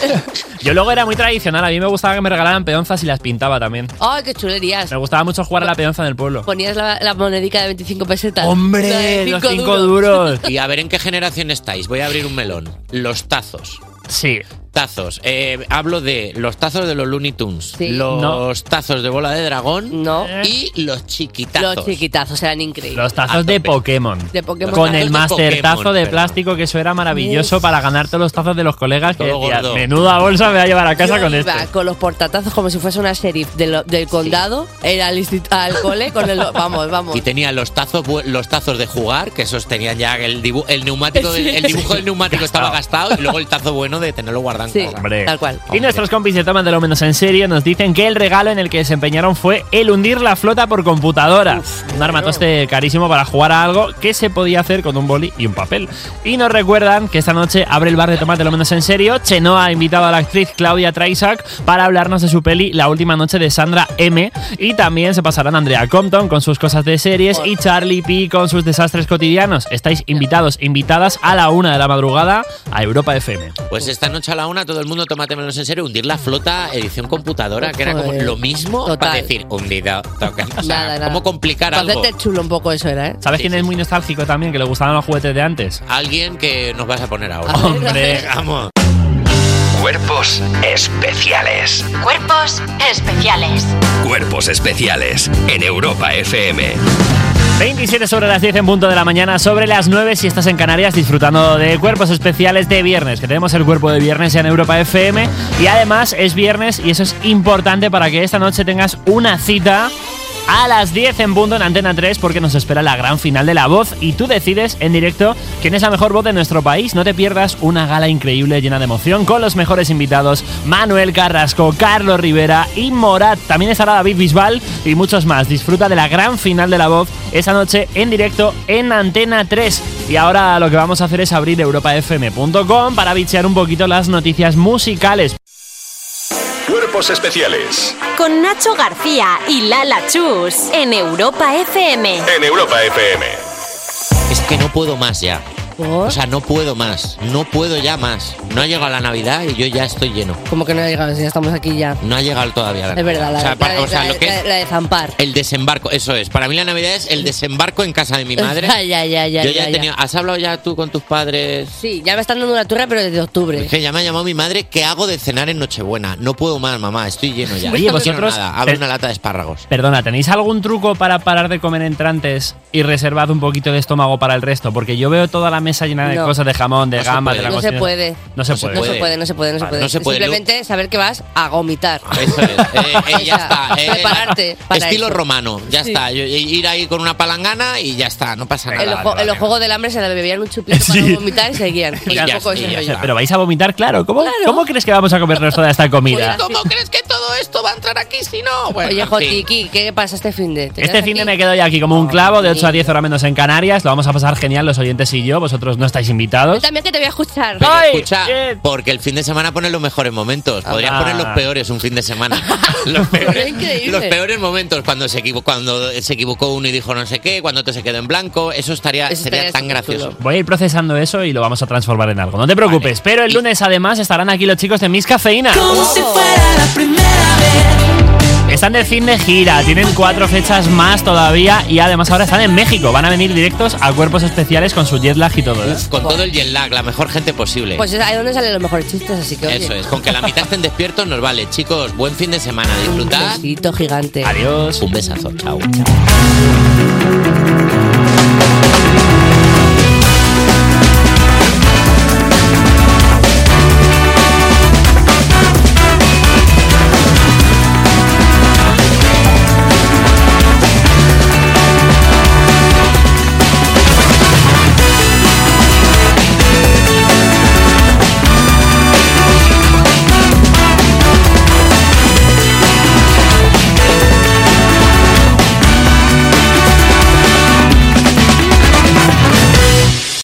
Yo luego era muy tradicional, a mí me gustaba que me regalaran peonzas y las pintaba también. Ay, qué chulerías. Me gustaba mucho jugar a la peonza en el pueblo. Ponías la, la monedica de 25 pesetas. ¡Hombre! La de los cinco cinco duros. duros. (laughs) Y a ver en qué generación estáis. Voy a abrir un melón. Los tazos. Sí. Tazos. Eh, hablo de los tazos de los Looney Tunes. Los No. Eh. tazos de bola de dragón. No. Y los chiquitazos. Los chiquitazos eran increíbles. Los Ah, tazos de Pokémon. De Pokémon. Con Tazos el de master tazo Pokémon, de perdón. plástico, que eso era maravilloso para ganarte los tazos de los colegas. Que Todo decías, gordo. menuda bolsa me va a llevar a casa Yo con iba este. con los portatazos como si fuese una sheriff de lo- del condado, era al, institu- al cole con (laughs) el... Vamos, vamos. Y tenía los tazos, bu- los tazos de jugar, que esos tenían ya el, dibu- el neumático, del- Sí. el dibujo del neumático estaba gastado y luego el tazo bueno de tenerlo guardado. en Sí, casa. Hombre. tal cual. Y nuestros compis de Toman de lo menos en serio nos dicen que el regalo en el que se empeñaron fue el hundir la flota por computadora. un armatoste carísimo para jugar a algo que se podía hacer con un boli y un papel. Y nos recuerdan que esta noche abre el bar de Tomate lo menos en serio. Chenoa ha invitado a la actriz Claudia Traisac para hablarnos de su peli La última noche de Sandra M. Y también se pasarán Andrea Compton con sus cosas de series y Charlie P con sus desastres cotidianos. Estáis invitados, invitadas a la una de la madrugada a Europa FM. Pues esta noche a la una todo el mundo tómatemelos en serio, hundir la flota edición computadora, que era como Joder. lo mismo para decir hundido, toca. O sea, Nada, nada. ¿cómo complicar Pues Para algo? hacerte chulo un poco eso era, ¿eh? ¿Sabes quién es muy nostálgico también? Que le gustaban los juguetes de antes. Alguien que nos vas a poner ahora. Hombre. vamos. Cuerpos especiales. Cuerpos especiales. Cuerpos especiales en Europa FM. 27 sobre las 10 en punto de la mañana, sobre las 9 si estás en Canarias disfrutando de cuerpos especiales de viernes, que tenemos el cuerpo de viernes ya en Europa FM y además es viernes y eso es importante para que esta noche tengas una cita a las 10 en punto en Antena 3 porque nos espera la gran final de La Voz y tú decides en directo quién es la mejor voz de nuestro país. No te pierdas una gala increíble llena de emoción con los mejores invitados Manuel Carrasco, Carlos Rivera y Morat. También estará David Bisbal y muchos más. Disfruta de la gran final de La Voz esa noche en directo en Antena 3. Y ahora lo que vamos a hacer es abrir europafm.com para bichear un poquito las noticias musicales. Cuerpos especiales Con Nacho García y Lala Chus en Europa FM. en Europa FM. Es que no puedo más ya. O sea, no puedo más. No puedo ya más. No ha llegado la Navidad y yo ya estoy lleno. Como que no ha llegado, si ya estamos aquí ya. No ha llegado todavía la Es verdad, la, Navidad. O sea, la- pa- la- o sea, la- lo que la- es la de zampar. el desembarco, eso es. Para mí la Navidad es el desembarco en casa de (laughs) mi madre. Ya, ya, ya, ya, yo ya ya. he tenido. ¿Has hablado ya tú con tus padres? Sí, ya me están dando una turra, pero desde octubre. Que ya me ha llamado mi madre, ¿qué hago de cenar en Nochebuena? No puedo más, mamá, estoy lleno ya. Oye, No vosotros- quiero nada. Abre una lata de espárragos. Perdona, ¿tenéis algún truco para parar de comer entrantes y reservad un poquito de estómago para el resto? Porque yo veo toda la mesa llena de No. cosas de jamón, de No se gamba, puede. de la No se cocina. puede. No No se se puede. puede, no se puede, no se Vale. puede. Simplemente saber que vas a vomitar. (laughs) Eso es. Eh, (laughs) ya está. eh, Prepararte. para Estilo eso. romano, ya Sí. está. Yo- ir ahí con una palangana y ya está, no pasa nada. En los, jo- en los juegos del hambre se le bebían un (laughs) chupito para vomitar y seguían. Y (laughs) Un ya- poco y ese ya rollo. está. Pero vais a vomitar, claro. ¿Cómo, ¿cómo crees que vamos a comernos toda esta comida? ¿Cómo crees que todo esto va a entrar aquí si no? Bueno, Oye, en fin. Jotiki, ¿qué pasa este fin de? ¿Te Este quedas fin de aquí? me quedo ya aquí como un clavo de 8 a 10 horas menos en Canarias. Lo vamos a pasar genial los oyentes y yo. Vosotros no estáis invitados. También que te voy a escuchar. Pero escucha, porque el fin de semana pone los mejores momentos. Podrías Ah. poner los peores un fin de semana. (laughs) los, peores, Increíble. los peores momentos cuando se, equivo- cuando se equivocó uno y dijo no sé qué, cuando te se quedó en blanco. Eso estaría, Eso sería estaría tan súper gracioso. Voy a ir procesando eso y lo vamos a transformar en algo. No te preocupes. Pero el lunes además estarán aquí los chicos de Miss Cafeína. Están de fin de gira, tienen cuatro fechas más todavía y además ahora están en México. Van a venir directos a cuerpos especiales con su jet lag y todo. ¿eh? Con todo el jet lag, la mejor gente posible. Pues es ahí donde salen los mejores chistes, así que oye, Eso es, con que la mitad estén despiertos nos vale. Chicos, buen fin de semana, disfrutad. besito gigante. Adiós. Un besazo, chao.